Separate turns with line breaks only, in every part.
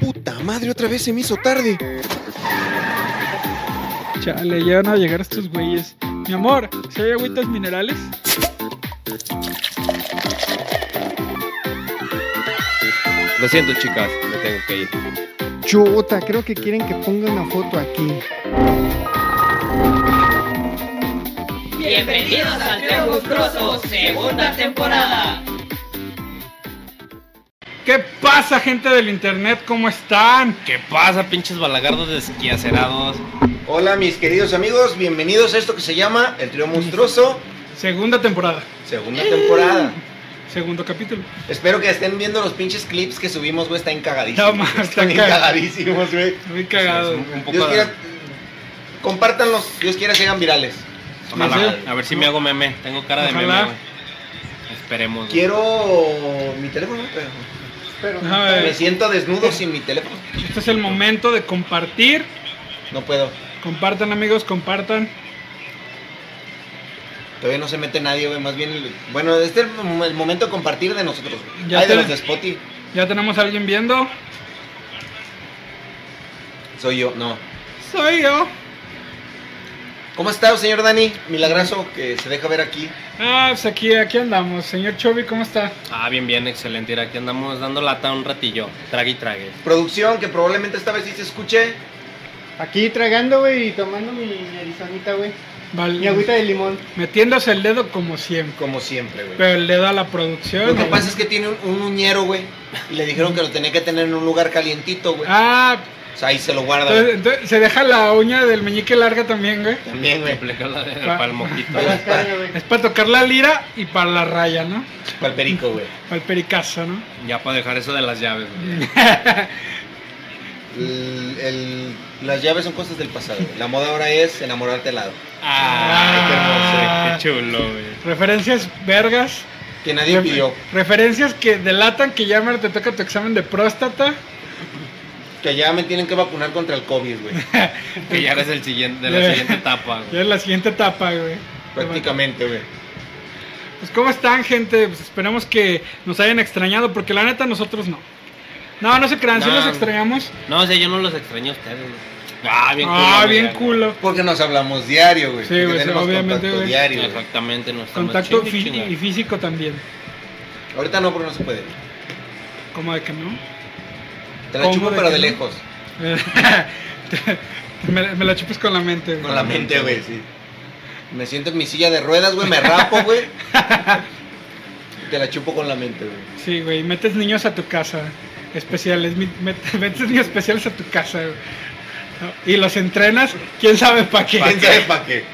Puta madre, otra vez se me hizo tarde.
Chale, ya van a llegar estos güeyes. Mi amor, ¿si hay agüitas minerales?
Lo siento, chicas, me tengo que ir.
Chuta, creo que quieren que ponga una foto aquí.
Bienvenidos al Teo Monstruoso, segunda temporada.
¿Qué pasa, gente del internet? ¿Cómo están?
¿Qué pasa, pinches balagardos desquiacerados?
Hola, mis queridos amigos, bienvenidos a esto que se llama El Trío Monstruoso,
Segunda temporada,
segunda temporada.
segundo capítulo.
Espero que estén viendo los pinches clips que subimos, güey. Están cagadísimos.
No, ma,
güey,
están
están bien
cag-
cagadísimos, güey.
Muy cagado.
Un poco
Dios
de-
quiera, compártanlos, Dios quiera, se hagan virales.
Ojalá,
No sé.
a ver si me hago meme. Tengo cara de
Ojalá.
meme. güey. Esperemos. güey.
Quiero mi teléfono, pero
Ajá,
me
eh,
siento desnudo sin mi teléfono.
este es el momento de compartir.
No puedo.
Compartan, amigos, compartan.
Todavía no se mete nadie, güey. Más bien, el- bueno, este es el mom- el momento de compartir de nosotros. güey.
Ya
Ay, de
te-
los de Spotify.
Ya tenemos a alguien viendo.
Soy yo, no.
Soy yo.
¿Cómo está, señor Dani? Milagrazo que se deja ver aquí.
Ah, pues aquí, aquí andamos. Señor Chovy, ¿cómo está?
Ah, bien, bien, excelente. Mira, Aquí andamos dando lata un ratillo. Trague y trague.
Producción que probablemente esta vez sí se escuche.
Aquí tragando, güey, y tomando mi arizonita, güey.
Val-
Mi agüita de limón.
Metiéndose el dedo como siempre.
Como siempre, güey.
Pero el dedo a la producción.
Lo que
güey.
pasa es que tiene un, un uñero, güey. Y le dijeron que lo tenía que tener en un lugar calientito, güey.
Ah,
O sea, ahí se lo guarda.
entonces,
güey.
entonces, se deja la uña del meñique larga también, güey.
También, güey.
Aplica la de
Pa-
pa'l mojito.
Para las cañas, güey.
Es para tocar la lira y para la raya, ¿no?
Para el perico, güey.
Para el pericazo, ¿no?
Ya para dejar eso de las llaves. güey.
El- el- las llaves son cosas del pasado. güey. La moda ahora es enamorarte al lado.
Ay, Ah, qué hermoso. Qué chulo, güey.
Referencias vergas.
Que nadie pidió.
Referencias que delatan que ya Mar, te toca tu examen de próstata.
Que ya me tienen que vacunar contra el COVID, güey.
Que ya eres el siguiente, de la siguiente etapa. güey.
Ya es la siguiente etapa, güey.
Prácticamente, güey.
Pues cómo están, gente. Pues esperemos que nos hayan extrañado, porque la neta nosotros no. No, no se crean, sí
No.
los extrañamos.
No, o sea, yo no los extraño a ustedes. güey. Ah, bien culo.
ah,
güey,
bien
ya, güey.
culo.
Porque nos hablamos diario, güey.
Sí,
Porque
güey, sí,
tenemos
obviamente,
contacto
güey.
diario, güey.
Exactamente, no estamos
Contacto
chingue,
fí-
chingue.
y físico también.
Ahorita no, porque no se puede.
¿Cómo de que no?
Te la
¿Cómo
chupo,
de
pero
que
de
no?
lejos.
me, me la chupes con la mente, güey.
Con la mente, güey, sí. Me siento en mi silla de ruedas, güey, me rapo, güey. Te la chupo con la mente, güey.
Sí, güey, metes niños a tu casa. Especiales, mi- met- metes niños especiales a tu casa, güey. ¿No? Y los entrenas, quién sabe para qué.
¿Quién sabe pa' qué?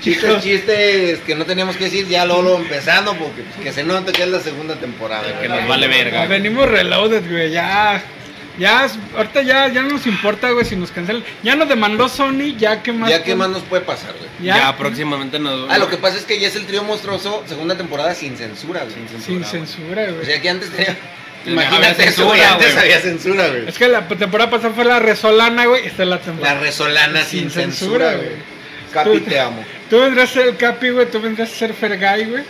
Chistes, chistes que no teníamos que decir ya Lolo empezando porque pues, que se note que es la segunda temporada.
Que
güey.
nos vale verga. güey.
Venimos reloaded, güey, ya. Ya, ahorita ya, ya no nos importa, güey, si nos cancelan. Ya nos demandó Sony, ya que más.
Ya qué más nos puede pasar, güey.
Ya,
Ya, próximamente nos.
Ah, lo que pasa es que ya es el trío monstruoso, segunda temporada sin censura, güey.
sin censura,
O
güey.
sea que antes tenía.
Tenía-
Imagínate
había
eso, güey.
censura,
Antes
güey.
había censura, güey.
Es que la temporada pasada fue la resolana, güey, y esta es la temporada.
La resolana sin,
Sin
censura,
censura,
güey.
güey.
Capi,
Tú-
te amo.
Tú vendrás a ser el Capi, güey, tú vendrás a ser Fergay, güey.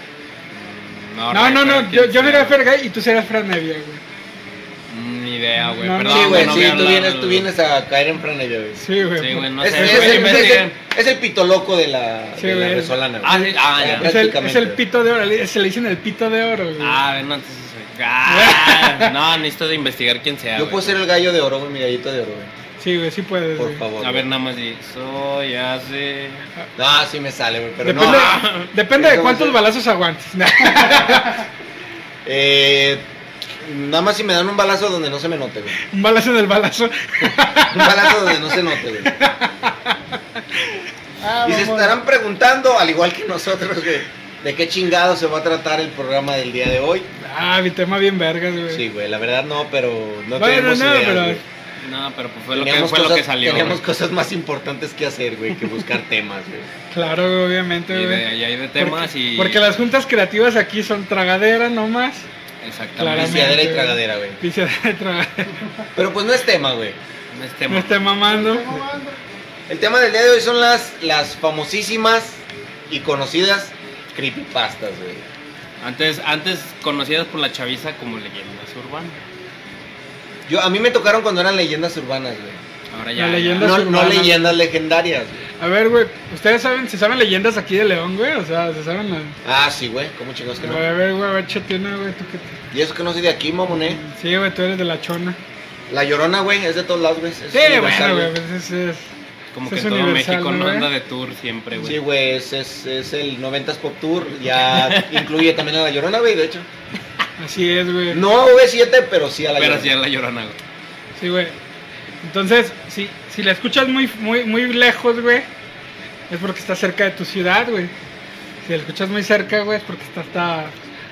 No,
No, no, no,
pero
yo,
quién
yo seré
sabe.
Fergay y tú serás Franevia, güey.
Ni idea, güey.
No,
Perdón,
Sí, güey,
no
sí,
voy a
tú
hablar,
vienes, tú
güey.
vienes a caer en franella, güey.
Sí, güey.
Sí, güey, no
es,
sé.
es-
güey,
es- es-
investiguen.
es el pito loco de la,
Sí,
de la
güey.
resolana, güey.
Ah, sí, ah, ya.
Es el, es
Prácticamente.
el pito de oro, le- se le dicen el pito de oro, güey.
Ah, no, entonces. Ah, no, necesito de investigar quién sea.
Yo
güey.
puedo ser el gallo de oro, güey, mi gallito de oro, güey.
Sí, güey, sí puedes.
Por
güey.
favor.
A ver, nada más di. Soy hace.
No, sí me sale, güey, pero
depende
no.
depende de
Entonces-
cuántos balazos aguantes.
Eh, nada más si me dan un balazo donde no se me note, güey.
Un balazo en el balazo.
Un balazo donde no se note, güey.
Ah,
Y se
vamos.
estarán preguntando, al igual que nosotros, güey, de qué chingado se va a tratar el programa del día de hoy.
Ah, mi tema bien vergas, güey.
Sí, güey, la verdad no, pero no
Bueno,
tenemos
no,
ideas,
pero-
güey.
No, pero pues fue lo que,
Teníamos
fue lo que salió.
Teníamos
güey.
cosas más importantes que hacer, güey, que buscar temas, güey.
Claro, güey, obviamente,
Y de,
güey.
ahí hay de temas
porque,
y.
porque las juntas creativas aquí son tragadera nomás.
Exactamente.
Claramente.
Viciadera y tragadera, güey.
Dice de tragadera.
Pero pues no es tema, güey.
No es
Me
este tema.
está mamando.
El tema del día de hoy son las, las famosísimas y conocidas creepypastas, güey.
Antes, antes conocidas por la chaviza como leyendas urbanas.
Yo, a mí me tocaron cuando eran leyendas urbanas, güey.
Ahora
La leyenda-
No,
Leyendas
no
urbanas.
leyendas legendarias, güey.
A ver, güey, ¿ustedes saben, se saben leyendas aquí de León, güey? O sea, ¿se saben? las-
Ah, sí, güey. ¿Cómo chingados que
A
no?
ver, güey, a ver, chatina, güey, tú qué...
Y eso que no soy de aquí, mamón, eh.
Sí, güey, tú eres de la chona.
La llorona, güey, es de todos lados, güey. Es
Sí,
universal,
bueno, güey, pues es, es-
Como
Eso
que
es
todo
universal,
México en
¿no, güey?
ronda de tour siempre, güey.
Sí, güey, es, es, es el 90s Pop Tour. Ya incluye también a la llorona, güey, de hecho.
así es, güey.
No a V7, pero sí a la
Pero
llorona.
sí es la llorona, güey.
Sí, güey. Entonces, si, si la escuchas muy, muy, muy lejos, güey, es porque está cerca de tu ciudad, güey. Si la escuchas muy cerca, güey, es porque está hasta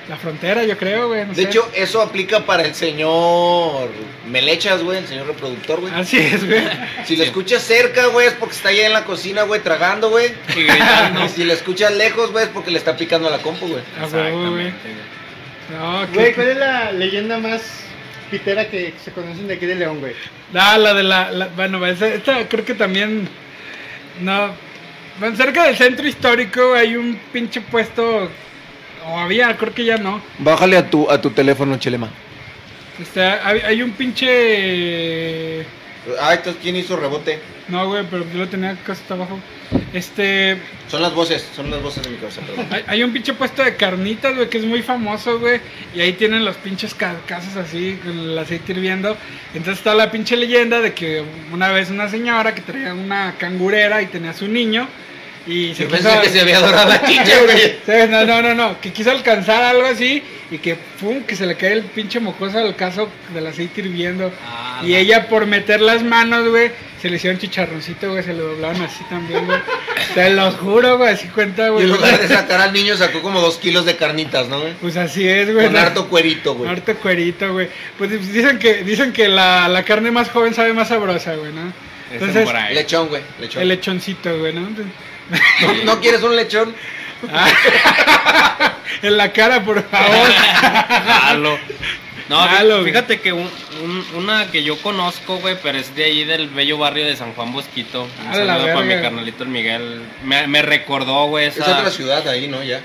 la frontera, yo creo, güey. no sé.
De hecho, eso aplica para el señor Melechas, güey, el señor reproductor, güey.
Así es, güey.
Si lo
sí.
escuchas cerca, güey, es porque está allá en la cocina, güey, tragando, güey.
Y gritando.
Y si lo escuchas lejos, güey, es porque le está picando a la compu, güey.
A huevo, güey.
Exactamente, güey.
No,
Güey,
que...
¿cuál es la leyenda más pitera que se conocen de aquí de León, güey?
Ah, la de la... la- bueno, esta, esta creo que también... No... Bueno, cerca del centro histórico güey, hay un pinche puesto... O había, creo que ya no.
Bájale a tu, a tu teléfono, Chelema.
Este, hay, hay un pinche...
Ah, entonces, ¿quién hizo rebote?
No, güey, pero yo lo tenía casi hasta abajo. Este...
Son las voces, son las voces de mi cabeza, perdón.
Hay, hay un pinche puesto de carnitas, güey, que es muy famoso, güey. Y ahí tienen los pinches carcasas así, con el aceite hirviendo. Entonces está la pinche leyenda de que una vez una señora que traía una cangurera y tenía a su niño. Y se
Yo
quiso-
pensé que se había dorado la chicha, güey.
¿Sabes? No, no, no, no. Que quiso alcanzar algo así y que pum, que se le cae el pinche mocoso al caso del aceite hirviendo.
Ah,
Y ella por meter las manos, güey, se le hicieron chicharroncito, güey, se le doblaron así también, güey. Te lo juro, güey, así cuenta,
Y
güey.
en lugar de sacar al niño, sacó como dos kilos de carnitas, ¿no, güey?
Pues así es, güey.
Con harto cuerito, güey.
Harto cuerito, güey. Pues di- dicen que, dicen que la, la carne más joven sabe más sabrosa, güey, ¿no?
ese
Entonces,
por ahí.
Lechón, güey.
el
Lechón.
lechoncito, güey, ¿no?
¿No, no quieres un lechón?
ah, En la cara, por favor.
Jalo. No, fí-
Jalo, güey.
fíjate que un- un- una que yo conozco, güey, pero es de ahí del bello barrio de San Juan Bosquito. Un
A Ah, la
saludo para mi
verga.
carnalito el Miguel. Me, me recordó, güey,
Es
esa.
otra ciudad ahí, ¿no? Ya.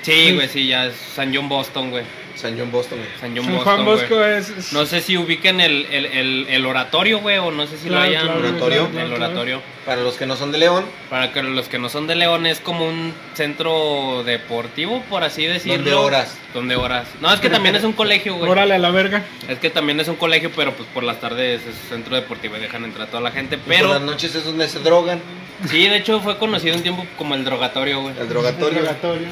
Sí, güey, sí, ya es San John Boston, güey.
San John Boston, güey.
San John
San
Boston.
Juan
güey.
Bosco es... es-
No sé si ubiquen el, el, el, el oratorio, güey, o no sé si
Claro,
lo hayan.
claro,
Oratorio.
claro,
el
claro.
oratorio.
Para los que no son de León,
Para que los que no son de León es como un centro deportivo, por así decirlo.
Donde horas.
Donde horas. No, es que también es un colegio, güey.
Órale a la verga.
Es que también es un colegio, pero pues por las tardes es un centro deportivo y dejan entrar a toda la gente.
pero... Pues, por las
Pero
noches es donde se drogan.
sí, de hecho fue conocido un tiempo como el drogatorio, güey.
El drogatorio.
Interrogatorio.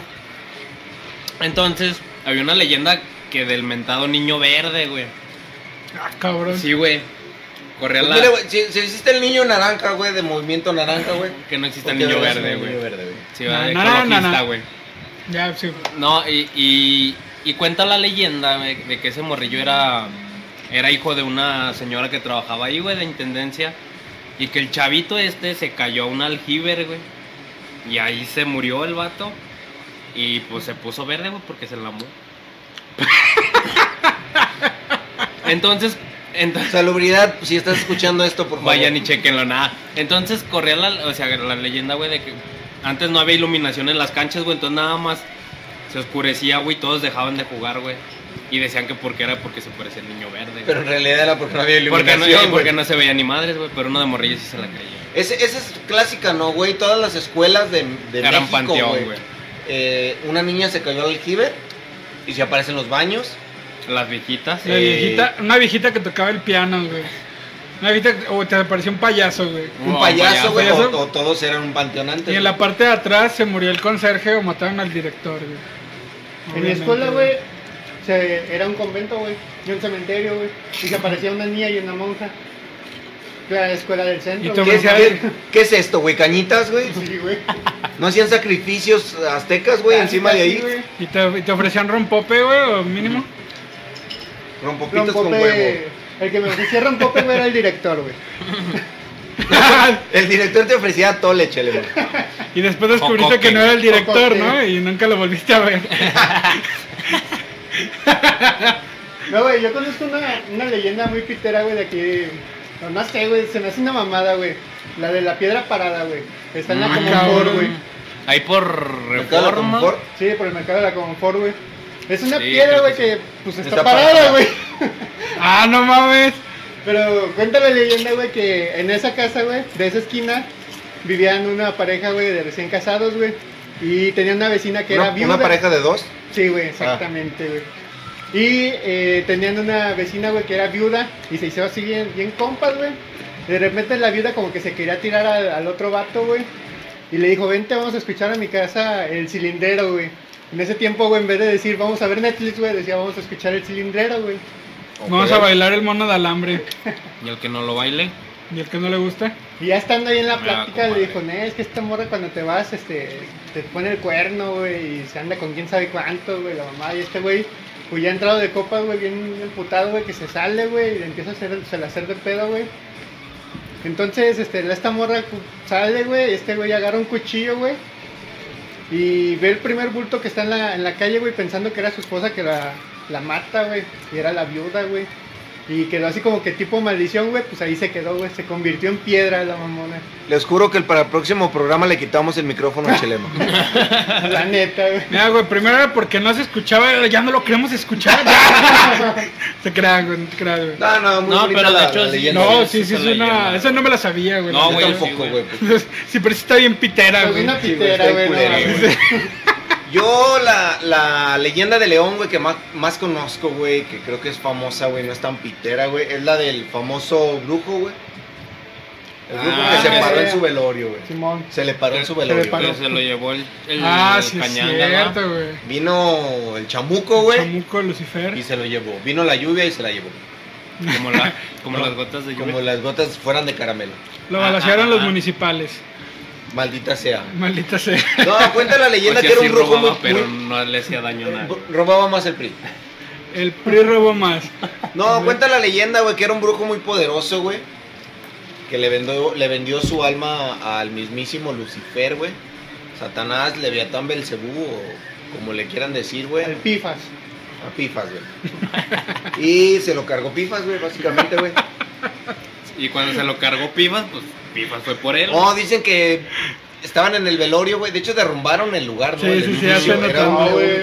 Entonces, había una leyenda que del mentado niño verde, güey.
Ah, cabrón.
Sí, güey. Corría
Pues
la...
mira, güey, si, si existe el niño naranja, güey, de movimiento naranja, güey.
Que no exista el
¿por qué
niño
vergas
verde,
no hay
güey.
niño verde, güey?
Sí, va,
Na, na, na,
ecologista,
na.
güey.
Ya, sí.
No, y, y, y cuenta la leyenda güey, de que ese morrillo era, era hijo de una señora que trabajaba ahí, güey, de intendencia. Y que el chavito este se cayó a un aljiber, güey. Y ahí se murió el vato. Y pues se puso verde, güey, porque se enlamó. entonces, entonces.
Salubridad, pues, si estás escuchando esto, por favor.
Vayan y chequenlo, nada. Entonces corría la, o sea, la leyenda, güey, de que antes no había iluminación en las canchas, güey, entonces nada más se oscurecía, güey, todos dejaban de jugar, güey. Y decían que porque era porque se parecía el niño verde.
Pero en realidad era porque no había
porque,
iluminación,
no, y
güey.
porque no se veía ni madres, güey, pero uno de morrillo sí se la creía.
Ese- esa es clásica, ¿no, güey? Todas las escuelas de, de
Eran
México,
panteón, güey.
Eh, una niña se cayó al aljibe y se aparece en los baños.
Las viejitas.
La
Eh,
viejita, una viejita que tocaba el piano, güey. Una viejita, o te pareció un payaso, güey.
Un
Oh,
payaso,
payaso.
güey, o,
¿Payaso?
o todos eran un panteón antes.
Y en la parte de atrás se murió el conserje o mataron al director, güey.
En la
Obviamente,
escuela, güey, se- era un convento, güey, y un cementerio, güey, y se aparecía una niña y una monja. Era la escuela del centro.
Y tú
¿Qué,
güey.
es, qué- qué es esto, güey? ¿Cañitas, güey?
Sí, güey.
¿No hacían sacrificios aztecas, güey,
Casi,
encima de
casi,
ahí?
güey.
¿Y te, y te ofrecían rompope, güey, o mínimo?
Rompopitos con
Rompope,
huevo.
el que me ofrecía Rompope güey, era el director, güey.
El director te ofrecía tole, chele, güey.
Y después descubriste
Jocoque.
que no era el director,
Jocoque.
¿no? Y nunca lo volviste a ver.
No, güey, yo conozco una, una leyenda muy pitera, güey, de aquí. No, no sé, güey, se me hace una mamada, güey. La de la piedra parada, güey. Está en la
Ah,
Mm,
Comonfort,
cabrón.
güey.
Ahí por
Mercado de la
reforma.
Confort.
Sí, por el mercado de la Comonfort, güey. Es una
Sí,
piedra,
creo
güey,
que
que pues está,
Está
parada,
parada.
güey.
ah, no mames.
Pero cuenta la leyenda, güey, que en esa casa, güey, de esa esquina, vivían una pareja, güey, de recién casados, güey. Y tenían una vecina que
Una,
era
una
viuda.
pareja de dos.
Sí, güey, exactamente, güey. Y eh, tenían una vecina, güey, que era viuda y se hizo así bien, bien compas, güey. De repente la viuda como que se quería tirar al, al otro vato, güey. Y le dijo, vente, vamos a escuchar a mi casa el cilindrero, güey. En ese tiempo, güey, en vez de decir, vamos a ver Netflix, güey, decía, vamos a escuchar el cilindrero, güey.
Vamos
Ok.
a bailar el mono de alambre.
Y el que no lo baile,
¿Y el que no le gusta?
Y ya estando ahí en la
Me da
plática le
comadre.
dijo, "Nee, es que esta morra cuando te vas, este, te pone el cuerno, güey, y se anda con quién sabe cuánto, güey, la mamá, y este güey, pues ya ha entrado de copas, güey, bien emputado, güey, que se sale, güey, y le empieza a hacer, se le hacer de pedo, güey. Entonces, este, la- esta morra cu- sale, güey, y este güey agarra un cuchillo, güey, y ve el primer bulto que está en la, en la calle, güey, pensando que era su esposa que la, la mata, güey, y era la viuda, güey. Y quedó así como que tipo maldición, güey, pues ahí se quedó, güey, se convirtió en piedra la mamona.
Les juro que el- para el próximo programa le quitamos el micrófono a Chelema.
La neta, güey.
Mira, güey, primero era porque no se escuchaba, ya no lo queremos escuchar. ya. se crean, güey, no te creas, güey.
No, no, muy
No,
bonita
pero de
la-
hecho
la
sí.
leyenda.
No,
güey,
sí, sí,
esa
es
es la
una...
leyenda.
Eso no me la sabía, güey.
No,
Yo
güey, sí,
tampoco,
güey.
güey.
Sí, pero sí está bien pitera,
Es
güey.
Pues una
Sí, Ah, güey, está
pitera, güey.
bien
no, Ah,
culera,
güey.
güey. Yo la, la leyenda de León, güey, que más, más conozco, güey, que creo que es famosa, güey, no es tan pitera, güey, es la del famoso brujo, güey. El brujo
Ah,
que se
ya
paró
sé.
en su velorio, güey.
Simón.
Se le paró en su
Se le
velorio.
paró.
que pues, se lo llevó el, el
Ah, sí, es
cañanga, ¿no?
cierto, güey.
Vino el chamuco, güey,
Chamuco, Lucifer.
y se lo llevó. Vino la lluvia y se la llevó.
Como, la- como las gotas de
Como
lluvia.
las gotas fueran de caramelo.
Lo
Ah,
balacearon
ah,
los
ah.
municipales.
Maldita sea.
Maldita sea.
No, cuenta la leyenda
Pues sí,
que era
sí
un brujo
robaba,
muy,
pero
muy-
no le hacía daño a nadie.
Robaba más el PRI.
El PRI robó más.
No, cuenta la leyenda, güey, que era un brujo muy poderoso, güey. Que le vendió, le vendió su alma al mismísimo Lucifer, güey. Satanás, Leviatán, Belcebú, o como le quieran decir, güey.
El pifas.
A Pifas, güey. Y se lo cargó Pifas, güey, básicamente, güey.
Y cuando se lo cargó Pivas, pues Pivas fue por él.
No, dicen que estaban en el velorio, güey. De hecho, derrumbaron el lugar,
Sí,
¿no? El
sí, sí, ya
edificio,
se
era un-
notó,
No, güey.
Sí,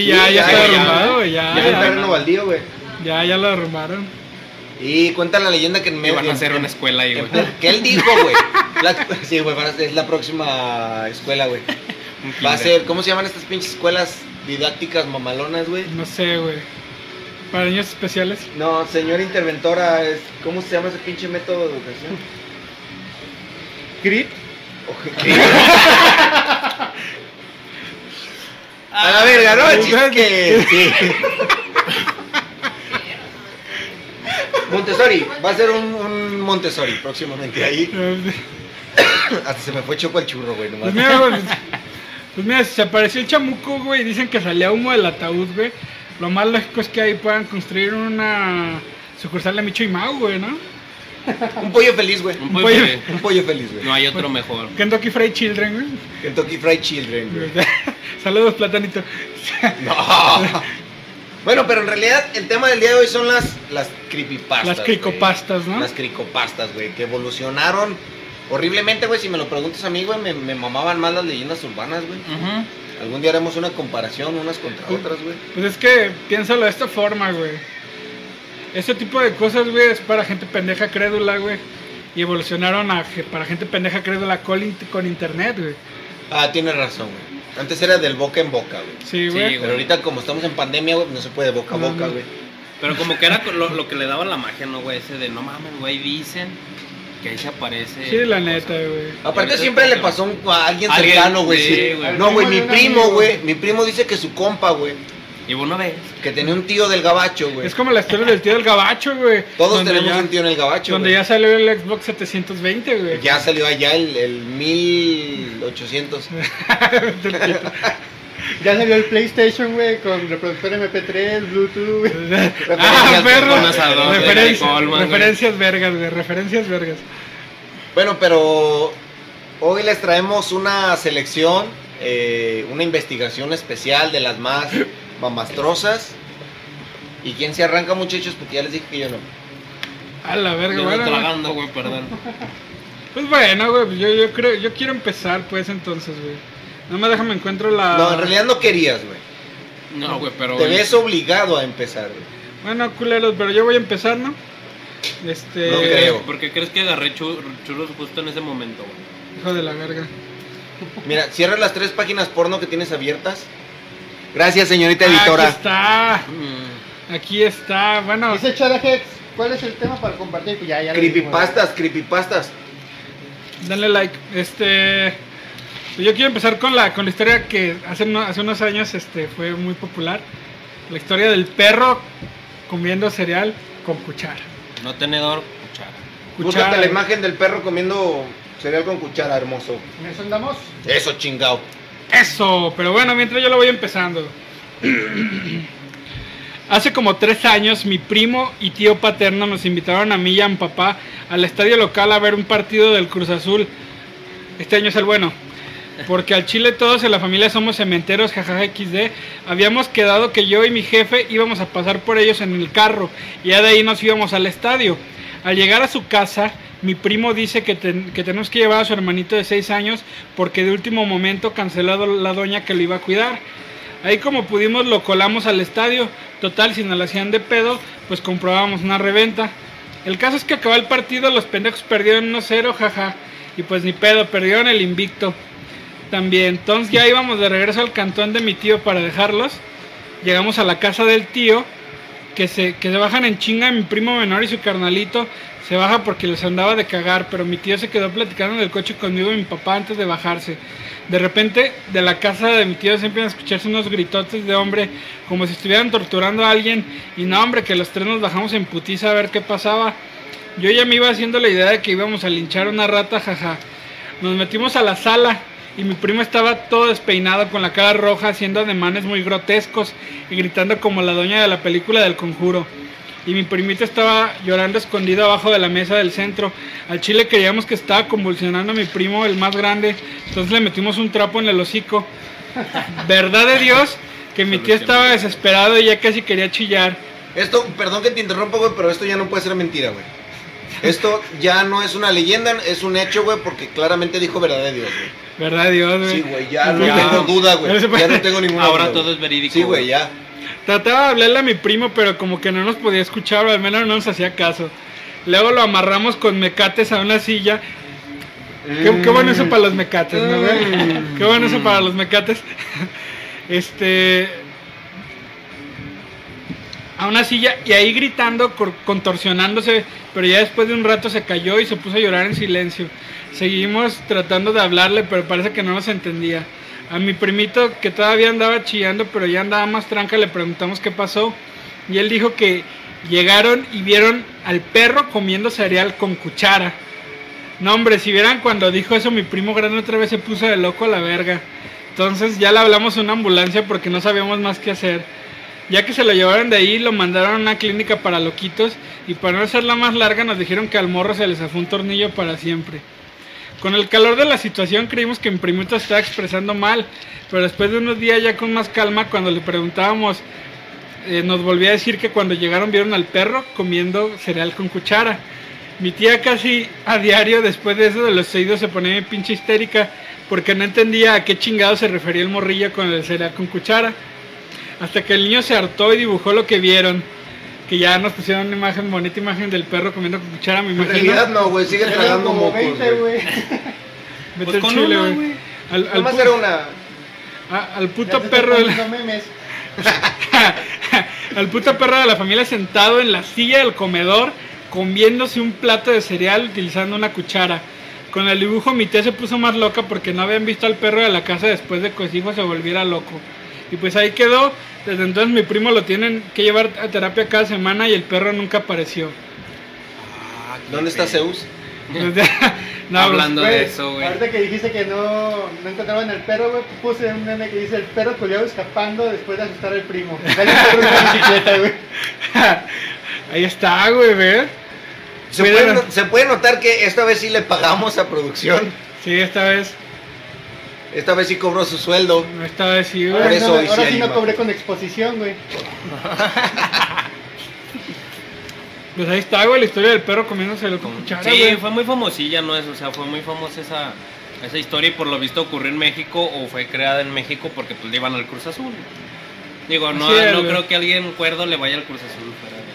Sí,
ya, ya,
ya,
está
ya,
derrumbado, güey. Ya,
Era un
ya,
terreno baldío, güey.
ya, ya lo derrumbaron.
Y cuenta la leyenda que en
Me
medio.
van a hacer
en-
una escuela ahí, güey.
Que él dijo, güey. La- sí, güey, van a- es la próxima escuela, güey.
Un
Va a
kinder.
ser, ¿cómo se llaman estas pinches escuelas didácticas mamalonas, güey?
No sé, güey. Para niños especiales.
No, señora interventora, es- ¿cómo se llama ese pinche método de educación?
Crit.
Oje- A la verga, no, El chiste es que... sí. Montessori, va a ser un, un Montessori próximamente ahí.
Pues
Hasta se me fue choco el churro, güey, nomás.
mira, güey. Pues mira, si se apareció el chamuco, güey, y dicen que salía humo del ataúd, güey. Lo más lógico es que ahí puedan construir una sucursal de Micho y Mau, güey, ¿no?
Un pollo feliz, güey.
Un pollo
Oye.
Un pollo feliz,
que-
güey.
No hay otro mejor.
Kentucky Fried Children,
Kentucky Fried Children, güey.
güey. Saludos, platanito.
No. Bueno, pero en realidad el tema del día de hoy son las, las creepypastas.
Las cricopastas,
güey.
¿no?
Las cricopastas, güey, que evolucionaron horriblemente, güey. Si me lo preguntas a mí, güey, me, me mamaban más las leyendas urbanas, güey.
Ujú.
Algún día haremos una comparación unas contra otras, güey.
Pues es que piénsalo de esta forma, güey. Este tipo de cosas, güey, es para gente pendeja crédula, güey. Y evolucionaron a, ge- para gente pendeja crédula con, in- con internet, güey.
Ah, tienes razón, güey. Antes era del boca en boca, güey.
Sí,
Sí,
güey.
Pero ahorita como estamos en pandemia, güey, no se puede boca a
No,
boca,
no.
güey.
Pero como que era lo, lo que le daba la magia, ¿no, güey? Ese de no mames, güey, dicen que ahí se aparece.
sí, la
cosa.
neta, güey.
Aparte
Ahorita
siempre le
está-
pasó un- a alguien
Alguien,
cercano, güey.
sí,
sí.
güey.
No, güey, mi
Primo de un
primo,
amigo.
güey. Mi primo dice que su compa, güey.
Y una vez.
Que tenía un tío del gabacho, güey.
Es como la historia del tío del gabacho, güey.
Todos
donde
tenemos
ya-
un tío en el gabacho.
Donde
güey.
ya salió el Xbox 720, güey.
Ya salió allá el, el 1800.
Ya salió el PlayStation, güey, con reproductor MP3, Bluetooth, güey.
ah,
Referencias
perro.
personas
a dos,
Referencias-
de Coleman, güey.
referencias vergas, güey. Referencias vergas.
Bueno, pero hoy les traemos una selección, eh, una investigación especial de las más mamastrosas. ¿Y quién se arranca, muchachos? Porque ya les dije que yo no.
A la verga,
Yo
güey.
tragando, güey, perdón.
Pues bueno, güey, pues yo, yo creo, yo quiero empezar pues entonces, güey. No me déjame encuentro la.
No, en realidad no querías, güey.
No, güey, pero.
Te ves obligado a empezar, güey.
Bueno, culeros, pero yo voy a empezar, ¿no? Este.
No creo.
¿Por qué crees que agarré chu- churros justo en ese momento, güey?
Hijo de la verga.
Mira, cierra las tres páginas porno que tienes abiertas. Gracias, señorita editora.
Ah, Aquí está.
Mm,
Aquí está.
Ah.
Bueno,
Dice Chorajex, ¿cuál es el tema para compartir? Pues ya, ya lo
Creepypastas, creepypastas.
Dale like. Este. Yo quiero empezar con la, con la historia que hace, uno- hace unos años este, fue muy popular. La historia del perro comiendo cereal con cuchara.
No tenedor, cuchara.
Búscate
Cuchara.
la imagen del perro comiendo cereal con cuchara, hermoso.
dijimos. ¿En eso andamos?
Eso, chingao.
Eso, pero bueno, mientras yo lo voy empezando. Hace como tres años, mi primo y tío paterno nos invitaron a mí y a mi papá al estadio local a ver un partido del Cruz Azul. Este año es el bueno. Porque al Chile todos en la familia somos cementeros, jajaja XD. Habíamos quedado que yo y mi jefe íbamos a pasar por ellos en el carro y ya de ahí nos íbamos al estadio. Al llegar a su casa, mi primo dice que, ten- que tenemos que llevar a su hermanito de 6 años porque de último momento cancelado la doña que lo iba a cuidar. Ahí como pudimos lo colamos al estadio. Total, si nos la hacían de pedo, pues comprobábamos una reventa. El caso es que acabó el partido, los pendejos perdieron 1-0, jaja. Y pues ni pedo, perdieron el invicto. También, entonces ya íbamos de regreso al cantón de mi tío para dejarlos. Llegamos a la casa del tío, que se, que se bajan en chinga mi primo menor y su carnalito. Se baja porque les andaba de cagar, pero mi tío se quedó platicando en el coche conmigo y mi papá antes de bajarse. De repente, de la casa de mi tío se empiezan a escucharse unos gritotes de hombre, como si estuvieran torturando a alguien. Y no, hombre, que los tres nos bajamos en putiza a ver qué pasaba. Yo ya me iba haciendo la idea de que íbamos a linchar una rata, jaja. Nos metimos a la sala y mi primo estaba todo despeinado con la cara roja haciendo ademanes muy grotescos y gritando como la doña de la película del conjuro. Y mi primito estaba llorando escondido abajo de la mesa del centro. Al chile creíamos que estaba convulsionando a mi primo, el más grande. Entonces le metimos un trapo en el hocico. Verdad de Dios que mi tío estaba desesperado y ya casi quería chillar.
Esto, perdón que te interrumpa, güey, pero esto ya no puede ser mentira, güey. Esto ya no es una leyenda, es un hecho, güey, porque claramente dijo verdad de Dios, güey.
Verdad de Dios, güey.
Sí, güey, ya no
Ya.
tengo duda,
Ya
güey.
se puede.
Ya no tengo ninguna duda.
Ahora
güey.
todo es verídico.
Sí, güey, ya.
Trataba de hablarle a mi primo, pero como que no nos podía escuchar, o al menos no nos hacía caso. Luego lo amarramos con mecates a una silla. Qué, qué bueno eso para los mecates, ¿no, güey? Qué bueno eso para los mecates. Este. A una silla y ahí gritando, cor- contorsionándose, pero ya después de un rato se cayó y se puso a llorar en silencio. Seguimos tratando de hablarle, pero parece que no nos entendía. A mi primito, que todavía andaba chillando, pero ya andaba más tranca, le preguntamos qué pasó. Y él dijo que llegaron y vieron al perro comiendo cereal con cuchara. No, hombre, si vieran cuando dijo eso, mi primo grande otra vez se puso de loco a la verga. Entonces ya le hablamos a una ambulancia porque no sabíamos más qué hacer. Ya que se lo llevaron de ahí, lo mandaron a una clínica para loquitos y para no hacerla más larga nos dijeron que al morro se les zafó un tornillo para siempre. Con el calor de la situación creímos que mi primito estaba expresando mal, pero después de unos días ya con más calma cuando le preguntábamos, eh, nos volvía a decir que cuando llegaron vieron al perro comiendo cereal con cuchara. Mi tía casi a diario después de eso de los oídos se ponía bien pinche histérica porque no entendía a qué chingado se refería el morrillo con el cereal con cuchara. Hasta que el niño se hartó y dibujó lo que vieron. Que ya nos pusieron una imagen, bonita imagen del perro comiendo con cuchara, me
En
imagino.
realidad no, güey, sigue
Eran
tragando
como
mocos,
20,
güey.
güey.
Vete
Pues
al
con
chile,
una,
güey.
güey.
Al, al
Nomás
pu-
era una...
a- al
Ya
puto
te están
perro de la-
poniendo memes.
al puto perro de la familia sentado en la silla del comedor comiéndose un plato de cereal utilizando una cuchara. Con el dibujo mi tía se puso más loca porque no habían visto al perro de la casa después de que su hijo se volviera loco. Y pues ahí quedó. Desde entonces mi primo lo tienen que llevar a terapia cada semana y el perro nunca apareció.
¿Dónde está Zeus?
Entonces, no, pues,
Hablando
Güey,
de eso, güey.
Ahorita que dijiste que no, no encontraban al perro, güey, puse un meme que dice el perro culiado escapando después de asustar al primo. Dale el perro una bicicleta, güey.
ahí está, güey, ¿ves?
¿Se
Mira,
puede,
no.
no- se puede notar que esta vez sí le pagamos a producción.
Sí, esta vez,
Esta vez sí cobró su sueldo.
esta vez sí, güey.
Por
Ahora,
eso
no,
hoy sí
ahora
hay
sí no
imagen.
cobré con exposición, güey.
Pues ahí está, güey, la historia del perro comiéndoselo con cuchara,
sí,
güey.
fue muy famosilla, ¿no es? O sea, fue muy famosa esa, esa historia y por lo visto ocurrió en México o fue creada en México porque pues le iban al Cruz Azul. Digo, no,
Así es,
no
güey.
creo que alguien cuerdo le vaya al Cruz Azul. fuera de-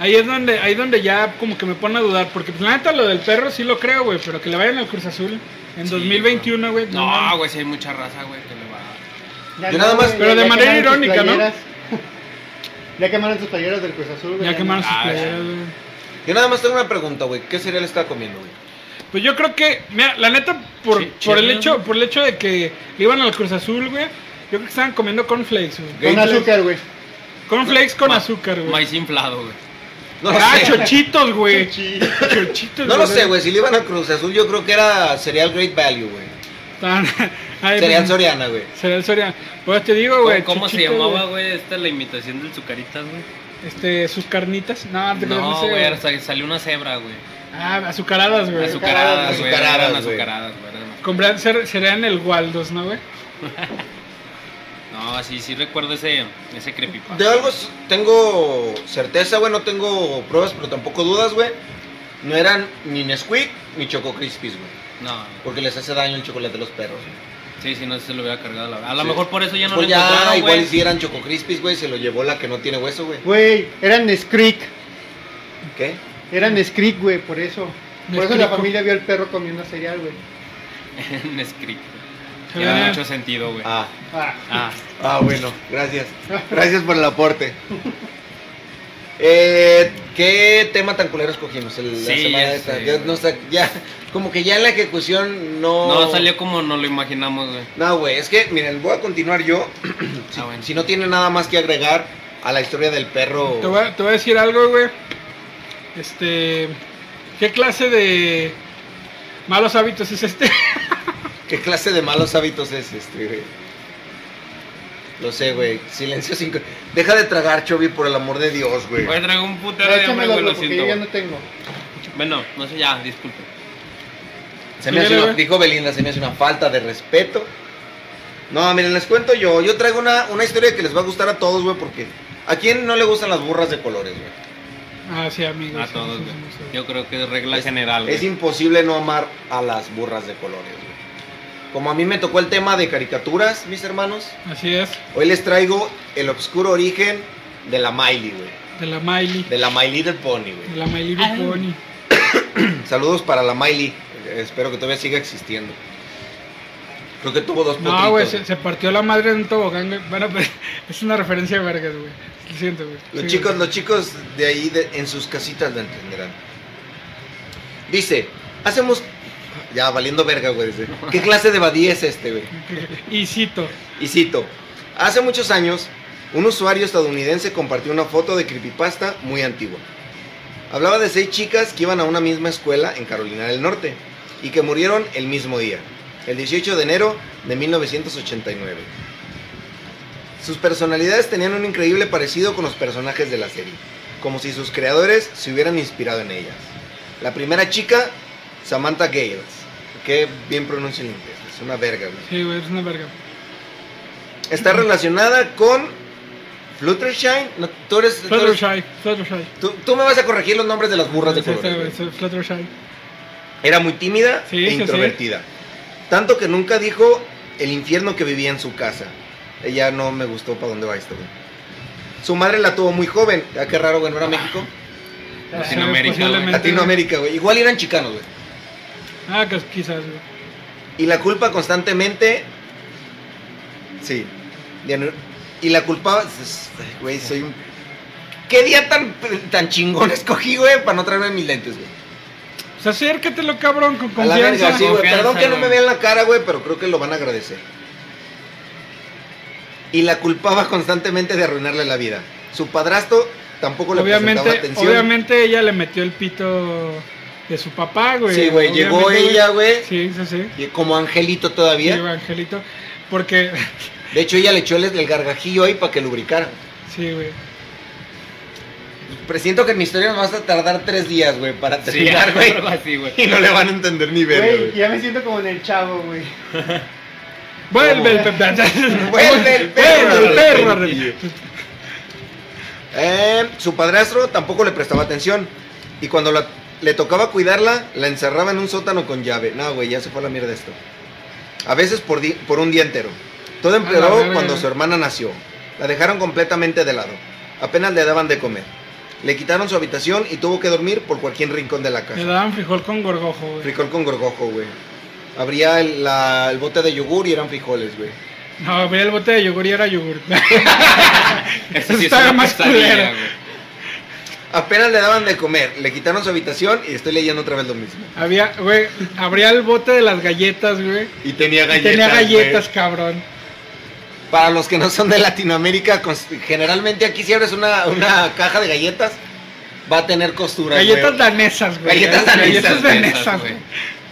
Ahí es donde, ahí donde ya como que me pone a dudar, porque pues, la neta lo del perro sí lo creo, güey, pero que le vayan al Cruz Azul en
Sí,
2021, güey. no mames.
No, güey, si hay mucha raza, güey, que le va.
Ya
Yo nada más-
güey,
pero
ya-
de
ya
manera
quemaron sus
irónica, ¿no?
playeras. ya quemaron sus playeras del Cruz Azul, güey.
Ya quemaron sus
Ah, sí.
playeras, güey.
Yo nada más tengo una pregunta, güey. ¿Qué cereal está comiendo, güey?
Pues yo creo que, mira, la neta, por,
Sí,
por el
Cheerios,
hecho,
¿no?
por el hecho de que le iban al Cruz Azul, güey, yo creo que estaban comiendo cornflakes, güey.
Con
Gatorade.
azúcar, güey.
Cornflakes con
Ma-
azúcar, güey.
Maíz inflado, güey.
No lo
Ah,
sé.
chochitos, güey.
Sí.
Chochitos,
No lo sé, güey. Si le iban a Cruz Azul, yo creo que era cereal Great Value, güey.
Tan- Ay,
Cereal
pues,
Soriana, güey.
Cereal Soriana. Pues te digo,
¿Cómo,
güey.
cómo se
chochitos,
llamaba,
güey.
güey? Esta es la imitación del Zucaritas, güey.
Este, sus carnitas. No, te creas,
No,
sé,
güey,
güey.
sal- salió una cebra, güey.
Ah, azucaradas, güey.
Azucaradas, güey. Eran
Azucaradas, güey.
azucaradas, güey. eran azucaradas.
Comprar cer- cereal en el Waldos, ¿no, güey?
No, sí, sí recuerdo ese, ese creepypasta.
De algo s- tengo certeza, güey. No tengo pruebas, pero tampoco dudas, güey. No eran ni Nesquik ni Choco Crispies, güey.
No,
Porque les hace daño el chocolate a los perros. güey.
sí, sí, no se lo hubiera cargado la A lo
Sí.
mejor por eso ya no
Pues
lo encontraron,
ya,
güey.
igual si eran Choco Crispies, güey. Se lo llevó la que no tiene hueso, güey.
Güey, eran Skrik.
¿Qué?
Eran Skrik, güey, por eso. Por eso la
Nesquik.
familia vio al perro comiendo cereal, güey.
En script.
Se
Tiene
veía-
mucho sentido, güey.
Ah.
Ah.
Ah,
Ah, bueno, gracias. Gracias por el aporte. Eh, ¿Qué tema tan culero escogimos el- la
Sí,
semana
ya
esta?
sé,
Ya,
güey.
no sa- ya, como que ya en la ejecución no...
no salió como no lo imaginamos, güey.
No, güey, es que, miren, voy a continuar yo. si,
Ah, bueno.
si no tiene nada más que agregar a la historia del perro...
Te voy, a, te voy a decir algo, güey. Este. ¿Qué clase de malos hábitos es este?
¿Qué clase de malos hábitos es este, güey? Lo sé, güey. Silencio sin... Deja de tragar, Chovy, por el amor de Dios, güey.
Güey, traigo un putero de hambre,
Échamelo,
güey,
güey,
lo
porque
siento.
yo ya no
güey.
tengo.
Bueno, no sé, ya, disculpe.
Se me hace
Mírale,
una-
güey.
dijo Belinda, se me hace una falta de respeto. No, miren, les cuento yo. Yo traigo una, una historia que les va a gustar a todos, güey, porque ¿a quién no le gustan las burras de colores, güey?
Ah, sí, amigos.
A
sí,
todos,
sí,
güey.
sí, sí.
Yo creo que es regla
Es-
general,
Es
güey.
imposible no amar a las burras de colores, güey. Como a mí me tocó el tema de caricaturas, mis hermanos,
Así es,
hoy les traigo el obscuro origen de la Miley, güey.
de la Miley.
De la My Little Pony,
De
güey.
la Miley Big
Ay.
Bunny. Mm.
Saludos para la Miley. eh, Espero que todavía siga existiendo. Creo que tuvo dos potritos,
No, güey,
güey.
se, se partió la madre en un tobogán, güey. Bueno, pero es una referencia a vergas, güey. Lo siento, güey.
Los
Sí,
chicos,
güey.
los chicos de ahí de- en sus casitas lo entenderán. Dice, hacemos. Ya, valiendo verga, güey. dice, ¿Qué clase de badí es este, güey?
Y cito.
Y cito, hace muchos años, un usuario estadounidense compartió una foto de creepypasta muy antigua. Hablaba de seis chicas que iban a una misma escuela en Carolina del Norte y que murieron el mismo día, el 18 de enero de 1989. Sus personalidades tenían un increíble parecido con los personajes de la serie, como si sus creadores se hubieran inspirado en ellas. La primera chica, Samantha Gales, que bien pronuncio en inglés, es una verga, güey
Sí, güey, es una verga.
está relacionada con Fluttershy. No, tú, eres, tú, eres-
Fluttershy, Fluttershy.
tú- tú me vas a corregir los nombres de las burras de
Sí, sí,
colores.
güey,
güey.
sí, Fluttershy.
Era muy tímida
Sí,
e
sí, sí.
introvertida. Tanto que nunca dijo el infierno que vivía en su casa. Ella no me gustó para dónde va esto, güey. Su madre la tuvo muy joven. Ah, qué raro, güey, no era México.
Ah,
Latinoamérica,
Sí, posiblemente,
Latinoamérica, güey. Igual eran chicanos, güey.
güey. Ah, que quizás, güey.
Y la culpa constantemente. Sí. Ya no- Y la culpa. Ay, Güey, soy un. ¿Qué día tan, tan chingón escogí, güey? Para no traerme mis lentes, güey.
Pues acércatelo, cabrón, con
A la verga,
confianza.
sí, güey.
Confianza,
Perdón que no
güey.
me vean la cara, güey, pero creo que lo van a agradecer. Y la culpaba constantemente de arruinarle la vida. Su padrastro tampoco le prestaba
obviamente,
atención.
obviamente ella le metió el pito de su papá, güey.
sí, güey. Llegó
Obviamente,
ella, güey.
Sí, sí, sí.
y Como angelito
Sí,
todavía.
güey, Angelito. Porque,
de hecho, ella le echó el, el gargajillo ahí para que lubricara.
sí, güey.
Presiento que en mi historia nos vas a tardar tres días, güey, para
Sí,
terminar, güey.
algo así, güey.
y no le van a entender ni verga,
Güey,
güey.
ya me siento como en el chavo, güey.
Vuelve el
¿Cómo?
perro.
Vuelve el perro.
Vuelve el perro.
Arrepentido. Eh, su padrastro tampoco le prestaba atención. Y cuando la- le tocaba cuidarla, la encerraba en un sótano con llave. No, güey, ya se fue a la mierda esto. A veces por, di- por un día entero. Todo
A la
empeoró
verga.
cuando su hermana nació. La dejaron completamente de lado. Apenas le daban de comer. Le quitaron su habitación y tuvo que dormir por cualquier rincón de la
Le
casa.
Pues daban frijol con gorgojo, güey.
Frijol con gorgojo, güey. Abría el, la- el bote de yogur y eran frijoles, güey.
No, veía el bote de yogur y era yogur.
Eso sí es
Estaba
una
más
pesadilla,
culero.
güey.
Apenas le daban de comer, le quitaron su habitación y estoy leyendo otra vez lo mismo.
Había, güey, abría el bote de las galletas, güey.
Y tenía
Y tenía galletas, cabrón.
Para los que no son de Latinoamérica, cons- generalmente aquí si abres una, una caja de galletas, va a tener costura.
Galletas
güey.
danesas, güey.
Galletas danesas,
danesas, güey.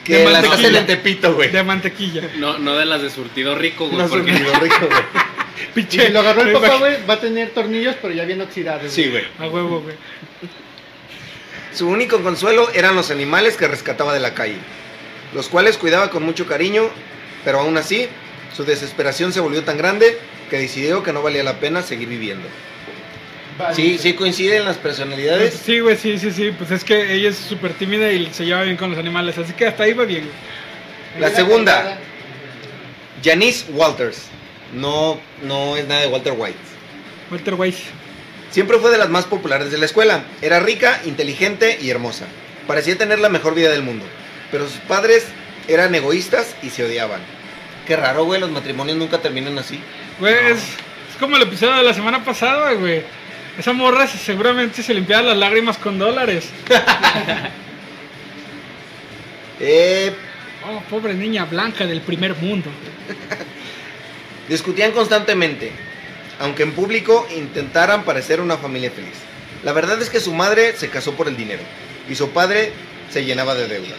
que
de
las
mantequilla.
hacen en Tepito, güey.
De mantequilla.
No, no de las de surtido rico, güey.
No
porque
son muy rico, güey.
Si
Pinche.
lo agarró el
me
papá,
imagino-
güey, va a tener tornillos, pero ya bien oxidados.
Sí, güey.
A huevo, güey.
Su único consuelo eran los animales que rescataba de la calle, los cuales cuidaba con mucho cariño, pero aún así, su desesperación se volvió tan grande que decidió que no valía la pena seguir viviendo.
Vale.
Sí, sí coinciden las personalidades.
Sí, güey, sí, sí, sí. Pues es que ella es súper tímida y se lleva bien con los animales. Así que hasta ahí va bien. güey.
La segunda, Janice Walters. No, no es nada de Walter White.
Walter Weiss.
Siempre fue de las más populares de la escuela. Era rica, inteligente y hermosa. Parecía tener la mejor vida del mundo. Pero sus padres eran egoístas y se odiaban. Qué raro, güey, los matrimonios nunca terminan así.
Güey, es, es como el episodio de la semana pasada, güey. Esa morra se- seguramente se limpiaba las lágrimas con dólares.
Eh,
Oh, pobre niña blanca del primer mundo.
discutían constantemente, aunque en público intentaran parecer una familia feliz. La verdad es que su madre se casó por el dinero y su padre se llenaba de deudas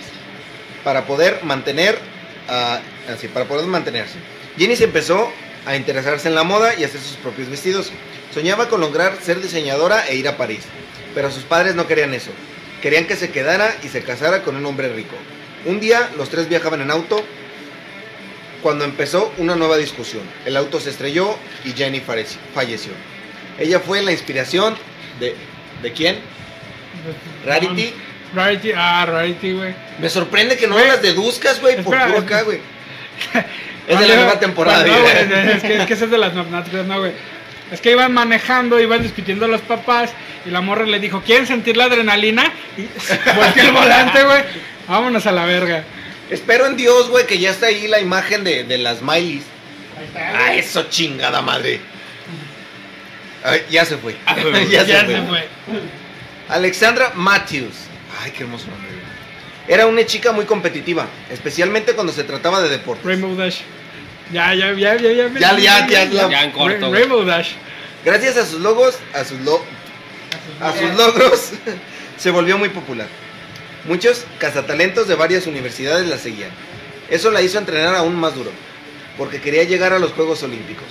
para poder mantener ah, así, para poder mantenerse. Jenny se empezó a interesarse en la moda y hacer sus propios vestidos. Soñaba con lograr ser diseñadora e ir a París, pero sus padres no querían eso. Querían que se quedara y se casara con un hombre rico. Un día los tres viajaban en auto cuando empezó una nueva discusión. El auto se estrelló y Jenny fareci- falleció. Ella fue la inspiración de... ¿De quién? Rarity.
Rarity, ah, Rarity, güey.
Me sorprende que no
Güey.
las deduzcas, güey, por
Espera,
puro
es-
acá, güey. Es de
Cuando-
la nueva temporada,
cuando-
güey.
no, güey, es, que, es que esa es de las novenáticas, no, güey. Es que iban manejando, iban discutiendo los papás y la morra le dijo, ¿quieren sentir la adrenalina? Y volteó el volante, güey. Vámonos a la verga.
Espero en Dios, güey, que ya está ahí la imagen de, de las Mileys.
Ahí está, güey.
Ah, eso chingada madre. Ay, ya se fue.
Ah, güey,
ya se
Ya
fue.
se fue.
Alexandra Matthews. Ay, qué hermoso nombre. güey. Era una chica muy competitiva, especialmente cuando se trataba de deportes.
Rainbow Dash. Ya, ya, ya, ya, ya. me-
Ya, ya, ya, ya.
Ya en corto, güey.
Rainbow Dash.
Gracias a sus logos, a sus lo- a sus logros, se volvió muy popular. Muchos cazatalentos de varias universidades la seguían. Eso la hizo entrenar aún más duro, porque quería llegar a los Juegos Olímpicos.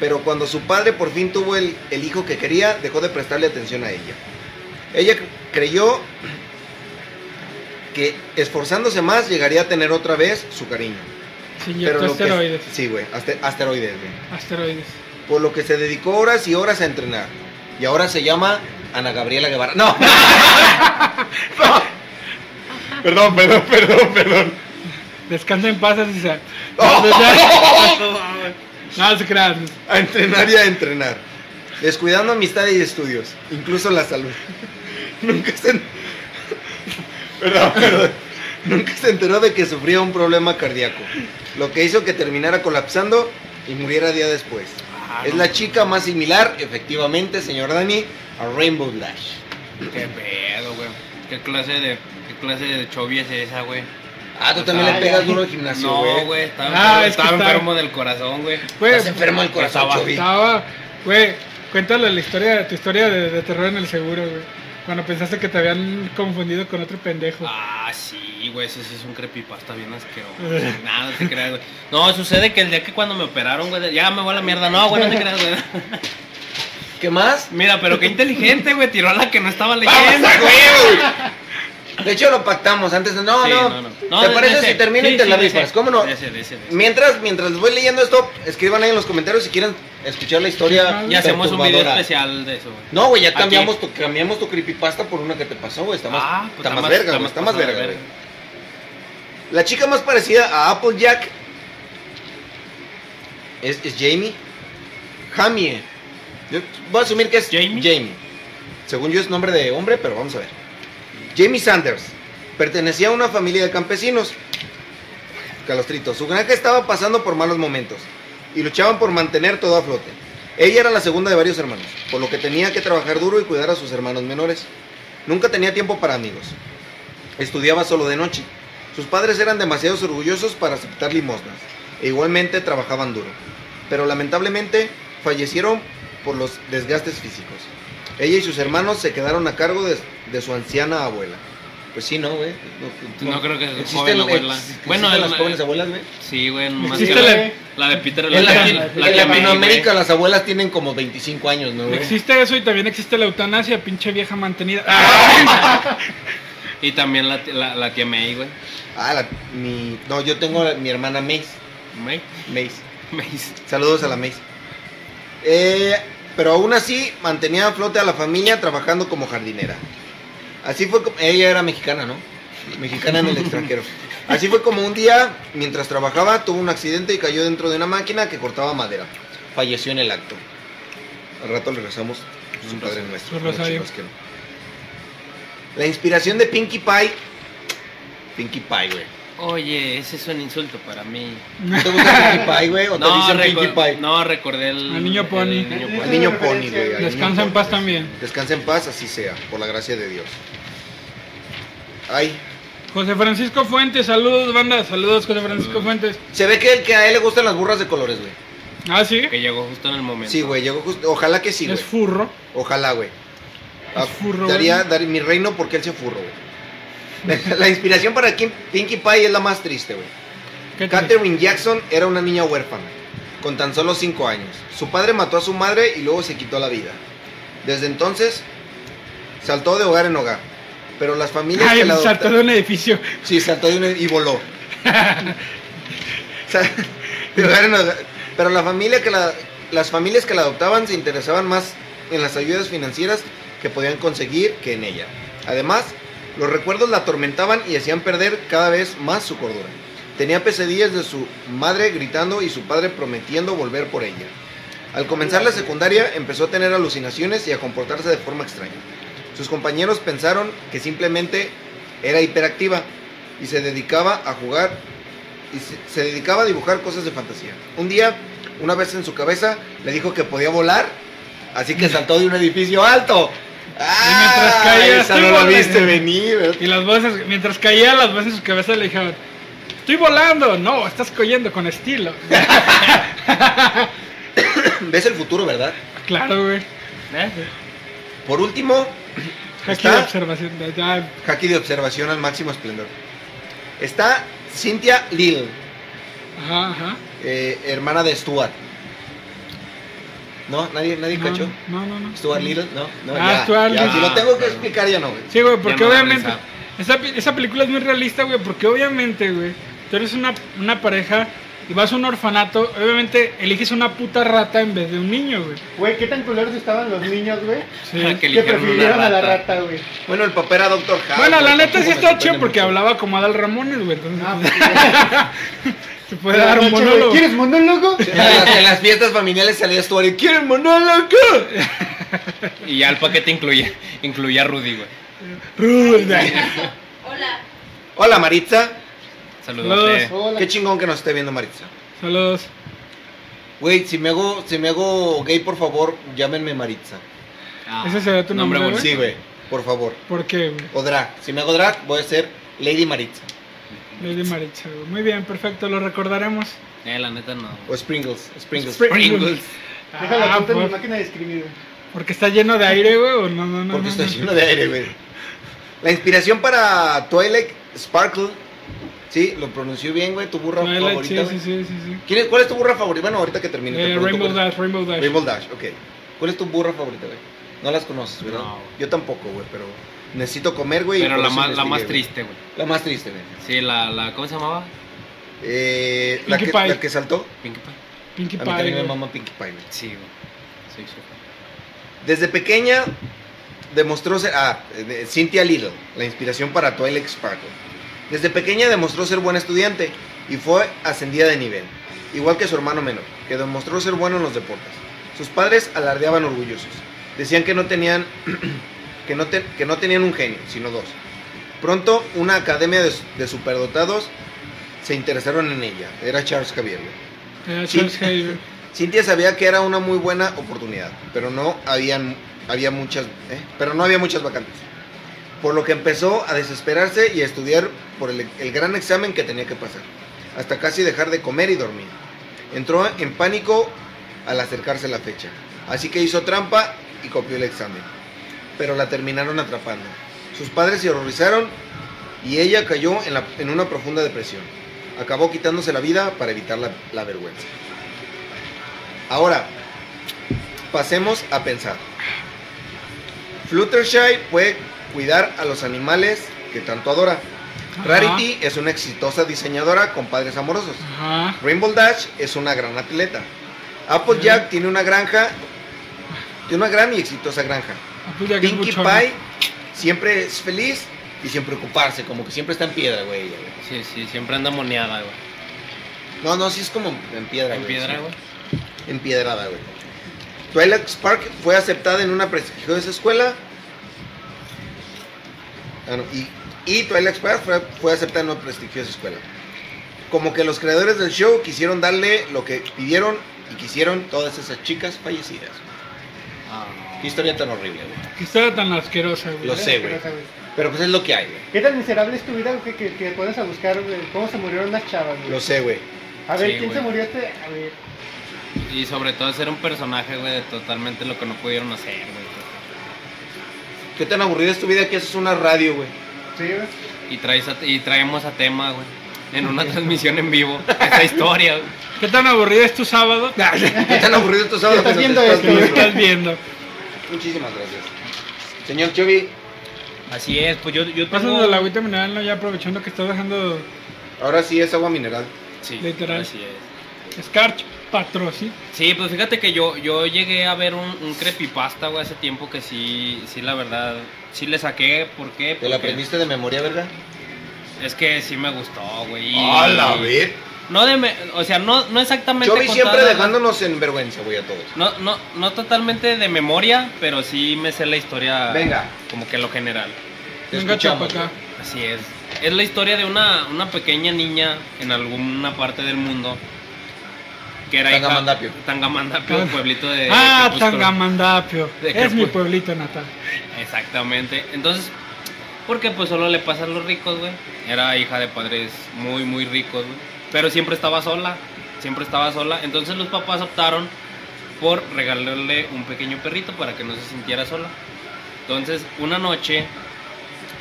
Pero cuando su padre por fin tuvo el, el hijo que quería, dejó de prestarle atención a ella. Ella cre- creyó que esforzándose más llegaría a tener otra vez su cariño.
Se
Pero
inyectó
lo que-
asteroides.
sí, güey, aste- asteroides, güey
Asteroides.
por lo que se dedicó horas y horas a entrenar. Y ahora se llama Ana Gabriela Guevara. No. Perdón, perdón, perdón, perdón.
Descansa en paz, así sea. No, se crean.
A entrenar y a entrenar. Descuidando amistad y estudios, incluso la salud. Nunca se... Perdón, perdón. Nunca se enteró de que sufría un problema cardíaco, lo que hizo que terminara colapsando y muriera día después. es la chica más similar, efectivamente, señor Dani, a Rainbow Dash.
Qué pedo, güey. ¿Qué clase de, qué clase de chovy es esa, güey?
Ah, tú también le
Ay,
pegas
ay.
duro al gimnasio,
No,
güey.
güey, estaba,
Ah,
enfermo-
es que
estaba
está-
enfermo del corazón, güey.
Güey,
Estás enfermo el corazón,
Estaba-
Chovy.
estaba. Güey, cuéntale la historia, tu historia de, de terror en el seguro, güey. Cuando pensaste que te habían confundido con otro pendejo.
Ah, sí, güey, ese sí es un creepypasta bien asqueroso. Nada, no te creas, güey. No, sucede que el día que cuando me operaron, güey, ya me voy a la mierda. No, güey, no te creas, güey.
¿Qué más?
Mira, pero qué inteligente, güey, tiró a la que no estaba
¡Vamos
leyendo.
a huevo, güey! De hecho, lo pactamos antes. de- No,
Sí,
no. ¿Te
de-
parece
de
si
ese.
termino y
Sí,
te
sí,
la
de ese.
rifas? ¿Cómo no?
De ese, de ese, de ese.
Mientras, mientras les voy leyendo esto, escriban ahí en los comentarios si quieren escuchar la historia.
Y hacemos un video
perturbadora.
especial de eso, güey.
No, güey, ya
Aquí.
cambiamos tu, cambiamos tu creepypasta por una que te pasó, güey. Está más,
Ah, pues
está más verga, güey, Está más
pasada
verga,
de
güey. La chica más parecida a Applejack es, es Jamie. Jamie. Yo voy a asumir que es
¿Jamie?
Jamie. Según yo es nombre de hombre, pero vamos a ver. Jamie Sanders pertenecía a una familia de campesinos. Calostrito. Su granja estaba pasando por malos momentos y luchaban por mantener todo a flote. Ella era la segunda de varios hermanos, por lo que tenía que trabajar duro y cuidar a sus hermanos menores. Nunca tenía tiempo para amigos. Estudiaba solo de noche. Sus padres eran demasiado orgullosos para aceptar limosnas e igualmente trabajaban duro. Pero lamentablemente fallecieron por los desgastes físicos. Ella y sus hermanos se quedaron a cargo de, de su anciana abuela. Pues sí, ¿no, güey?
No creo que
existen
joven abuela.
bueno,
Bueno,
las
el-
jóvenes abuelas, güey.
Sí, güey, más que
Existe
la,
la-
la de Peter
En, la-
que-
en
que me-
Latinoamérica las abuelas tienen como 25 años, ¿no, güey?
Existe eso y también existe la eutanasia, pinche vieja mantenida. Ah,
Y también la, la, la tía May, güey.
Ah, la- mi, no, yo tengo a mi hermana Mace.
May.
Mace.
May.
Saludos a la Mace. Eh, pero aún así mantenía a flote a la familia trabajando como jardinera. Así fue como... Ella era mexicana, ¿no? Mexicana en el extranjero. Así fue como un día, mientras trabajaba, tuvo un accidente y cayó dentro de una máquina que cortaba madera. Falleció en el acto. Al rato le rezamos su Padre Nuestro.
Un rosario.
Muchas gracias. La inspiración de Pinkie Pie... Pinkie Pie, güey.
Oye, ese es un insulto para mí.
¿Te gusta Pinkie Pie, güey? ¿O te dicen
reco-
Pinkie Pie?
no, recordé el,
Al niño pony.
el niño
Al
pony.
niño pony, güey. al
Descansa
niño
en paz
pony.
también.
Descansa en paz, así sea, por la gracia de Dios. Ay,
José Francisco Fuentes, saludos, banda. Saludos, José Francisco
Saludos.
Fuentes.
se ve que, el que a él le gustan las burras de colores, güey.
Ah, sí.
Que llegó justo en el momento.
Sí, güey, llegó justo. Ojalá que sí, güey.
es furro.
Ojalá, güey. Ah,
furro,
Daría,
güey.
dar- mi reino porque él se furro, güey. La, la inspiración para Kim- Pinkie Pie es la más triste, güey.
¿Qué tal?
Catherine Jackson era una niña huérfana, con tan solo 5 años. Su padre mató a su madre y luego se quitó la vida. Desde entonces, saltó de hogar en hogar. Pero las familias
Ay,
que la
saltó
adoptaron...
de un edificio.
Sí, saltó de una- y voló. O sea, de hogar en hogar. Pero la familia que la- las familias que la adoptaban se interesaban más en las ayudas financieras que podían conseguir que en ella. Además, los recuerdos la atormentaban y hacían perder cada vez más su cordura. Tenía pesadillas de su madre gritando y su padre prometiendo volver por ella. Al comenzar la secundaria empezó a tener alucinaciones y a comportarse de forma extraña. Sus compañeros pensaron que simplemente era hiperactiva y se dedicaba a jugar y se, se dedicaba a dibujar cosas de fantasía. Un día, una vez en su cabeza, le dijo que podía volar, así que saltó de un edificio alto.
mientras
¡Ay,
caía,
esa
estoy
no la
volando.
viste venir. ¿verdad?
Y las voces, mientras caía, las voces en su cabeza le dijeron: Estoy volando. No, estás coyendo con estilo.
Ves el futuro, ¿verdad?
claro, güey.
¿Eh?
Por último,
Aquí
¿Está?
de observación. de- ya,
Haki de observación al máximo esplendor. Está Cynthia Lil,
ajá, ajá.
eh, hermana de Stuart. ¿No? ¿Nadie, nadie
No,
cachó?
no, no, no.
Stuart Little, no, no,
Ah,
ya,
Stuart
ya,
Little.
si lo tengo que
Ah,
explicar ya no, güey.
Sí, güey, porque
Ya me da
obviamente.
risa.
Esa, pe- esa película es muy realista, güey, porque obviamente, güey, tú eres una, una pareja y vas a un orfanato, obviamente eliges una puta rata en vez de un niño, güey. Ah,
Güey, qué tan culeros estaban los niños, güey.
Sí.
Que
Que
eligieron una
prefirieron a la
rata.
rata, güey.
Bueno, el papel era Doctor House.
Bueno, la
güey,
neta sí
tampoco me
está chido
sorprende
porque
mucho.
hablaba como Adal Ramones, güey. Entonces
Ah, pues,
se puede dar un
noche, güey,
monólogo.
¿Quieres monólogo?
En las, en las fiestas familiares salía Stuart y ¿quieren monólogo?
Y ya el paquete incluía, incluía a Rudy, güey.
Ruda.
Hola.
Hola Maritza,
Saludos.
Saludos.
Hola.
qué chingón que nos esté viendo Maritza.
Saludos.
Güey, si me hago, si me hago gay, por favor, llámenme Maritza.
Ah,
¿Ese será tu nombre, güey?
Sí, güey, por favor.
¿Por qué, güey?
O drag. Si me hago drag, voy a ser Lady Maritza.
Lady Maricha, güey. Muy bien, perfecto, lo recordaremos.
Eh, la neta no.
O Sprinkles. Sprinkles.
Spring-
Pringles.
Déjalo
Ah,
apunto en mi
por-
máquina de escribir, güey.
porque está lleno de aire, güey. o No, no, no.
porque
no,
está
no.
lleno de aire, güey. La inspiración para Twilight Sparkle. Sí, lo pronunció bien, güey. Tu burra
Twilight,
favorita.
sí,
güey.
sí, sí, sí, sí.
¿Quién es- ¿Cuál es tu burra favorita? Bueno, ahorita que termine. te
Eh,
pregunto
Rainbow
cuál es.
Dash, Rainbow Dash.
Rainbow Dash, ok. ¿Cuál es tu burra favorita, güey? No las conoces, ¿verdad?
No.
Yo tampoco, güey, pero necesito comer, güey. y
Pero
por
la
eso
más, la
investigué,
más
güey.
triste, güey.
La más triste, güey.
Sí, la, la, ¿cómo se llamaba?
Eh, la, que,
Pinkie Pie.
la que saltó.
Pinkie Pie.
Pinkie
A mí también me
Pie. güey.
mama Pinkie Pie, güey.
Sí, güey. Soy su fan.
Desde pequeña demostró ser. Ah, eh, Cynthia Little, la inspiración para Twilight Sparkle. Desde pequeña demostró ser buen estudiante y fue ascendida de nivel, igual que su hermano menor, que demostró ser bueno en los deportes. Sus padres alardeaban orgullosos. Decían que no tenían que no, te- que no tenían un genio, sino dos. Pronto, una academia de, de superdotados se interesaron en ella. Era Charles Xavier. güey.
Era
Sí.
Charles Xavier.
Cintia sabía que era una muy buena oportunidad, pero no habían, había muchas, ¿eh? pero no había muchas vacantes. Por lo que empezó a desesperarse y a estudiar por el, el gran examen que tenía que pasar, hasta casi dejar de comer y dormir. Entró en pánico al acercarse la fecha, así que hizo trampa y copió el examen, pero la terminaron atrapando. Sus padres se horrorizaron y ella cayó en, la- en una profunda depresión. Acabó quitándose la vida para evitar la- la vergüenza. Ahora, pasemos a pensar. Fluttershy puede cuidar a los animales que tanto adora.
Ajá.
Rarity es una exitosa diseñadora con padres amorosos.
Ajá.
Rainbow Dash es una gran atleta. Applejack tiene una granja, tiene una gran y exitosa granja.
Applejack es
Pinkie
buchona.
Pie siempre es feliz y sin preocuparse, como que siempre está en piedra, güey. ella, güey.
Sí, sí, siempre anda moneada, güey.
No, no, sí es como en piedra,
En
güey,
piedra,
sí.
güey.
empiedrada, güey. Twilight Spark fue aceptada en una prestigiosa escuela. Ah, no, y, y Twilight Spark fue, fue aceptada en una prestigiosa escuela. Como que los creadores del show quisieron darle lo que pidieron y quisieron todas esas chicas fallecidas.
Ah.
Qué historia tan horrible, güey.
Qué historia tan asquerosa, güey.
Lo sé, güey. Pero pues es lo que hay, güey.
¿Qué tan miserable es tu vida güey, que, que, te pones a buscar güey, cómo se murieron las chavas, güey?
Lo sé, güey.
A ver,
Sí,
¿quién
güey.
se murió este? A ver,
Y sobre todo ser un personaje, güey, de totalmente lo que no pudieron hacer, güey.
Qué tan aburrida es tu vida que eso es una radio, güey.
sí, güey.
Y, traes a- y traemos a tema, güey. En una transmisión en vivo, esa historia, güey.
¿Qué tan aburrida es tu sábado?
Qué tan aburrido tú sabes
¿Qué estás
que no
viendo
te
Que lo
viendo.
estás viendo.
Muchísimas gracias. Señor Chovy,
Así es, pues yo, yo
Pasando
tengo...
la agüita mineral, ¿no? ya aprovechando que estás dejando
ahora sí es agua mineral.
Sí,
Literal.
así es.
Scarch patrocin.
Sí, pues fíjate que yo, yo llegué a ver un, un creepypasta, güey, hace tiempo que sí, sí, la verdad, sí le saqué. ¿Por qué?
¿Te la
Porque
aprendiste de memoria, verga?
Es que sí me gustó, güey. y-
vez!
No de... me- o sea, no, no exactamente...
Yo vi
contada,
siempre
¿no?
dejándonos en vergüenza, güey, a todos.
No, no, no totalmente de memoria, pero sí me sé la historia.
Venga.
Como que lo general.
Te
Venga, chapa
escuchamos,
acá.
güey.
Así es. Es la historia de una, una pequeña niña en alguna parte del mundo. Que era hija-
Tangamandapio.
Tangamandapio, un pueblito
Eh,
de.
Ah,
Crepúsculo.
Tangamandapio.
De
Es mi
Crepúsculo.
pueblito natal.
Exactamente. Entonces, porque pues solo le pasa a los ricos, güey. Era hija de padres muy, muy ricos, güey. Pero siempre estaba sola. Siempre estaba sola. Entonces los papás optaron por regalarle un pequeño perrito para que no se sintiera sola. Entonces, una noche,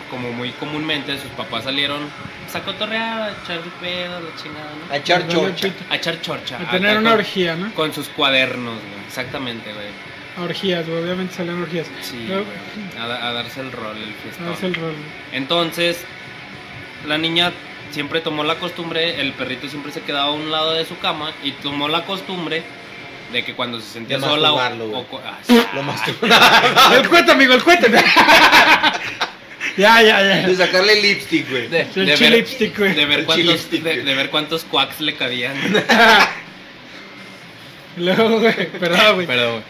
como muy comúnmente, sus papás salieron pues, a cotorrear, a echar el pedo, la chingada, ¿no?
A echar chorcha. Ah,
A echar chorcha.
A
acá
tener una
con-
orgía, ¿no?
Con sus cuadernos, güey. Exactamente, güey.
Orgías, güey, obviamente salen orgías.
Sí,
Pero-
güey. A, da- a darse el rol, el fiestón.
Ah, es el rol.
Entonces, la niña siempre tomó la costumbre, el perrito siempre se quedaba a un lado de su cama y tomó la costumbre de que cuando se sentía
De
sola o-
masturbarlo,
o,
güey.
cu- ah, sí.
Lo más Ah.
El cuento, amigo, el cuento. ya, ya, ya.
De sacarle el lipstick, güey.
de,
El
de ver,
chilipstick, güey.
de ver
El
cuántos
chilipstick,
de,
güey.
de ver cuántos quacks le cabían.
Luego, güey, perdón, Ah, güey.
Perdón.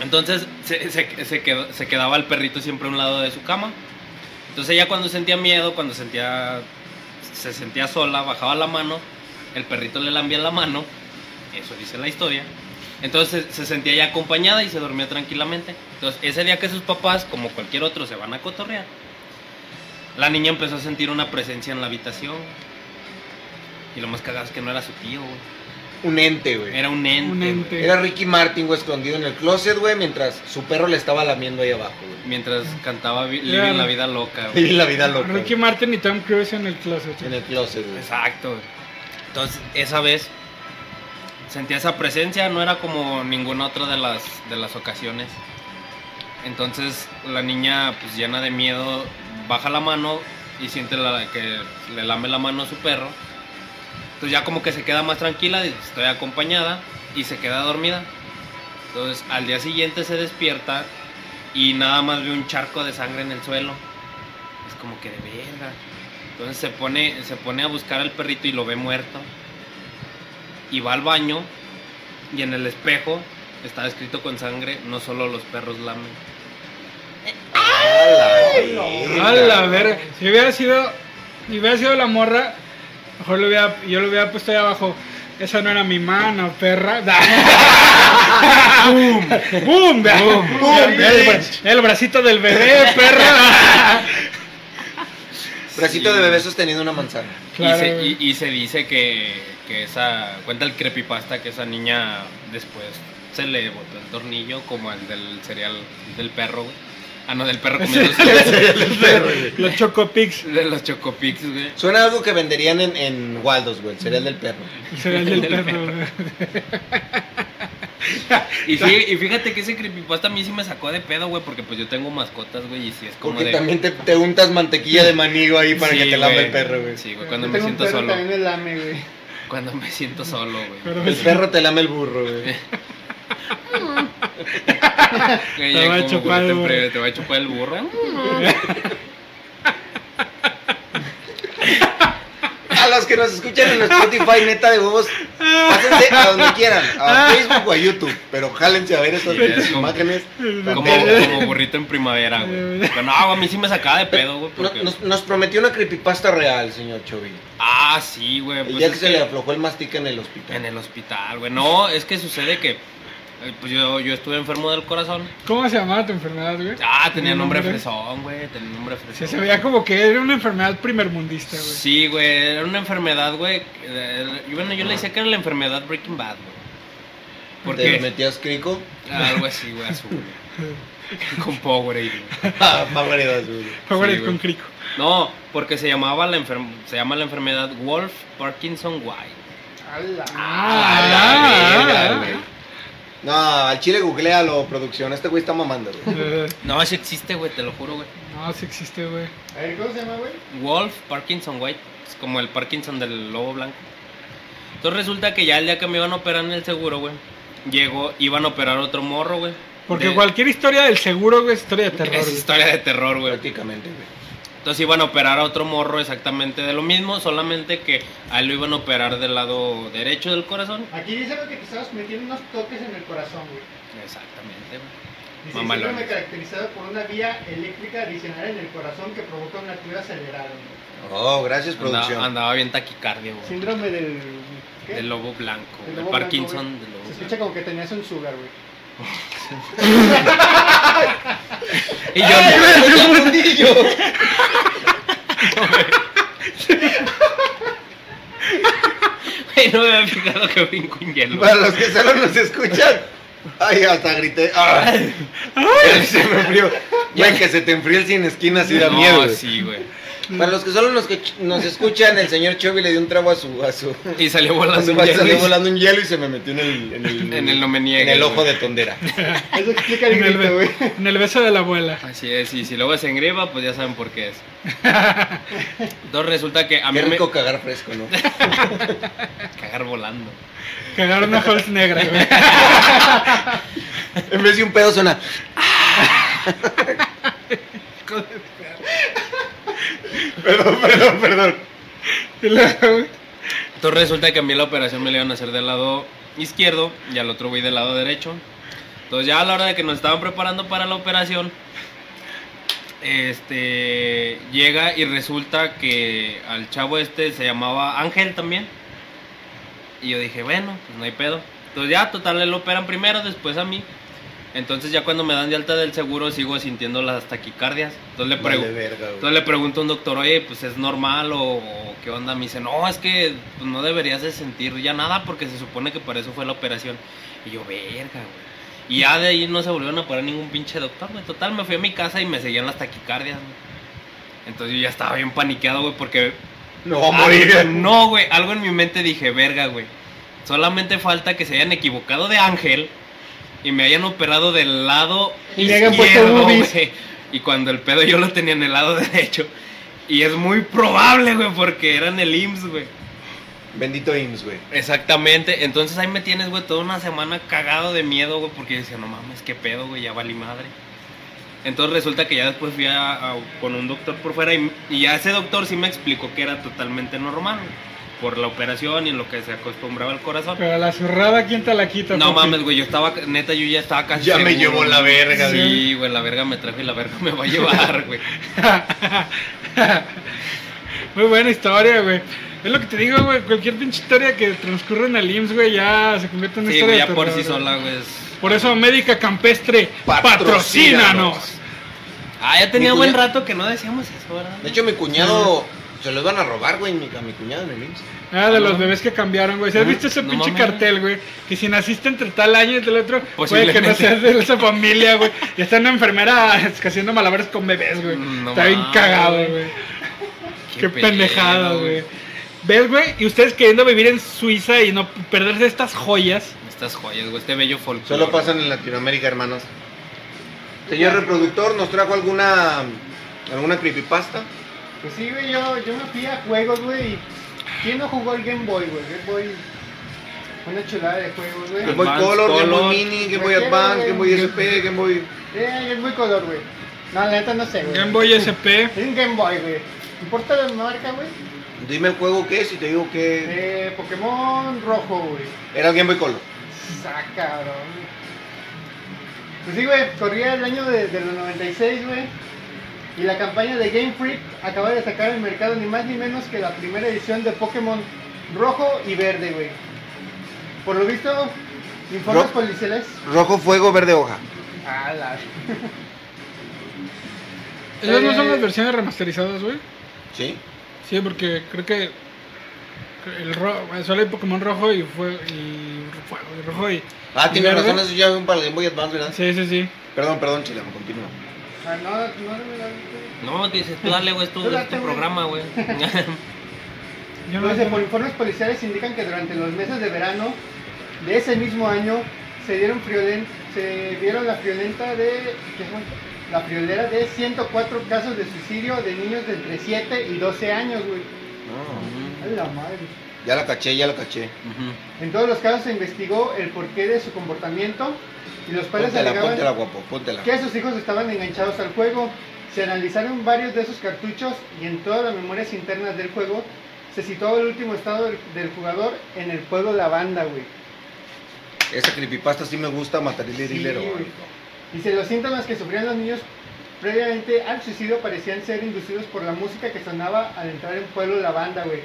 Entonces se, se- se quedó- se quedaba el perrito siempre a un lado de su cama. Entonces ella cuando sentía miedo, cuando sentía se sentía sola, bajaba la mano, el perrito le lambía la mano, eso dice la historia. Entonces se sentía ya acompañada y se dormía tranquilamente. Entonces ese día que sus papás, como cualquier otro, se van a cotorrear, la niña empezó a sentir una presencia en la habitación. Y lo más cagado es que no era su tío, güey.
Un ente, güey.
Era un ente.
Un
güey.
ente.
Era Ricky Martin, güey, escondido en el closet, güey, mientras su perro le estaba lamiendo ahí abajo, güey.
Mientras cantaba Vi-
Claro.
Living la Vida Loca, güey.
Y la vida loca.
Ricky
güey.
Martin y Tom Cruise en el closet.
En el closet, güey.
Exacto, güey. Entonces, esa vez sentía esa presencia, no era como ninguna otra de las, de las ocasiones. Entonces, la niña, pues llena de miedo, baja la mano y siente la, que le lame la mano a su perro. Entonces, ya como que se queda más tranquila, dice, estoy acompañada y se queda dormida. Entonces, al día siguiente se despierta y nada más ve un charco de sangre en el suelo. Es como que de verga. Entonces se pone, se pone a buscar al perrito y lo ve muerto. Y va al baño y en el espejo está escrito con sangre, no solo los perros lamen.
A
A la verga. Si hubiera sido, si hubiera sido la morra, mejor lo hubiera, yo lo hubiera puesto ahí abajo. Esa no era mi mano, perra. ¡Bum! ¡Bum! El, bra- el bracito del bebé, perra.
Bracito de bebé sosteniendo una manzana.
Claro,
y, se,
güey.
y- y se dice que, que esa. Cuenta el creepypasta que esa niña después se le botó el tornillo como el del cereal del perro, güey. Ah, no, del perro comiendo
Los Chocopix.
de los chocopix, güey.
Suena algo que venderían en, en Waldos, güey, el cereal del perro.
El cereal del perro. güey.
Y, sí, y fíjate que ese creepypasta a mí sí me sacó de pedo, güey, porque pues yo tengo mascotas, güey, y sí es como
Porque
de.
también te, te untas mantequilla de maní güey, ahí para
Sí,
que te lame
güey.
el perro, güey.
Sí, güey, cuando
Yo
me
tengo un
siento
perro
solo.
También me lame, güey.
Cuando me siento solo, güey.
Pero
El perro te lame el burro, güey.
Güey,
Te
ya
va a
como, güey,
chupar el
te
burro.
pre- Te va a chupar el burro.
A los que nos escuchan en Spotify, neta de huevos, pásense a donde quieran, a Facebook o a YouTube, pero jálense a ver estas
Sí, es como-
imágenes.
Como, como burrito en primavera, güey. Pero no, a mí sí me sacaba de pedo, güey.
No-
Porque...
nos, nos prometió una creepypasta real, señor Chovy.
Ah, sí, güey.
El
pues
día
es
que se
que
le aflojó el mastic en el hospital.
En el hospital, güey. No, es que sucede que. eh, Pues yo, yo estuve enfermo del corazón.
¿Cómo se llamaba tu enfermedad, güey?
Ah, tenía nombre
¿Nombre?
fresón, güey. Tenía nombre
Sí,
fresón.
se veía como que era una enfermedad primermundista, güey.
Sí, güey. Era una enfermedad, güey. eh, y Bueno, yo le decía que era la enfermedad Breaking Bad, güey.
¿Te
Porque.
metías crico?
Algo así, güey, azul. Con Powerade, güey.
Ah, Powerade azul.
Power
Sí, güey.
con crico.
No, porque se llamaba la enferm- se llama la enfermedad Wolf Parkinson White.
A la
Ah,
verga,
ah,
güey. No, al chile googlealo, producción. Este güey está mamando, güey.
Eh,
No, sí existe, güey, te lo juro, güey.
No, sí existe, güey.
A ver, ¿cómo se llama, güey?
Wolf Parkinson White, es como el Parkinson del lobo blanco. Entonces resulta que ya el día que me iban a operar en el seguro, güey, llegó, iban a operar otro morro, güey.
Porque
De-
cualquier historia del seguro, güey, es historia de terror.
Es
güey.
historia de terror, güey.
Prácticamente, güey.
Entonces iban a operar a otro morro exactamente de lo mismo, solamente que a él lo iban a operar del lado derecho del corazón.
Aquí dice güey, que te estabas metiendo unos toques en el corazón, güey.
Exactamente, güey.
Dice,
Mamalón.
síndrome caracterizado por una vía eléctrica adicional en el corazón que provoca una actividad acelerada, güey.
Oh, gracias, producción.
Andaba, andaba bien taquicardia, güey.
Síndrome del... ¿qué?
Del lobo blanco,
Del
güey.
lobo
Parkinson
blanco, güey.
del lobo
Se
blanco.
escucha como que tenías un sugar, güey.
Y yo, güey, no me había fijado que brinco en hielo.
Para los que solo nos escuchan. Ay, hasta grité. Ay, se me enfrió. Güey, que se te enfríe el sin esquina así da
no,
miedo. güey.
sí, güey.
Para los que solo nos, que- nos escuchan, el señor Chovy le dio un trago a su. A su
Y salió
a
volando
su
un
vaso, salió
hielo.
volando un hielo y se me metió en el. En el,
En el no me
en
niegues,
el ojo
güey.
de tondera.
Eso explica el
En el,
grito, güey.
be- en el beso de la abuela.
Así es, y si luego se engrieva, pues ya saben por qué es. Entonces resulta que a mí
Qué
me...
rico cagar fresco, ¿no?
Cagar volando.
Cagar una Halls negra, güey.
En vez de un pedo suena. perdón, perdón, perdón.
Y luego, güey,
Entonces resulta que a mí la operación me la iban a hacer del lado izquierdo y al otro güey del lado derecho. Entonces ya a la hora de que nos estaban preparando para la operación, este llega y resulta que al chavo este se llamaba Ángel también. Y yo dije, bueno, pues no hay pedo. Entonces ya, total, él lo operan primero, después a mí. Entonces ya cuando me dan de alta del seguro sigo sintiendo las taquicardias. Entonces le, pregunto
Vale, verga, güey.
entonces le pregunto a un doctor, oye, pues es normal o, o qué onda. Me dice, no, es que pues, no deberías de sentir ya nada porque se supone que para eso fue la operación. Y yo, verga, güey. Y ya de ahí no se volvieron a parar ningún pinche doctor, güey. Total, me fui a mi casa y me seguían las taquicardias, güey. Entonces yo ya estaba bien paniqueado, güey, porque...
No va a morir.
Algo- no, Ah, güey, algo en mi mente dije, verga, güey. Solamente falta que se hayan equivocado de ángel y me hayan operado del lado
Y le hayan puesto
izquierdo,
boobies.
güey. Y cuando el pedo yo lo tenía en el lado derecho. Y es muy probable, güey, porque eran el IMSS, güey.
Bendito IMSS, güey.
Exactamente. Entonces ahí me tienes, güey, toda una semana cagado de miedo, güey, porque yo decía, no mames, qué pedo, güey, ya valí madre. Entonces resulta que ya después fui a, a- con un doctor por fuera y, y ya ese doctor sí me explicó que era totalmente normal, güey. por la operación y en lo que se acostumbraba el corazón.
Pero la zurrada, ¿quién te la quita?
No
papi?
mames, güey, yo estaba, neta, yo ya estaba casi
Ya me
seguro,
llevó la
güey.
verga,
Sí, güey, la verga me trajo y la verga me va a llevar, güey.
Muy buena historia, güey. Es lo que te digo, güey. Cualquier pinche historia que transcurre en el IMSS, güey, ya se convierte en una
Sí,
historia
güey,
de
ya por
terror,
sí
güey.
sola, güey. es-
Por eso, Médica Campestre,
Patrocínanos.
patrocínanos.
Ah, ya tenía
Mi
buen
cuña-
rato que no decíamos eso, ¿verdad?
De hecho, mi cuñado se lo iban a robar, güey, mi- a mi cuñado en el IMSS.
Ah, de los bebés que cambiaron, güey. ¿Sí ¿Has
No,
visto ese
Ah, no
pinche
mames.
cartel, güey? Que si naciste entre tal año y tal otro, puede que
Posiblemente.
no seas de esa familia, güey. Ya está una enfermera es que haciendo malabares con bebés, güey.
Mm, No
está bien
mames.
cagado, güey. Qué,
pedo,
pendejada, güey. ¿Ves, güey? Y ustedes queriendo vivir en Suiza y no perderse estas joyas.
Estas joyas, güey, este bello folclore.
Solo pasan en Latinoamérica, hermanos. Señor reproductor, ¿nos trajo alguna alguna creepypasta?
Pues sí, güey, yo, yo me fui a juegos, güey. y ¿Quién no jugó el Game Boy, güey? Game Boy. Una chulada de juegos, güey.
Game Boy
Advance,
Color, Game
Color.
Boy Mini, Game Boy
Cualquiera,
Advance, Game Boy
güey.
SP, Game Boy...
Eh, Game Boy Color, güey. No, la neta no sé, güey.
Game Boy SP.
Es un Game Boy, güey. ¿Importa la marca, güey?
Dime el juego que es y te digo que...
Eh, Pokémon rojo, güey.
Era Game Boy Color.
Sa, Ah, cabrón. Pues sí, güey, corría el año de, de los 96, güey. Y la campaña de Game Freak acaba de sacar al mercado ni más ni menos que la primera edición de Pokémon rojo y verde, güey. Por lo visto, informes
Ro-
policiales.
Rojo, fuego, verde, hoja.
Ah, la.
Esas no son
Eh.
las versiones remasterizadas, güey.
¿Sí?
Sí, porque creo que el ro- solo hay Pokémon rojo y fue y fuego y rojo y
Ah,
¿Y
tiene
verde?
razón, eso ya es para el Game Boy Advance, ¿verdad?
sí, sí, sí.
Perdón, perdón, chileno, continúa.
Ah, no, no, no, no.
No, dices, tú dale, güey, es tu,
Tú
es
date,
tu
güey.
programa, güey.
Yo
Dice,
sé.
por informes policiales indican que durante los meses de verano de ese mismo año se dieron friolen- se vieron la friolenta de ¿qué fue? la friolera de 104 casos de suicidio de niños de entre 7 y 12 años, güey.
No,
A la madre.
ya la caché, ya la caché.
Ujú.
En todos los casos se investigó el porqué de su comportamiento y los padres
Póntela,
alegaban
póntela, guapo, póntela.
que sus hijos estaban enganchados al juego. Se analizaron varios de esos cartuchos y en todas las memorias internas del juego se situaba el último estado del, del jugador en el pueblo Lavanda, güey.
Esa creepypasta sí me gusta, matarile y
Sí,
dilero.
güey. Dice, los síntomas que sufrían los niños previamente al suicidio parecían ser inducidos por la música que sonaba al entrar en pueblo Lavanda, güey.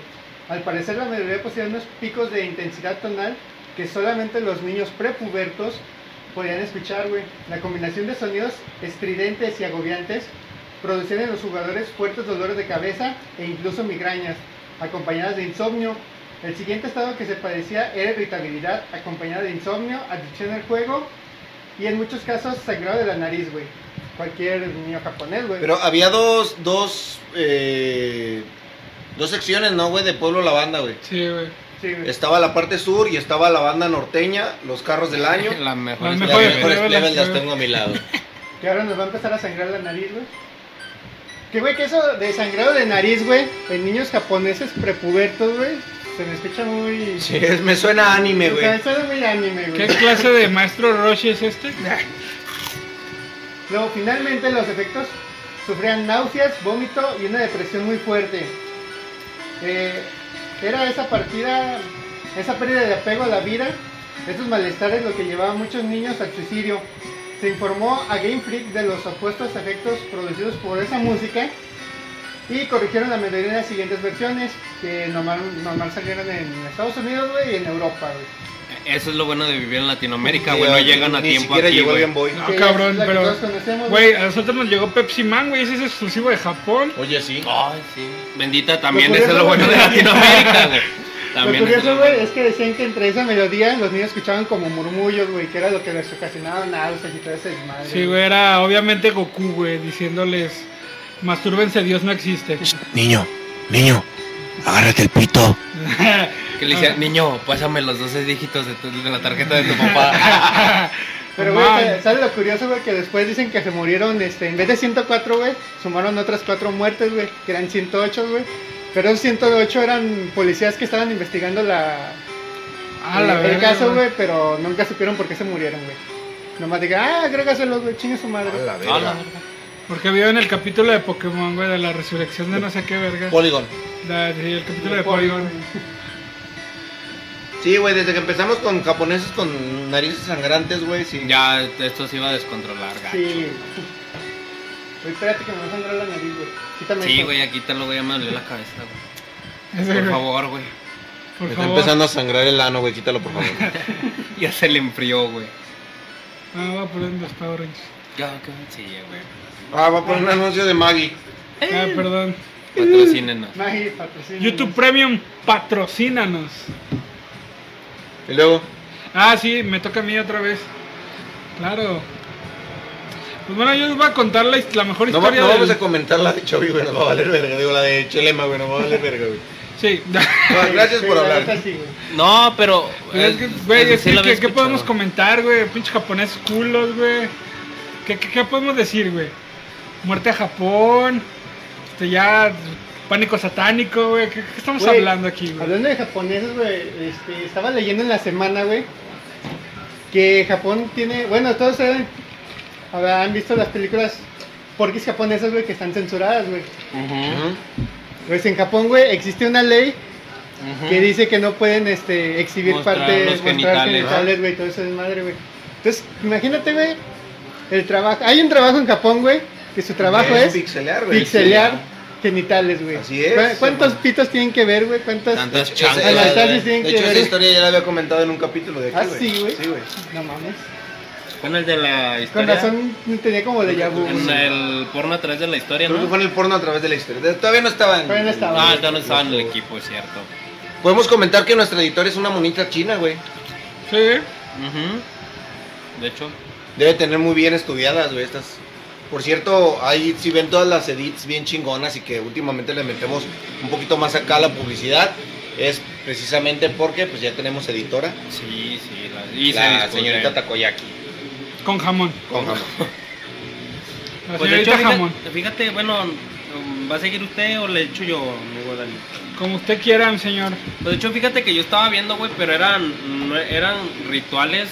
Al parecer la mayoría poseían unos picos de intensidad tonal que solamente los niños prepubertos podían escuchar, güey. La combinación de sonidos estridentes y agobiantes producían en los jugadores fuertes dolores de cabeza e incluso migrañas, acompañadas de insomnio. El siguiente estado que se padecía era irritabilidad, acompañada de insomnio, adicción al juego y en muchos casos sangrado de la nariz, güey. Cualquier niño japonés, güey.
Pero había dos, dos, eh, dos secciones, ¿no, güey? De Pueblo Lavanda, güey.
Sí, güey.
Sí, güey.
Estaba la parte sur y estaba la banda norteña, los carros del año.
Las mejores.
Las
Las
mejores.
mejores
plebes,
plebes
las
las tengo a mi lado.
Que ahora nos va a empezar a sangrar la nariz, güey. Que, güey, que eso de sangrado de nariz, güey, en niños japoneses prepubertos, güey, se me escucha muy...
Sí, es- me suena a anime,
O sea,
güey.
suena muy anime,
¿Qué
güey.
clase de maestro Roshi es este?
Luego, finalmente, los efectos sufrían náuseas, vómito y una depresión muy fuerte. Eh, era esa partida, esa pérdida de apego a la vida, esos malestares lo que llevaba a muchos niños al suicidio. Se informó a Game Freak de los opuestos efectos producidos por esa música y corrigieron la mayoría de las siguientes versiones que normal, normal salieron en Estados Unidos güey, y en Europa. güey.
Eso es lo bueno de vivir en Latinoamérica, güey.
Ni-
No llegan a
ni
tiempo
siquiera
aquí,
llegó el
güey.
Game Boy.
No,
Que es
Ah, cabrón,
la que
pero
todos conocemos,
güey, a nosotros nos llegó Pepsi Man, güey, ese es exclusivo de Japón.
Oye, sí.
Ay, sí. Bendita también,
Lo
eso es lo bueno
curioso,
de
güey.
Latinoamérica, güey. También.
lo
eso es
curioso,
lo
güey,
bueno.
es que decían que entre esa melodía los niños escuchaban como murmullos, güey, que era lo que les ocasionaba náuseas y todo ese desmadre.
Sí, güey, era obviamente Goku, güey, diciéndoles, mastúrbense, Dios no existe.
Niño, niño, agárrate el pito.
Que le decía, niño, pásame los 12 dígitos de, tu- de la tarjeta de tu papá.
Pero,
Man.
güey, ¿sabes lo curioso, güey? Que después dicen que se murieron, este, en vez de 104, güey, sumaron otras 4 muertes, güey, que eran 108, güey. Pero esos 108 eran policías que estaban investigando la,
Ah,
el,
la
el
verga,
caso, güey, pero nunca supieron por qué se murieron, güey. Nomás diga, ah, creo que se los, güey, chingue su madre.
A la
Ah,
verga.
no.
Porque vio en el capítulo de Pokémon, güey, de la resurrección de no sé qué verga.
Polygon.
Da- sí, el capítulo de Polygon.
Sí, güey, desde que empezamos con japoneses con narices sangrantes, güey, sí.
Ya esto se iba a descontrolar, gacho.
Sí. Oye, espérate que me va a sangrar la nariz, güey. Quítame
Sí,
eso.
güey, aquí te lo voy a me dolió la cabeza, güey.
Ese,
Por
güey,
favor, güey.
por
Me está
favor.
empezando a sangrar el ano, güey, quítalo, por favor.
Ya se le enfrió, güey.
Ah, voy a poner en los Power Rangers.
Ya, que- Sí, güey.
Ah, va a poner un anuncio de Maggie.
Ah, perdón.
Patrocínenos.
Maggie, patrocina.
YouTube Premium, patrocínanos.
Y luego,
Ah, sí, me toca a mí otra vez. Claro. Pues bueno, yo les voy a contar la, his- la mejor
no, va-
historia
no
del-
vamos a comentar la de Chovy, güey, nos va a valer verga. Digo, la de Chelema, güey, nos va a valer verga, güey.
Sí.
No, gracias por hablar.
No, pero.
Pero es que,
eh,
güey,
ese
es
sí
que,
lo había
¿qué, qué podemos
escuchado.
comentar, güey? Pinche japonés culos, güey. ¿Qué, qué, qué podemos decir, güey? Muerte a Japón. Este, ya. Pánico satánico, güey. ¿Qué, qué estamos
Güey,
hablando aquí, güey?
Hablando de japoneses, güey, este, estaba leyendo en la semana, güey, que Japón tiene, bueno, todos saben, habrán visto las películas porquis japonesas, güey, que están censuradas, güey.
Ujú,
Ujú.
Pues en Japón, güey, existe una ley
ujú.
que dice que no pueden este, exhibir
Mostrar
partes,
los
mostrar
genitales,
genitales, güey, todo eso es madre, güey. Entonces, imagínate, güey, el trabajo, hay un trabajo en Japón, güey, que su trabajo es,
pixelear, güey.
pixelear genitales, güey.
Así es,
¿Cu- ¿Cuántos
hermano.
pitos tienen que ver, güey? ¿Cuántas? eh,
Tantas
Esa-
chancas.
el
esa-
altar
de
sí tiene que
hecho,
ver-
esa historia ya la había comentado en un capítulo de aquí,
Ah,
güey.
sí, güey.
Sí, güey.
No mames.
Con el de la
Con
historia.
razón tenía como de vu,
En
güey.
el porno a través de la historia,
Creo que
¿no?
fue en el porno a través de la historia. De- Todavía no estaban.
Todavía no estaban.
Ah, ya no estaba en el equipo, es cierto.
Podemos comentar que nuestra editora es una monita china, güey.
Sí. ¿eh?
Ujú. De hecho,
Debe tener muy bien estudiadas, güey, estas. Por cierto, ahí sí ven todas las edits bien chingonas y que últimamente le metemos un poquito más acá a la publicidad. Es precisamente porque pues ya tenemos editora.
sí, sí. La, y se
la
discute.
señorita Takoyaki.
Con jamón.
Con jamón.
La
Pues de hecho,
señorita jamón.
fíjate, fíjate, bueno, um, ¿va a seguir usted o le echo yo, amigo Dani?
Como usted quiera, señor.
Pues de hecho, fíjate que yo estaba viendo, güey, pero eran, no- eran rituales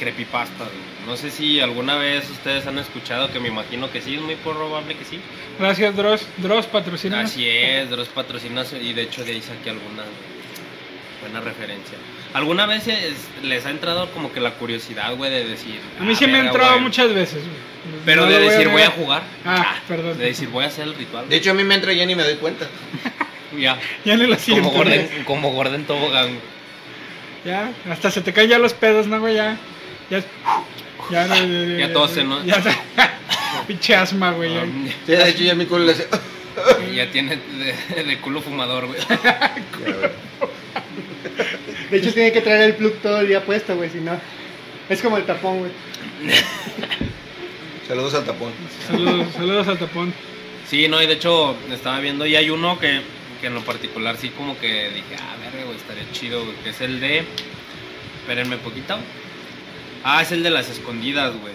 creepypasta, güey. No sé si alguna vez ustedes han escuchado, que me imagino que sí, es muy probable que sí.
Gracias, Dross. Dross, patrocina.
Así es, de los patrocinios y de hecho de ahí saqué alguna buena referencia. ¿Alguna vez es- les ha entrado como que la curiosidad, güey, de decir...
A mí
"Ah,
sí me ha
verga,
entrado
güey"?
muchas veces, güey.
Pero
No
de
lo
decir voy a
negar.
jugar.
Ah, perdón.
De decir voy a hacer el ritual.
De hecho, a mí me entra ya ni me doy cuenta.
ya.
Ya ni lo
Como
siento. güey.
Gordon, como Gordon Tobogán. güey.
Ya, hasta se te caen ya los pedos, ¿no, güey? Ya. Ya. Ya, no,
Ya tose, ¿no?
Ya, pinche asma, güey. ya.
Um,
Sí, de hecho, ya mi culo le hace... ¡ah!
ya tiene de, de culo fumador, güey.
Ya, güey.
De hecho, tiene que traer el plug todo el día puesto, güey, si no. Es como el tapón, güey.
Saludos al tapón.
Saludos, saludos al tapón.
Sí, no, y de hecho estaba viendo y hay uno que, que en lo particular sí como que dije, ah, verga, güey, estaría chido, güey, que es el de... Espérenme poquito. Ah, es el de las escondidas, güey.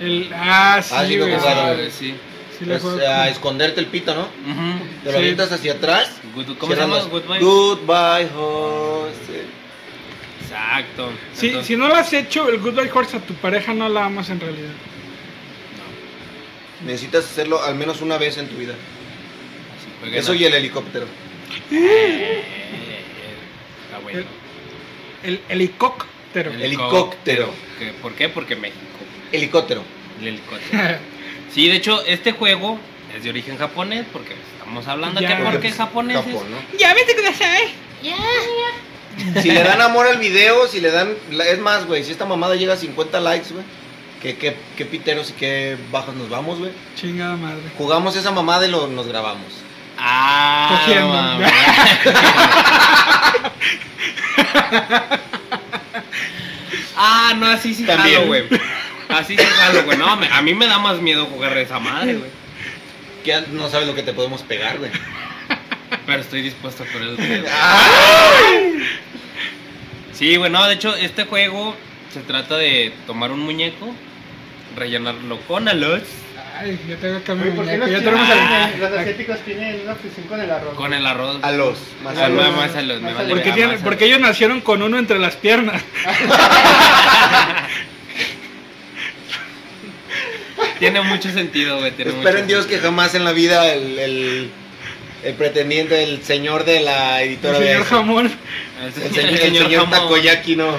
El, ah, sí,
Ah, sí, lo
güey.
jugaron.
güey, sí.
Sí, lo
Es,
juego.
a esconderte el pito, ¿no?
Ujú.
Te lo
Sí.
avientas hacia atrás.
Good- ¿Cómo se llama?
cierras los-
Goodbye.
Goodbye, José.
Exacto.
Sí,
Entonces-
si no lo has hecho, el Goodbye Horse a tu pareja no la amas en realidad.
Necesitas hacerlo al menos una vez en tu vida.
sí, jueguen
Eso
a-
y el helicóptero.
Eh, Está bueno.
El helicóptero.
El- Helicóptero.
¿Qué- ¿Por qué? Porque México.
Helicóptero.
El helicóptero. Sí, de hecho, este juego es de origen japonés, porque estamos hablando
Ya.
que porque es japonés.
pues, Japón, ¿no?
ya vete con esa, eh.
Si le dan amor al video, si le dan. la- Es más, güey, si esta mamada llega a 50 likes, güey. Que, que, que piteros y qué bajos nos vamos, güey.
Chingada madre.
Jugamos esa mamada y lo, nos grabamos.
Ah,
Cogiendo.
mames. ah, no, así sí
También.
jalo, güey. Así sí jalo, güey. No, me- a mí me da más miedo jugar esa madre, güey.
Que an- no sabes lo que te podemos pegar, güey.
Pero estoy dispuesto a correr el riesgo.
Ah,
Sí, güey, no, de hecho, este juego se trata de tomar un muñeco, rellenarlo con aluz,
Ay, ya tengo que
Güey,
cambiar.
¿por qué los,
Ya
chinos
tenemos
tienen- los
al.
asiáticos tienen una fusión con el arroz?
con el arroz.
a los. Más a
Ah,
los.
no, más aluz, me
Más
vale
aluz.
Porque,
verga,
tienen-
más
porque
aluz.
ellos nacieron con uno entre las piernas.
Tiene mucho sentido, güey. tiene mucho
Espero en Dios que
sentido.
jamás en la vida el, el- el pretendiente, el señor de la
El
editora vea
señor
eso.
jamón.
El
El
señor,
señor, el señor
jamón
Takoyaki no,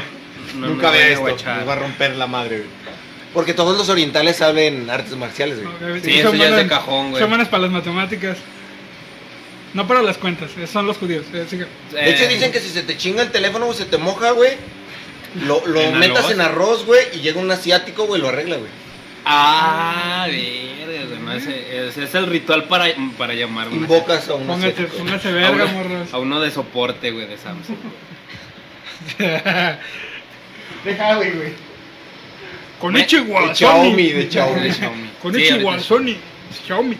no
nunca
me
vea
vaya a
esto.
guachar.
Nos va a romper la madre, güey. Porque todos los orientales saben artes marciales, güey.
Sí, eso ya es de cajón, güey.
Son buenas para las matemáticas. No para las cuentas, eh, son los judíos. eh, sigue.
De hecho
Eh,
dicen que si se te chinga el teléfono o se te moja, güey, lo, lo
¿En
metas
arroz?
en arroz, güey, y llega un asiático, güey, lo arregla, güey.
Ah, verga, güey, no, ese- ese es el ritual para, para llamar güey.
Invocas a un
Póngate,
asiático.
póngase
a
verga,
uno,
morros.
a uno de soporte, güey, de Samsung.
Deja, güey, güey.
Con
Me-
De
Ichiwa,
Xiaomi,
Sony.
de Xiaomi.
De Xiaomi.
Con
Sí,
Ichiwa,
ahorita-
Sony. Xiaomi.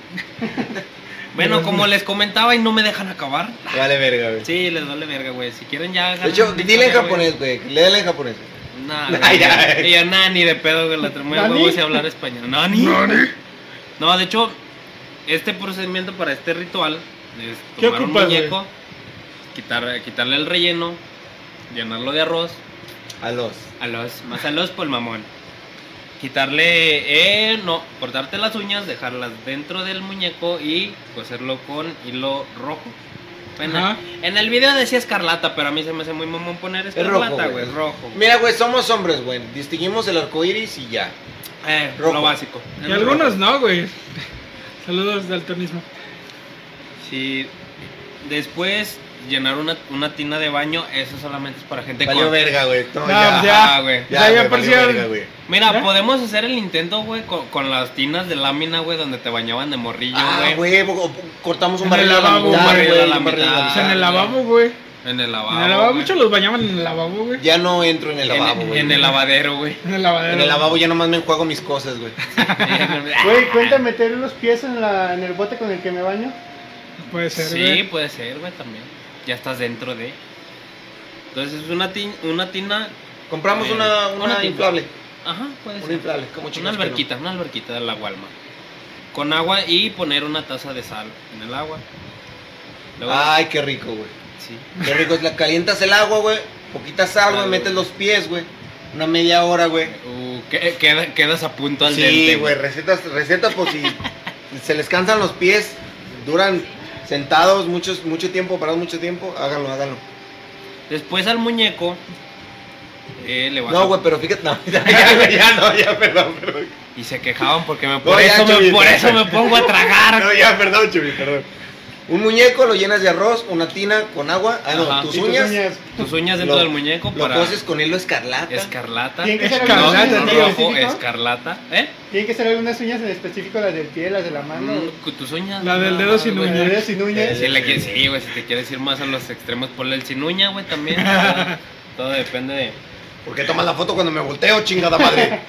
Bueno, como les comentaba y no me dejan acabar.
Vale verga, güey.
Sí, les vale verga, güey. Si quieren ya...
De hecho,
ganan-
dile en
güey.
japonés, güey. Léele en japonés.
Nah,
Ay,
güey.
ay.
Ella, nah, ni de pedo, güey. La tremenda
¿Nani?
huevo a hablar español. ¿Nani?
Nani.
No, de hecho, este procedimiento para este ritual es
¿Qué
tomar
ocupas,
un muñeco, quitar, quitarle el relleno, llenarlo de arroz,
A los.
a los, más a los por el mamón. Quitarle, eh, no, cortarte las uñas, dejarlas dentro del muñeco y coserlo con hilo rojo. Bueno,
Ajá.
en el video decía escarlata, pero a mí se me hace muy mamón poner escarlata,
rojo,
güey,
güey.
rojo. güey.
Mira, güey, somos hombres, güey. Distinguimos el arco iris y ya.
Eh,
Rojo.
lo básico.
Y algunos no, güey. Saludos del tonismo.
Sí. Después, llenar una, una tina de baño, eso solamente es para gente
Valió
con-
verga, güey. No,
No, pues
ya.
ya.
Ah, güey.
O sea, ya
güey, valió
parecía-
verga, güey.
Mira,
¿Ya?
podemos hacer el intento, güey, con, con las tinas de lámina, güey, donde te bañaban de morrillo,
Ah,
güey.
güey, bo- cortamos un
En el
barril a la
lavabo,
mitad,
un
güey.
barril
a la
un barril a la
O
mitad.
mitad.
sea, Pues en el lavabo, güey.
En el lavabo.
En el lavabo,
güey.
muchos los bañaban en el lavabo, güey.
Ya no entro en el lavabo,
en,
güey.
en el lavadero, güey.
En el lavadero.
En el lavabo ya nomás me enjuago mis cosas, güey.
Güey, cuenta meter los pies en, la, en el bote con el que me baño.
Puede ser,
Sí,
güey.
puede ser, güey, también. Ya estás dentro de. Entonces, una, tin- una tina.
Compramos
Eh,
una,
una
una
tinta.
inflable.
Ajá, puede
Una
ser.
inflable. Como
Una
chingados que no.
alberquita, una alberquita del agua Walmart. Con agua y poner una taza de sal en el agua. Luego-
Ay, qué rico, güey.
sí.
Qué rico es la calientas el agua, güey. Poquita sal, güey,
Claro,
metes
güey.
los pies, güey. Una media hora, güey.
Uh, que- queda- quedas a punto al
Sí,
dente.
güey, recetas, recetas por si se les cansan los pies, duran sentados muchos, mucho tiempo, parados mucho tiempo, háganlo, háganlo.
Después al muñeco eh, le vas a-
No, güey, pero fíjate, no, ya, ya, güey, ya, no, ya, perdón, perdón.
y se quejaban porque me por,
ya,
eso, me,
Chubby.
por eso me pongo a tragar.
No, ya, perdón, Chubi, perdón. Un muñeco lo llenas de arroz, una tina con agua, ah, no,
Ajá.
tus
Y tus
uñas,
uñas.
Tus uñas dentro
Lo-
del muñeco
lo
para
coses con hilo escarlata.
escarlata.
Tienen que ser
No,
algunas
Escarlata,
uñas
no,
en
tío.
rojo,
específico.
escarlata. ¿Eh?
Tienen que ser algunas uñas en específico, las del pie, las de la mano.
Mm, con tus uñas.
Ah, La del
no,
dedo
no,
sin
güey.
Las
uña.
dedos sin uñas.
Si le quieres, sí, güey, si te quieres ir más a los extremos, ponle el sin uña, güey, también. o sea, Todo depende de...
¿Por qué tomas la foto cuando me volteo, chingada madre?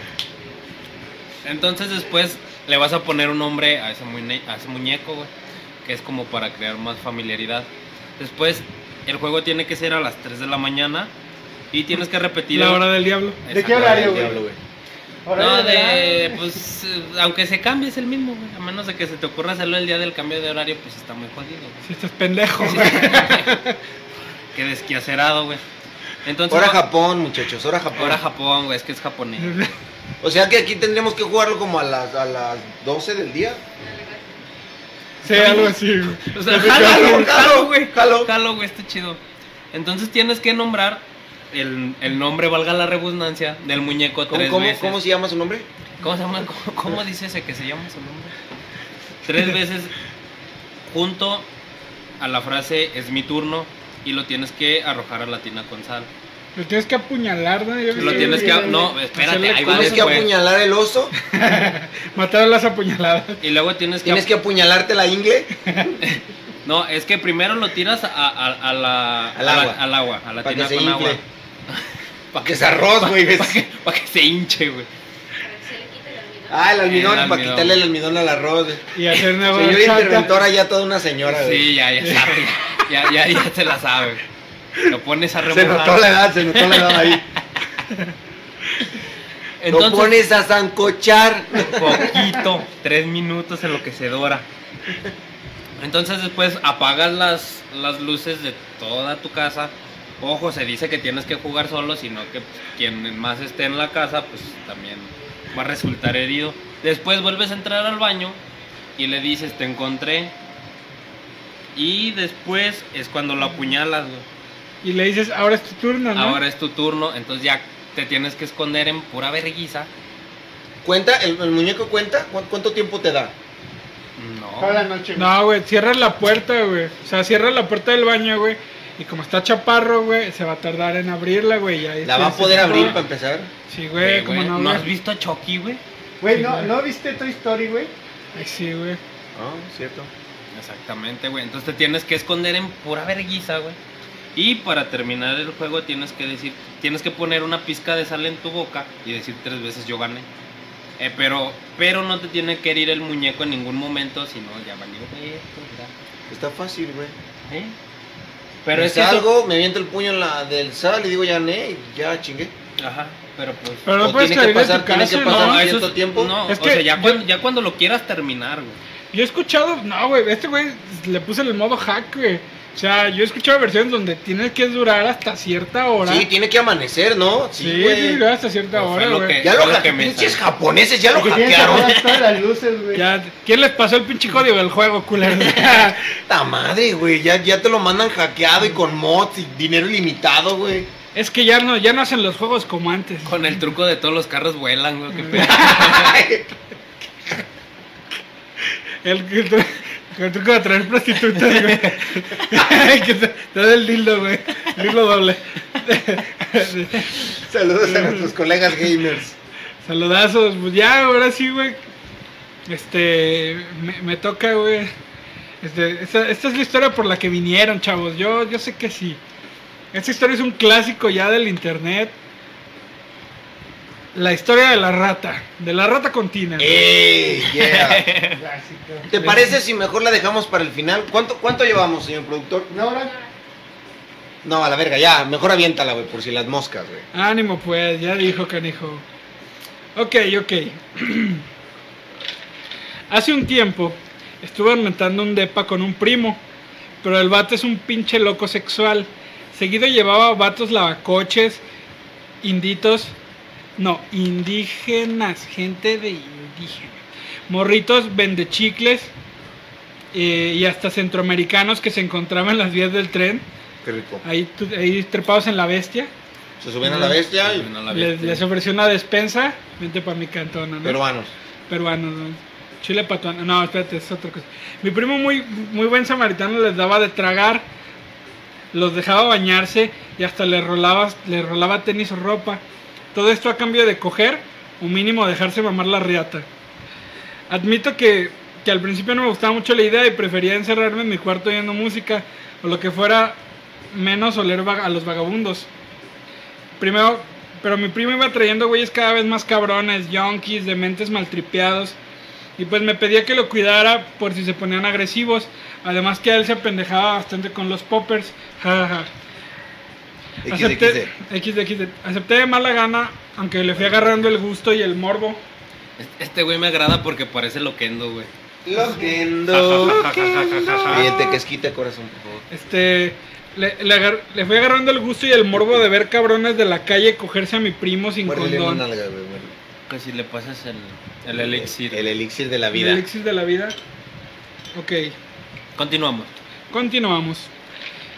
Entonces después le vas a poner un nombre a ese, muñe- a ese muñeco, güey, que es como para crear más familiaridad. Después, el juego tiene que ser a las 3 de la mañana y tienes que repetir...
La
el-
hora del diablo.
¿De qué
Exacto,
horario,
del
güey?
diablo,
Ahora
No,
de
de... pues, eh, aunque se cambie es el mismo, güey, a menos de que se te ocurra hacerlo el día del cambio de horario, pues está muy jodido, güey.
Si estás pendejo, güey.
Qué desquiacerado, güey. Entonces...
Ahora
va-
Japón, muchachos, ahora Japón.
Ahora Japón, güey, es que es japonés.
O sea que aquí tendríamos que jugarlo como a las, a las 12 del día.
Sí, algo así, güey.
O sea, jalo, güey, jalo, güey.
Jalo.
Jalo, güey, está chido. Entonces tienes que nombrar el, el nombre, valga la redundancia, del muñeco
¿Cómo,
tres
cómo-
veces.
cómo se llama su nombre?
¿Cómo se llama? ¿Cómo, cómo dice ese que se llama su nombre? Tres veces junto a la frase es mi turno y lo tienes que arrojar a la tina con sal.
Lo tienes que apuñalar, ¿no? Yo-
Lo tienes que... a- No, espérate,
Hacerle
ahí pues. va
Tienes que
después.
apuñalar el oso,
Matar a las apuñaladas.
Y luego tienes que...
tienes que apuñalarte la ingle.
No, es que primero lo tiras a, a- a la,
Al
a la-
agua.
al agua, a la
Pa' que
tina
se
con agua.
infle.
Pa'
Que es arroz, güey.
Para que, pa' que se hinche, güey.
se le quita
Ah, el
el almidón.
almidón,
El almidón.
para quitarle el almidón al arroz. güey.
Y hacer una
Señora
horchata.
interventora, ya toda una señora. güey.
Sí, ya, ya sabe. Ya, ya, ya se la sabe. Lo pones a
Se notó la
remojar.
edad, se notó la edad ahí. Lo
Entonces,
pones a zancochar.
poquito, tres minutos en lo que se dora. Entonces después apagas las, las luces de toda tu casa. Ojo, se dice que tienes que jugar solo, sino que pues, quien más esté en la casa, pues también va a resultar herido. Después vuelves a entrar al baño y le dices, te encontré. Y después es cuando lo apuñalas, güey.
Y le dices, ahora es tu turno, ¿no?
Ahora es tu turno, entonces ya te tienes que esconder en pura verguiza.
¿Cuenta? ¿El, el muñeco cuenta? ¿Cu- ¿Cuánto tiempo te da?
Toda la
No.
noche, güey.
No, güey, cierras la puerta, güey. O sea, cierras la puerta del baño, güey. Y como está chaparro, güey, se va a tardar en abrirla, güey. y ahí
¿La va a
tienes
poder
ese
abrir para
problema.
empezar?
Sí,
Eh,
güey, como
güey,
no,
no,
güey.
has visto a Chucky, güey?
Güey,
Sí,
¿no,
güey.
¿no viste Toy Story, güey?
Ay, sí, güey.
Ah, cierto.
Exactamente, güey. Entonces te tienes que esconder en pura verguiza, güey. Y para terminar el juego tienes que decir, tienes que poner una pizca de sal en tu boca y decir tres veces yo gané. Eh, pero, pero no te tiene que herir el muñeco en ningún momento, sino ya valió. güey, esto, ya.
Está fácil, güey.
¿Eh? Pero
Me
es que eso-
salgo, me viento el puño en la del sal y digo ya ne, y ya chingué.
Ajá, pero pues.
Pero no
O
puedes
tiene que
caer de
pasar-
tu
tiene que
casa,
pasar Ah,
¿no?
a
eso
cierto
es-
tiempo.
No,
Es
o
que
sea, ya,
yo-
cuando, ya cuando lo quieras terminar, güey.
Yo he escuchado, no, güey, este güey le puse el modo hack, güey. O sea, yo he escuchado versiones donde tienes que durar hasta cierta hora.
Sí, tiene que amanecer, ¿no?
Sí,
güey.
sí, durar hasta cierta
Pues fue
hora,
lo
güey.
que-
Ya lo
Creo que
hackearon.
me
Pinches
salió.
japoneses ya lo
Ah,
Que tienes que
hackearon.
apagar todas las luces, güey.
Ya, ¿quién les pasó el pinche código del juego, culero?
¡Ta madre, güey! Ya, ya te lo mandan hackeado y con mods y dinero ilimitado, güey.
es que ya no, ya no hacen los juegos como antes.
Con el truco de todos los carros vuelan, güey. qué pedo.
El, que tra- el truco de traer prostitutas, güey. El que tra- trae el dildo, güey. Dildo doble.
Saludos a nuestros colegas gamers.
Saludazos, pues ya, ahora sí, güey. Este, me, me toca, güey. Este, esta, esta es la historia por la que vinieron, chavos. Yo, yo sé que sí. Esta historia es un clásico ya del internet. La historia de la rata. De la rata contina.
¡Ey! ¡Yeah!
Clásico.
¿Te parece si mejor la dejamos para el final? ¿Cuánto, cuánto llevamos, señor productor?
¿Una hora?
No, a la verga, ya. Mejor aviéntala, güey, por si las moscas, güey.
Ánimo, pues, ya dijo canijo. Ok, ok. Hace un tiempo estuve rentando un depa con un primo, pero el vato es un pinche loco sexual. Seguido llevaba vatos lavacoches, inditos, no, indígenas, gente de indígena, morritos vendechicles eh, y hasta centroamericanos que se encontraban en las vías del tren,
Qué rico.
ahí, tu- ahí trepados en la bestia.
Se suben a la bestia y...
No la
Les,
viste.
les ofreció una despensa. Vente para mi cantona, ¿no?
Peruanos.
Peruanos, ¿no? Chile patuano. No, espérate, es otra cosa. Mi primo, muy, muy buen samaritano, les daba de tragar, los dejaba bañarse y hasta les rolaba, les rolaba tenis o ropa. Todo esto a cambio de coger, o mínimo dejarse mamar la riata. Admito que, que al principio no me gustaba mucho la idea y prefería encerrarme en mi cuarto oyendo música o lo que fuera menos oler vaga- a los vagabundos. Primero, pero mi primo iba trayendo güeyes cada vez más cabrones, yonkis, dementes maltripeados. Y pues me pedía que lo cuidara por si se ponían agresivos. Además que a él se apendejaba bastante con los poppers. Ja, ja, ja. Acepté,
XXD.
XD. Acepté de mala gana, aunque le fui agarrando el gusto y el morbo.
Este güey me agrada porque parece loquendo, güey.
Loquendo. Pídete que esquite corazón, por favor.
Este, le, le, agar- le fui agarrando el gusto y el morbo de ver cabrones de la calle cogerse a mi primo sin
Muérdele una
condón.
nalga, güey, muérdele.
Que si le pasas el, el elixir.
El elixir de la
El
vida.
elixir de la vida. Ok.
Continuamos.
Continuamos.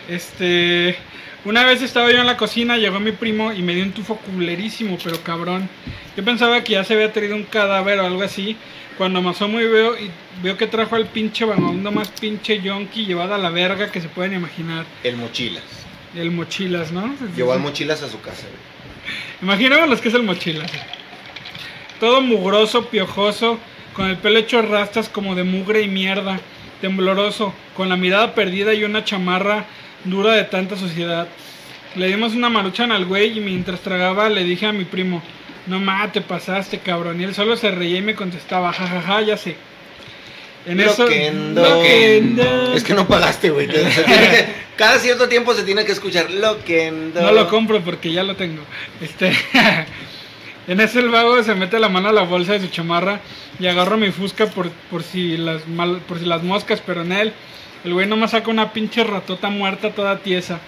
Este. Una vez estaba yo en la cocina, llegó mi primo y me dio un tufo culerísimo, pero cabrón. Yo pensaba que ya se había traído un cadáver o algo así. Cuando me asomo y veo, y veo que trajo al pinche vagabundo más pinche yonki llevada a la verga que se pueden imaginar.
El mochilas.
El mochilas, ¿no?
Llevó al mochilas a su casa, güey.
Imaginémonos que es el mochilas. Todo mugroso, piojoso, con el pelo hecho rastas como de mugre y mierda, tembloroso, con la mirada perdida y una chamarra dura de tanta suciedad. Le dimos una maruchan al güey y mientras tragaba le dije a mi primo, no ma, te pasaste cabrón. Y él solo se reía y me contestaba, jajaja, ya sé. En eso...
Loquendo.
Loquendo.
Es que no pagaste, güey. Te- se tiene que- Cada cierto tiempo se tiene que escuchar Loquendo.
No lo compro porque ya lo tengo. Este. en ese el vago se mete la mano a la bolsa de su chamarra y agarro mi fusca por, por, si, las mal- por si las moscas, pero en él, el güey nomás saca una pinche ratota muerta toda tiesa.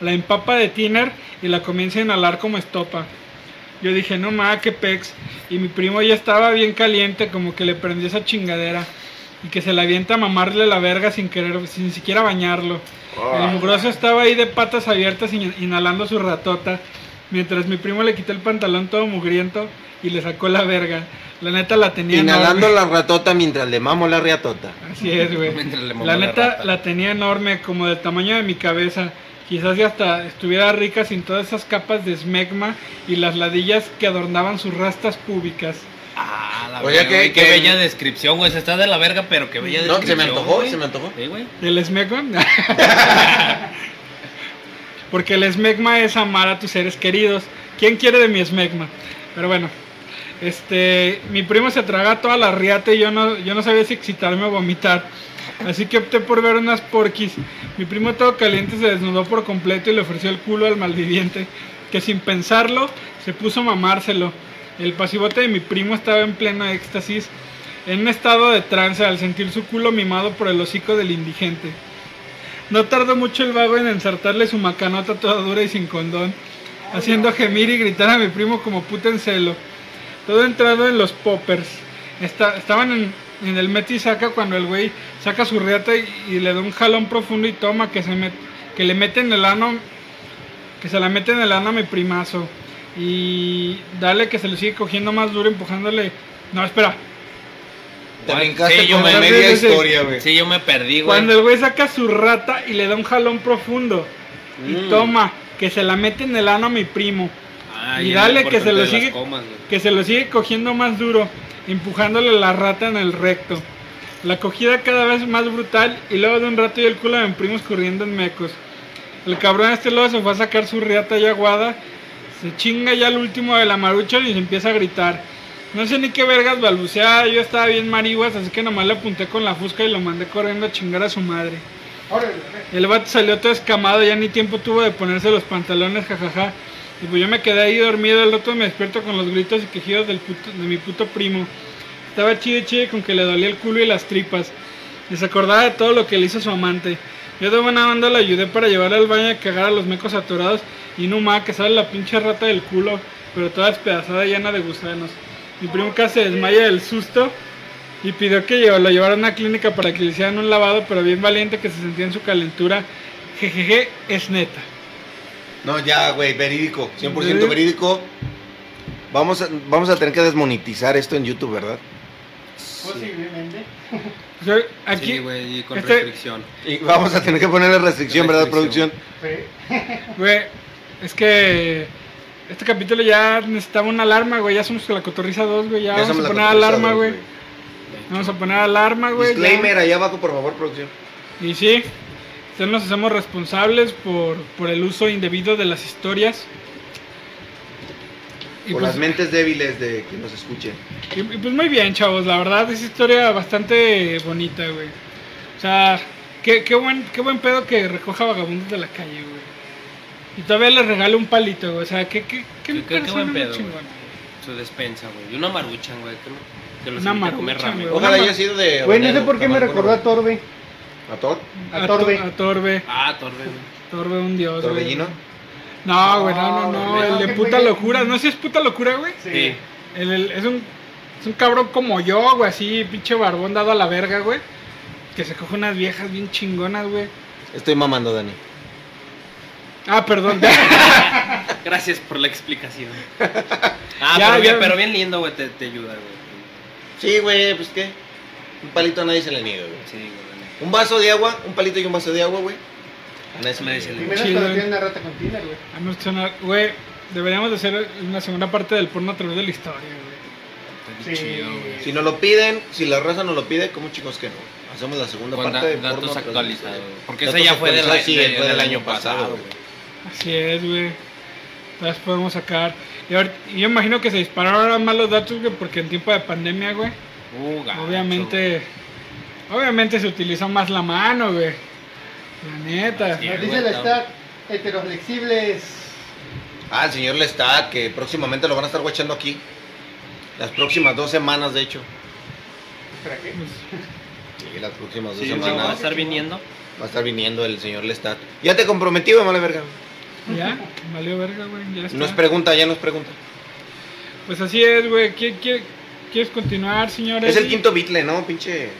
La empapa de tiner y la comienza a inhalar como estopa. Yo dije, no ma, qué pex. Y mi primo ya estaba bien caliente, como que le prendió esa chingadera. Y que se la avienta a mamarle la verga sin querer, sin siquiera bañarlo. El mugroso estaba ahí de patas abiertas in- inhalando su ratota. Mientras mi primo le quitó el pantalón todo mugriento y le sacó la verga. La neta la tenía
Inhalando
enorme.
la ratota mientras le mamo la riatota.
Así es, güey.
Mientras le mamó
La
la
neta
rata.
la tenía enorme, como del tamaño de mi cabeza. Quizás ya hasta estuviera rica sin todas esas capas de esmegma y las ladillas que adornaban sus rastas púbicas.
Ah, la
O sea
verga,
que-
güey, qué
que-
bella descripción, güey. Se está de la verga, pero qué bella
No, se
descripción.
me antojó,
güey.
se me antojó.
Sí, güey.
¿El esmegma? Porque el esmegma es amar a tus seres queridos. ¿Quién quiere de mi esmegma? Pero bueno, este, mi primo se traga toda la riata y yo no, yo no sabía si excitarme o vomitar. Así que opté por ver unas porquis. Mi primo todo caliente se desnudó por completo y le ofreció el culo al malviviente, que sin pensarlo se puso a mamárselo. El pasivote de mi primo estaba en pleno éxtasis, en un estado de trance al sentir su culo mimado por el hocico del indigente. No tardó mucho el vago en ensartarle su macanota toda dura y sin condón, haciendo gemir y gritar a mi primo como puta en celo. Todo entrado en los poppers. Esta- estaban en, en el meti saca cuando el güey saca su reata y, y le da un jalón profundo y toma que se met- que le mete en el ano que se la mete en el ano a mi primazo y dale que se le sigue cogiendo más duro empujándole no espera
Te
Guay,
brincaste
sí, yo
como
me-
media
sí, sí.
historia, güey.
Sí, yo me perdí, güey.
cuando el güey saca su rata y le da un jalón profundo y
Mm.
toma que se la mete en el ano a mi primo
Ay,
Y dale,
es
que se lo
importante las
sigue-
comas, güey.
que se lo sigue cogiendo más duro, empujándole la rata en el recto. La cogida cada vez más brutal y luego de un rato y el culo de mi primo escurriendo en mecos. El cabrón este luego se fue a sacar su riata ya aguada, se chinga ya el último de la marucha y se empieza a gritar. No sé ni qué vergas balbuceaba, yo estaba bien marihuas, así que nomás le apunté con la fusca y lo mandé corriendo a chingar a su madre. El vato salió todo escamado, ya ni tiempo tuvo de ponerse los pantalones, jajaja. Y pues yo me quedé ahí dormido, el rato me despierto con los gritos y quejidos del puto- de mi puto primo. Estaba chido y chido con que le dolía el culo y las tripas. Y se acordaba de todo lo que le hizo su amante. Yo de buena onda lo ayudé para llevarla al baño a cagar a los mecos saturados y no más que sale la pinche rata del culo, pero toda despedazada y llena de gusanos. Mi primo casi se desmaya del susto y pidió que yo- lo llevara a una clínica para que le hicieran un lavado, pero bien valiente que se sentía en su calentura. Jejeje, es neta.
No, ya, güey, verídico, 100%
Sí.
verídico. Vamos a, vamos a tener que desmonetizar esto en YouTube, ¿verdad?
Posiblemente.
O sea, aquí,
Sí, güey, y con
este-
restricción.
Y vamos a tener que ponerle restricción, ¿verdad, producción?
Restricción.
Fue-
Güey, es que este capítulo ya necesitaba una alarma, güey. Ya somos la cotorriza 2, güey. Ya,
Ya
vamos
somos
a
la
poner
cotorriza
alarma,
dos,
güey. Vamos a poner alarma, güey. ya.
Disclaimer allá abajo, por favor, producción.
Y sí, entonces nos hacemos responsables por, por el uso indebido de las historias. Y
Por
pues-
las mentes débiles de que nos escuchen.
Y, y pues muy bien, chavos, la verdad es historia bastante bonita, güey. O sea, qué, qué buen, qué buen pedo que recoja vagabundos de la calle, güey. Y todavía les regale un palito, güey. O sea, qué, qué, qué,
Sí, qué- qué
persona
buen
más
pedo,
chingona,
güey.
güey.
Su despensa, güey. Y una maruchan, güey. Que, no, que los
Una
invite a comer
maruchan,
ramen.
güey.
Ojalá
Una-
haya sido de.
Güey, no sé
habanero,
por qué me
tamal con
recordó a
habanero.
Torbe.
¿A Thor?
A Torbe.
A Torbe.
Ah, Torbe, güey.
Torbe un dios, güey.
¿Torbellino?
No, güey, no, no, no.
No,
el de
qué
puta
güey.
locura. No sé si es puta locura, güey.
Sí.
El- el- es, un, es un cabrón como yo, güey, así, pinche barbón dado a la verga, güey. Que se coge unas viejas bien chingonas, güey.
Estoy mamando, Dani.
Ah, perdón.
Gracias por la explicación. Ah,
Ya,
pero, bien,
ya.
pero bien lindo, güey. Te, te ayuda, güey.
Sí, güey, pues qué. Un palito a nadie se le niega, güey.
Sí, güey. la neta.
Un vaso de agua, un palito y un vaso de agua, güey. A nadie se le
Nadie se
niega.
le
Y
niega.
menos
Chido.
cuando tiene una rata con Tinder, güey.
A mí me suena- güey, deberíamos de hacer una segunda parte del porno a través de la historia, güey.
Está bien
Sí.
chido, güey.
Si nos lo piden, si la raza nos lo pide, como chicos que no? Hacemos la segunda
Con da-
parte de porno,
datos
pero-
actualizados. güey. Porque
Datos
esa ya fue, de la-
actualizados, sí,
de-
fue
del año pasado, güey.
Así es, güey. Las podemos sacar. Y ahora- y yo imagino que se dispararon ahora más los datos, güey, porque en tiempo de pandemia, güey.
Uh,
Ah,
gacho, güey.
Obviamente, obviamente se utilizó más la mano, güey. La neta.
Así es.
Nos
güey,
dice la
está-
stat heteroflexibles.
Ah, el señor Lestat, que próximamente lo van a estar guachando aquí. Las próximas dos semanas, de hecho.
¿Para qué?
Pues,
Sí, las próximas dos
Sí, güey, va a
semanas
estar viniendo.
va a estar viniendo el señor Lestat. Ya te comprometí, güey, mala verga.
ya, valió verga, güey. Ya está.
Nos pregunta, ya nos pregunta.
Pues así es, güey. ¿Qui- qui- ¿Quieres continuar, señores?
Es el quinto Beatle, ¿no? Pinche.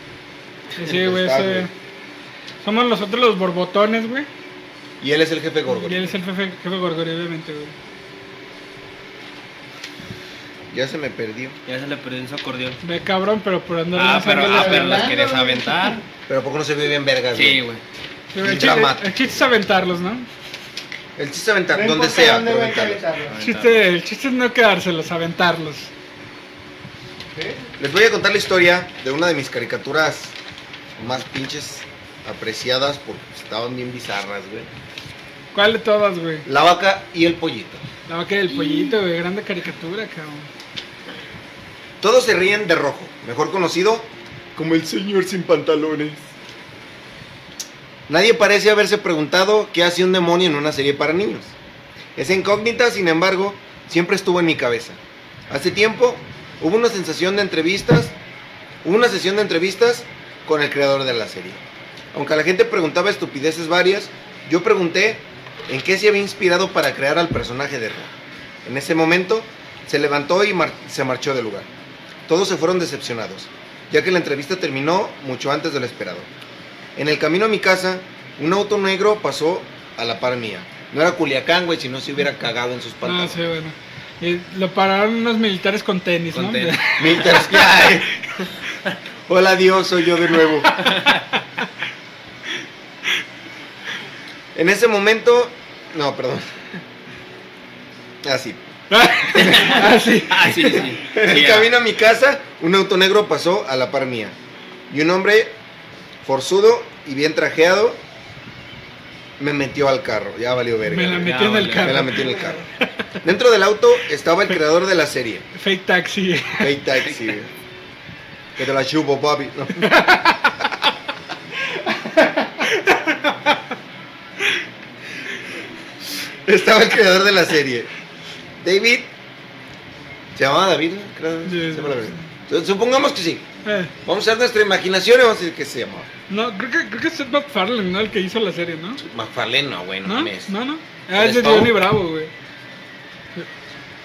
Sí, güey.
Está,
ese-
güey.
Somos nosotros los borbotones, güey.
Y él es el jefe Gorgon.
Y él es el jefe, jefe Gorgori, obviamente, güey.
Ya se me perdió.
Ya se le perdió en su acordeón.
Ve cabrón, pero por andar
Ah, pero,
lanzándole
ah,
la
pero las
verdad.
querías aventar.
Pero ¿a poco no se ve bien vergas,
Sí,
güey?
güey.
Sí, güey, El
Y
chiste-
drama.
el chiste es aventarlos, ¿no?
El chiste es aventar,
No
donde
importa
sea.
dónde,
pero
güey, hay que
aventarlo.
aventarlo.
El chiste, el chiste es no quedárselos, aventarlos.
Les voy a contar la historia de una de mis caricaturas más pinches apreciadas porque estaban bien bizarras, güey.
¿Cuál de todas, güey?
La vaca y el pollito.
La vaca del pollito, güey. Grande caricatura, cabrón.
Todos se ríen de rojo, mejor conocido como el señor sin pantalones. Nadie parece haberse preguntado qué hace un demonio en una serie para niños. Esa incógnita, sin embargo, siempre estuvo en mi cabeza. Hace tiempo hubo una sensación de entrevistas, hubo una sesión de entrevistas con el creador de la serie. Aunque la gente preguntaba estupideces varias, yo pregunté en qué se había inspirado para crear al personaje de Rojo. En ese momento se levantó y mar- se marchó del lugar. Todos se fueron decepcionados, ya que la entrevista terminó mucho antes de lo esperado. En el camino a mi casa, un auto negro pasó a la par mía. No era Culiacán, güey, si no se hubiera cagado en sus
No
pantalones.
sé, Ah, bueno. Y lo pararon unos militares con tenis,
Con
¿no?
tenis.
Mr. Sky. Hola Dios, soy yo de nuevo. En ese momento, no, perdón. Así.
ah, sí.
Ah, sí, sí.
En
Sí,
el
ya.
camino a mi casa, un auto negro pasó a la par mía. Y un hombre forzudo y bien trajeado me metió al carro. Ya valió verga.
Me la
güey.
metió en el
vale,
carro.
Me la metió en el carro. Dentro del auto estaba el creador de la serie.
Fake taxi.
Hey taxi. güey. Que te la chupo, papi. No. Estaba el creador de la serie. David. ¿Se llamaba David? no? Creo,
Sí,
se llama
sí.
David. Entonces, Supongamos que sí.
Eh,
Vamos a usar nuestra imaginación y vamos a decir que se llamaba.
No, creo que, creo que es Seth MacFarlane, ¿no? El que hizo la serie, ¿no?
McFarlane, no, güey, no
¿No?
mames.
No, no. Ah, es de
¿Eres tú?
Johnny Bravo, güey.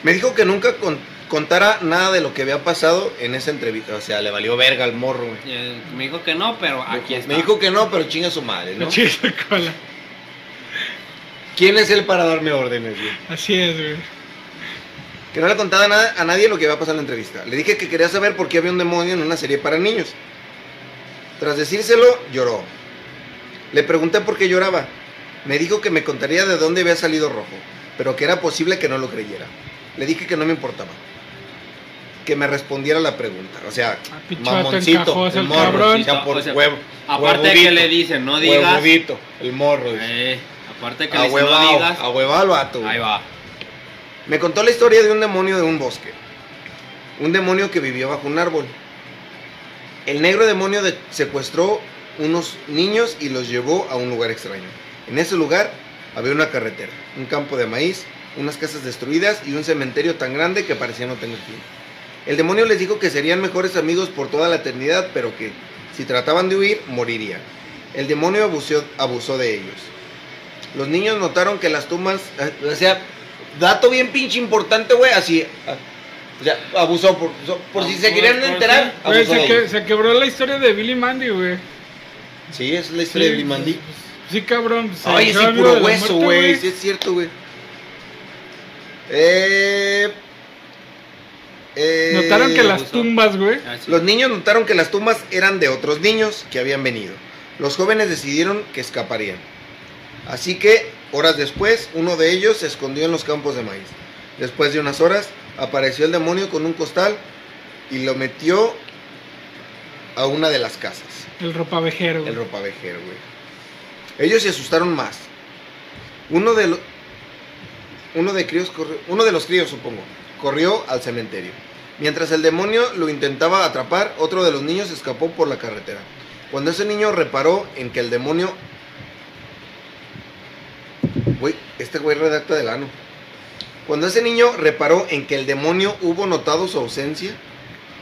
Me dijo que nunca con- contara nada de lo que había pasado en esa entrevista. O sea, le valió verga al morro, güey.
Eh, Me dijo que no, pero aquí está.
Me dijo que no, pero chinga su madre, ¿no?
La Chiste cola.
¿Quién es él para darme órdenes, güey?
Así es, güey.
Que no le contaba nada, a nadie lo que iba a pasar en la entrevista. Le dije que quería saber por qué había un demonio en una serie para niños. Tras decírselo, lloró. Le pregunté por qué lloraba. Me dijo que me contaría de dónde había salido rojo, pero que era posible que no lo creyera. Le dije que no me importaba. Que me respondiera la pregunta. O sea,
Ah, pinche vato
mamoncito,
encajoso,
el
el
morro.
cabrón.
o sea, por
O sea,
huevo.
Aparte de que
huevudito,
le dicen, no digas.
Huevudito, el morro. dice.
Eh, aparte de que le dicen, no
Ahuevao,
digas.
ahuevao al vato. güey.
Ahí va.
Me contó la historia de un demonio de un bosque. Un demonio que vivió bajo un árbol. El negro demonio de- secuestró unos niños y los llevó a un lugar extraño. En ese lugar había una carretera, un campo de maíz, unas casas destruidas y un cementerio tan grande que parecía no tener fin. El demonio les dijo que serían mejores amigos por toda la eternidad, pero que si trataban de huir, morirían. El demonio abusó, abusó de ellos. Los niños notaron que las tumbas... eh, O sea, dato bien pinche importante, güey, así... ah, O sea, abusó por, so- Ah, por si se querían enterar.
Güey,
abusó de
se, que-
ellos.
se quebró la historia de Billy Mandy, güey.
Sí, es la historia de Billy Mandy.
Sí, cabrón. se
Ay,
hizo
sí,
amigo
puro
de la
hueso,
muerte,
güey. Sí, es cierto, güey. Eh, eh,
Notaron que las
Uso.
tumbas, güey.
Así.
Los niños notaron que las tumbas eran de otros niños que habían venido. Los jóvenes decidieron que escaparían. Así que, horas después, uno de ellos se escondió en los campos de maíz. Después de unas horas, apareció el demonio con un costal y lo metió a una de las casas.
El ropavejero,
El
güey.
ropavejero, güey. Ellos se asustaron más. Uno de los. Uno de críos corrió- Uno de los críos, supongo. Corrió al cementerio. Mientras el demonio lo intentaba atrapar, otro de los niños escapó por la carretera. Cuando ese niño reparó en que el demonio. Güey, este güey redacta del ano. Cuando ese niño reparó en que el demonio hubo notado su ausencia,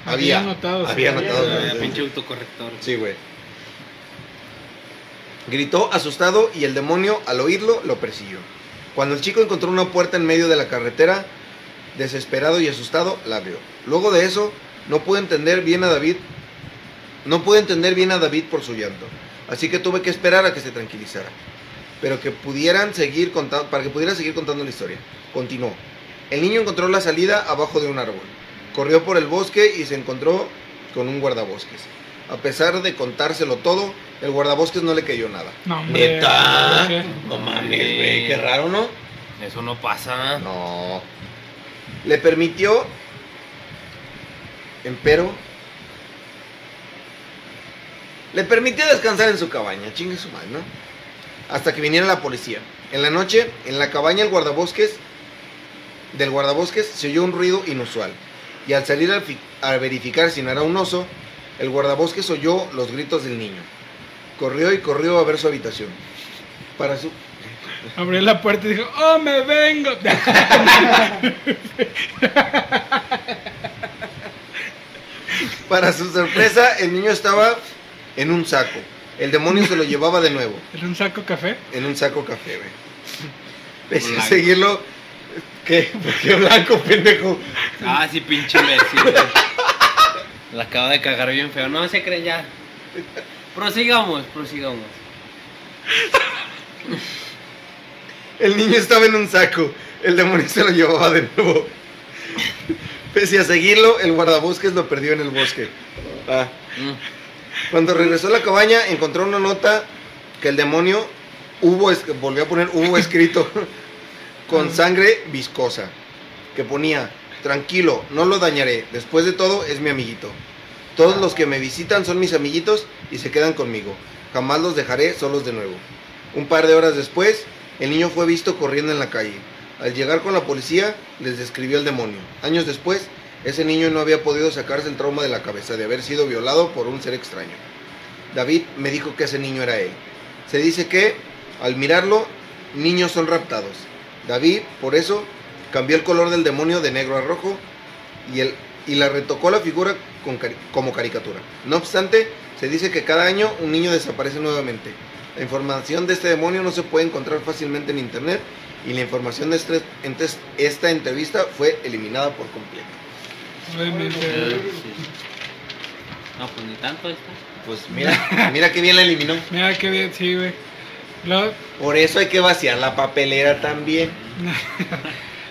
había.
Había notado su
había
ausencia.
notado su
Ah,
Ah,
ausencia.
Pinche autocorrector.
Sí, güey. Gritó asustado y el demonio, al oírlo, lo persiguió. Cuando el chico encontró una puerta en medio de la carretera, Desesperado y asustado, la abrió. Luego de eso, no pude entender bien a David. No pude entender bien a David por su llanto. Así que tuve que esperar a que se tranquilizara. Pero que pudieran seguir contando, para que pudiera seguir contando la historia. Continuó. El niño encontró la salida abajo de un árbol. Corrió por el bosque y se encontró con un guardabosques. A pesar de contárselo todo, el guardabosques no le cayó nada.
No, hombre.
Neta.
¿por qué?
No mames, güey. Qué raro, ¿no?
Eso no pasa.
No. Le permitió, empero, le permitió descansar en su cabaña, chingue su madre, ¿no? Hasta que viniera la policía. En la noche, en la cabaña del guardabosques, del guardabosques se oyó un ruido inusual. Y al salir al fi- a, verificar si no era un oso, el guardabosques oyó los gritos del niño. Corrió y corrió a ver su habitación. Para su...
Abrió la puerta y dijo, ¡Oh, me vengo!
Para su sorpresa, el niño estaba en un saco. El demonio se lo llevaba de nuevo,
Era un saco café.
en un saco café, güey. Pese a
Blanco.
seguirlo. ¿Qué? ¿Por qué blanco, pendejo?
Ah, sí, pinche imbécil. La acaba de cagar bien feo. No se cree ya. Prosigamos, prosigamos.
El niño estaba en un saco. El demonio se lo llevaba de nuevo. Pese a seguirlo, el guardabosques lo perdió en el bosque. Ah.
Mm.
Cuando regresó a la cabaña, encontró una nota que el demonio hubo, es- volvió a poner hubo escrito con sangre viscosa, que ponía, tranquilo, no lo dañaré, después de todo es mi amiguito. Todos los que me visitan son mis amiguitos y se quedan conmigo. Jamás los dejaré solos de nuevo. Un par de horas después, el niño fue visto corriendo en la calle. Al llegar con la policía, les describió el demonio. Años después, ese niño no había podido sacarse el trauma de la cabeza de haber sido violado por un ser extraño. David me dijo que ese niño era él. Se dice que, al mirarlo, niños son raptados. David, por eso, cambió el color del demonio de negro a rojo y, el, y la retocó la figura con cari- como caricatura. No obstante, se dice que cada año un niño desaparece nuevamente. La información de este demonio no se puede encontrar fácilmente en internet y la información de este- entes- esta entrevista fue eliminada por completo.
Obviamente.
Eh, sí. No, pues ni tanto esta.
Pues mira, mira qué bien la eliminó.
Mira qué bien, sí, güey. Luego-
Por eso hay que vaciar la papelera también.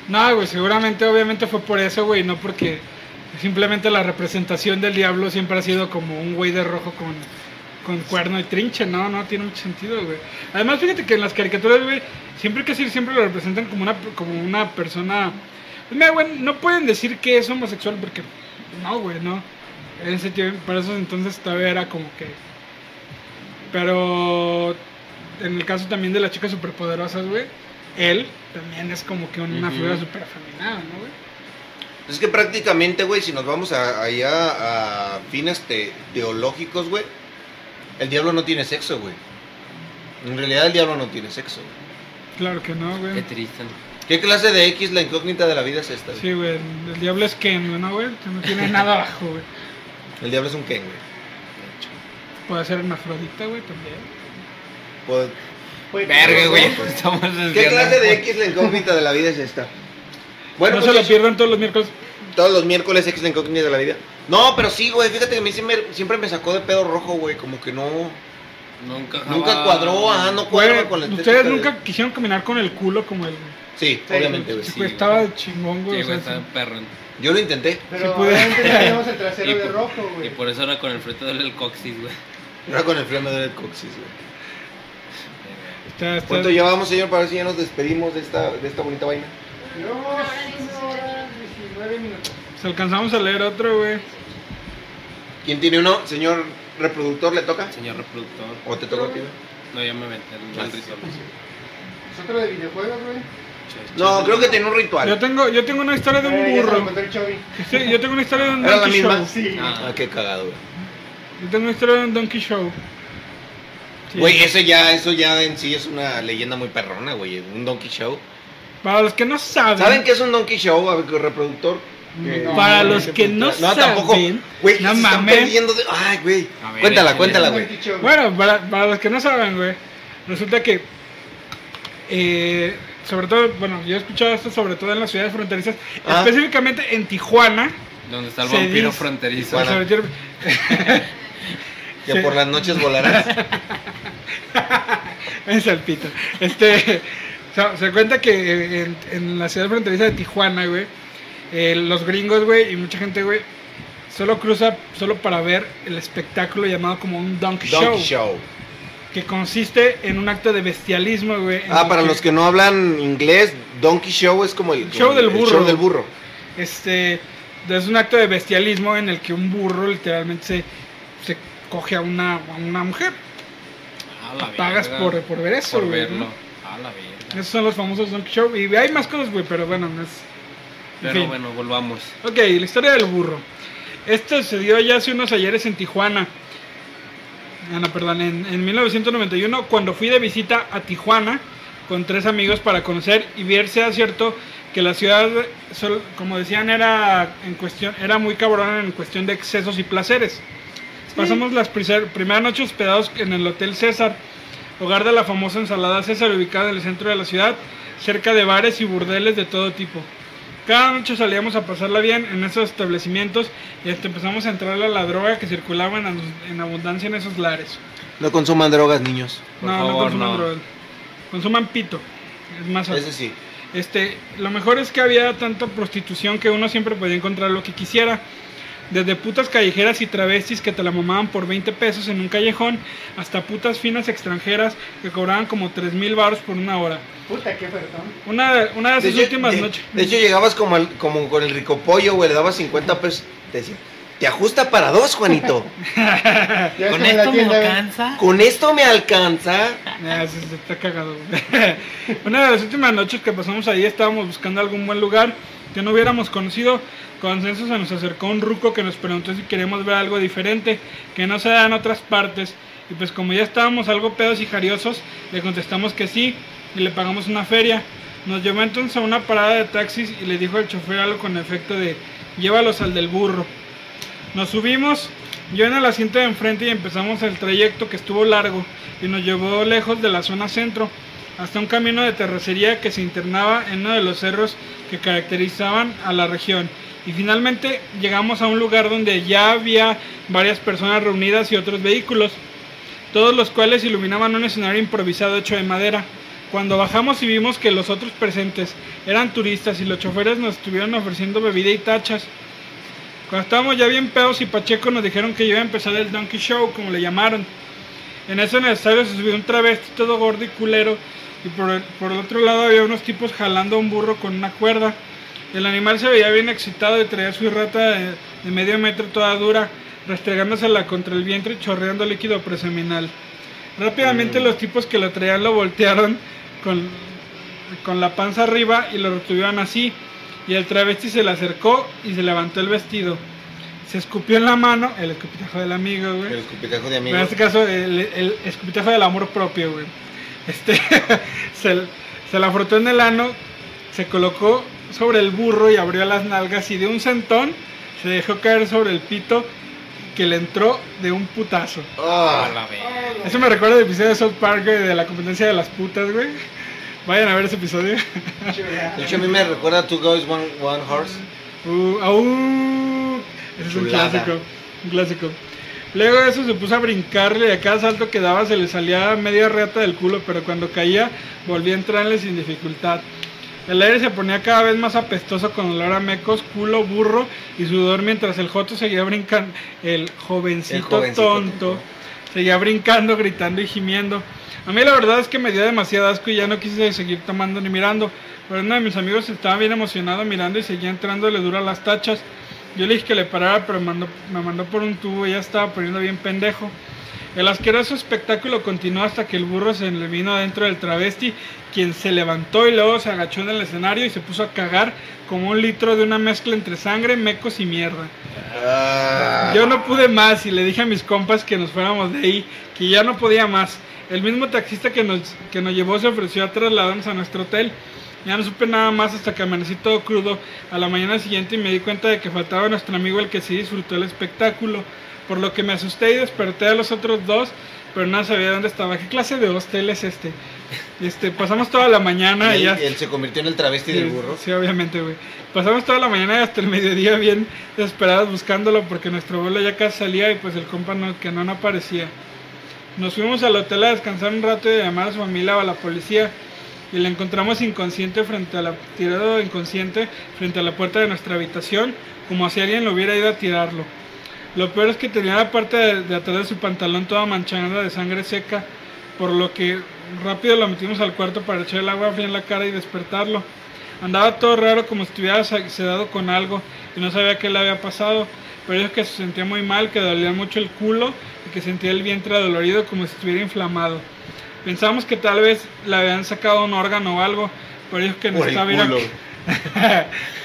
No, güey, seguramente, obviamente fue por eso, güey, no porque simplemente la representación del diablo siempre ha sido como un güey de rojo con, con cuerno y trinche, no, no tiene mucho sentido, güey. Además, fíjate que en las caricaturas, güey, siempre que sí, siempre lo representan como una, como una persona. pues Mira, güey, no pueden decir que es homosexual porque, no, güey, no. En ese tiempo, para esos entonces todavía era como que. Pero en el caso también de las chicas superpoderosas, güey, él también es como que una
Ujú.
figura super afeminada, ¿no, güey?
Es que prácticamente, güey, si nos vamos a, allá a fines te- teológicos, güey, el diablo no tiene sexo, güey. En realidad el diablo no tiene sexo. güey.
Claro que no,
Qué
güey.
triste. ¿no?
¿Qué clase de X la incógnita de la vida es esta? güey?
Sí, güey, el diablo es Ken, güey, ¿no, güey? No tiene nada abajo, güey.
El diablo es un Ken, güey.
Puede ser hermafrodita, güey, también.
Pues,
Güey,
Verga,
¿no?
güey. Estamos
¿Qué
desviando.
clase de X la incógnita de la vida es esta?
Bueno, no
pues,
se lo pierdan todos los miércoles.
Todos los miércoles X la incógnita de la vida. No, pero sí, güey, fíjate que a mí siempre, siempre me sacó de pedo rojo, güey, como que no...
Nunca,
Nunca
jamás.
cuadró, ah, no cuadró
Güey,
con la
ustedes
estética de-
nunca quisieron caminar con el culo como el...
Pues Sí,
Sí,
obviamente, güey.
Sí,
sí,
güey,
güey.
estaba de chingón, güey.
Sí,
o
güey,
sea,
está
sí.
perro.
Yo lo intenté.
Pero
Sí puede.
obviamente tenemos el trasero
Y
de
por-
rojo,
Y
güey.
por eso era con el frito del coxis, güey.
Ahora con el flema del coxis, güey.
Está- está-
¿Cuánto llevamos, señor? Para ver si ya nos despedimos de esta, de esta bonita vaina.
Llevamos una hora 19 minutos.
Se pues alcanzamos a leer otro, güey.
¿Quién tiene uno? Señor reproductor, ¿le toca?
Señor reproductor.
¿O te toca a ti?
No, ya me aventé el el ritual.
Es otro de videojuegos, güey.
No, creo que tiene un ritual.
Yo tengo, yo tengo una historia de
Eh,
un
ya se lo
burro.
contó el Chovy.
Sí, yo tengo una historia de un
¿Era la
donkey
misma?
show.
Sí.
Ah,
Ah, qué cagado, güey.
Yo tengo una historia de un donkey show. Sí.
Güey, eh. eso ya, eso ya en sí es una leyenda muy perrona, güey. Un donkey show.
Para los que no saben...
¿Saben qué es un donkey show? A ver, reproductor. Eh,
No,
Para
no,
los que no,
No,
saben...
tampoco. Güey,
no
se están
mames.
perdiendo de... Ay, güey.
A ver,
Cuéntala,
échale.
cuéntala,
Es
güey.
el Chovy.
Bueno, para, para los que no saben, güey, resulta que eh, sobre todo, bueno, yo he escuchado esto sobre todo en las ciudades fronterizas,
Ah.
específicamente en Tijuana.
Donde está el
Se
vampiro
dice-
fronterizo.
Tijuana.
sobre todo-
Que
Sí.
por las noches volarás.
Es el pito. Este, so- se cuenta que en, en la ciudad fronteriza de Tijuana, güey, eh, los gringos, güey, y mucha gente, güey, solo cruza solo para ver el espectáculo llamado como un dunk, show,
Donkey Show.
que consiste en un acto de bestialismo, güey. en
Ah,
el
para los que no hablan inglés, Donkey Show es como el,
Show
el-
del
el
burro.
show del burro.
Este, es un acto de bestialismo en el que un burro literalmente se, se coge a una, a una mujer.
A la
Pagas
verga.
por, por ver eso,
Por
güey.
verlo.
¿no?
A la verga.
Esos son los famosos Donkey Show. Y hay más cosas, güey, pero bueno, no es.
Pero
fin.
bueno, volvamos.
Ok, la historia del burro. Esto se dio ya hace unos ayeres en Tijuana. Ah, no, perdón, en, en 1991, cuando fui de visita a Tijuana con tres amigos para conocer y verse a cierto que la ciudad, sol- como decían, era, en cuestión, era muy cabrona en cuestión de excesos y placeres. Pasamos las priser- primeras noches hospedados en el Hotel César, hogar de la famosa ensalada César, ubicada en el centro de la ciudad, cerca de bares y burdeles de todo tipo. Cada noche salíamos a pasarla bien en esos establecimientos y hasta empezamos a entrar a la droga que circulaba en, abun- en abundancia en esos lares.
No consuman drogas, niños.
Por
no, no
favor,
consuman
no.
droga. Consuman pito. Es más sano.
Eso sí.
Este, lo mejor es que había tanta prostitución que uno siempre podía encontrar lo que quisiera. Desde putas callejeras y travestis que te la mamaban por 20 pesos en un callejón, hasta putas finas extranjeras que cobraban como 3 mil baros por una hora.
Puta, qué perdón.
Una, una de esas
hecho,
Ah, últimas
de-
noches.
de hecho, llegabas como, al- como con el rico pollo, güey, le dabas 50 pesos. Te decía, te ajusta para dos, Juanito.
Ya ves
Con
como en la
esto me
tienda, güey.
alcanza.
Con esto me alcanza.
Ah, sí, sí, está cagado. güey. Una de las últimas noches que pasamos ahí estábamos buscando algún buen lugar que no hubiéramos conocido. Consenso se nos acercó un ruco que nos preguntó si queríamos ver algo diferente, que no se da en otras partes. Y pues como ya estábamos algo pedos y jariosos, le contestamos que sí y le pagamos una feria. Nos llevó entonces a una parada de taxis y le dijo al chofer algo con efecto de llévalos al del burro. Nos subimos, yo en el asiento de enfrente y empezamos el trayecto que estuvo largo y nos llevó lejos de la zona centro hasta un camino de terracería que se internaba en uno de los cerros que caracterizaban a la región. Y finalmente llegamos a un lugar donde ya había varias personas reunidas y otros vehículos, todos los cuales iluminaban un escenario improvisado hecho de madera. Cuando bajamos y vimos que los otros presentes eran turistas y los choferes nos estuvieron ofreciendo bebida y tachas, cuando estábamos ya bien pedos y Pacheco nos dijeron que iba a empezar el Donkey Show, como le llamaron. En eso necesario se subió un travesti todo gordo y culero. Y por el, por el otro lado había unos tipos jalando a un burro con una cuerda. El animal se veía bien excitado y traía su rata de, de medio metro toda dura, restregándosela contra el vientre y chorreando líquido preseminal. Rápidamente los tipos que la traían lo voltearon con, con la panza arriba y lo retuvieron así. Y el travesti se le acercó y se levantó el vestido. Se escupió en la mano, el escupitajo del amigo, güey.
El escupitajo de
Pero
amigos.
en este caso, el, el escupitajo del amor propio, güey. Este, se, se la frotó en el ano, se colocó sobre el burro y abrió las nalgas y de un sentón se dejó caer sobre el pito que le entró de un putazo.
A
Ah,
la verga.
Eso me recuerda al episodio de South Park, güey, de la competencia de las putas, güey. Vayan a ver ese episodio.
de hecho, a mí me recuerda a Two Guys, One, One Horse.
Uh, au. Ese es un
Chulada.
clásico. Un clásico. Luego de eso se puso a brincarle y a cada salto que daba se le salía media reata del culo, pero cuando caía volvía a entrarle sin dificultad. El aire se ponía cada vez más apestoso con olor a mecos, culo, burro y sudor mientras el Joto seguía brincando, el jovencito,
El jovencito
tonto
tonto.
seguía brincando, gritando y gimiendo. A mí la verdad es que me dio demasiado asco y ya no quise seguir tomando ni mirando. Pero uno de mis amigos estaba bien emocionado mirando y seguía entrándole duro a las tachas. Yo le dije que le parara, pero mandó- me mandó por un tubo y ya estaba poniendo bien pendejo. El asqueroso espectáculo continuó hasta que el burro se le vino adentro del travesti, quien se levantó y luego se agachó en el escenario y se puso a cagar como un litro de una mezcla entre sangre, mecos y mierda.
Ah.
Yo no pude más y le dije a mis compas que nos fuéramos de ahí, que ya no podía más. El mismo taxista que nos, que nos llevó se ofreció a trasladarnos a nuestro hotel. Ya no supe nada más hasta que amanecí todo crudo a la mañana siguiente y me di cuenta de que faltaba nuestro amigo el que sí disfrutó el espectáculo, por lo que me asusté y desperté a los otros dos, pero no sabía dónde estaba. ¿Qué clase de hostel es este? Este, pasamos toda la mañana
y
y
él,
hasta-
él se convirtió en el travesti
Sí,
del burro.
Sí, obviamente, güey. Pasamos toda la mañana y hasta el mediodía bien desesperados buscándolo porque nuestro vuelo ya casi salía y pues el compa no, que no, no aparecía. Nos fuimos al hotel a descansar un rato y a llamar a su familia o a la policía y la encontramos inconsciente frente a la tirado inconsciente frente a la puerta de nuestra habitación como si alguien lo hubiera ido a tirarlo. Lo peor es que tenía la parte de, de atrás de su pantalón toda manchada de sangre seca, por lo que rápido lo metimos al cuarto para echar el agua fría en la cara y despertarlo. Andaba todo raro como si estuviera sa- sedado con algo y no sabía qué le había pasado. Pero dijo que se sentía muy mal, que dolía mucho el culo y que sentía el vientre dolorido como si estuviera inflamado. Pensamos que tal vez le habían sacado un órgano o algo, pero dijo que no
Por el
estaba bien.
culo.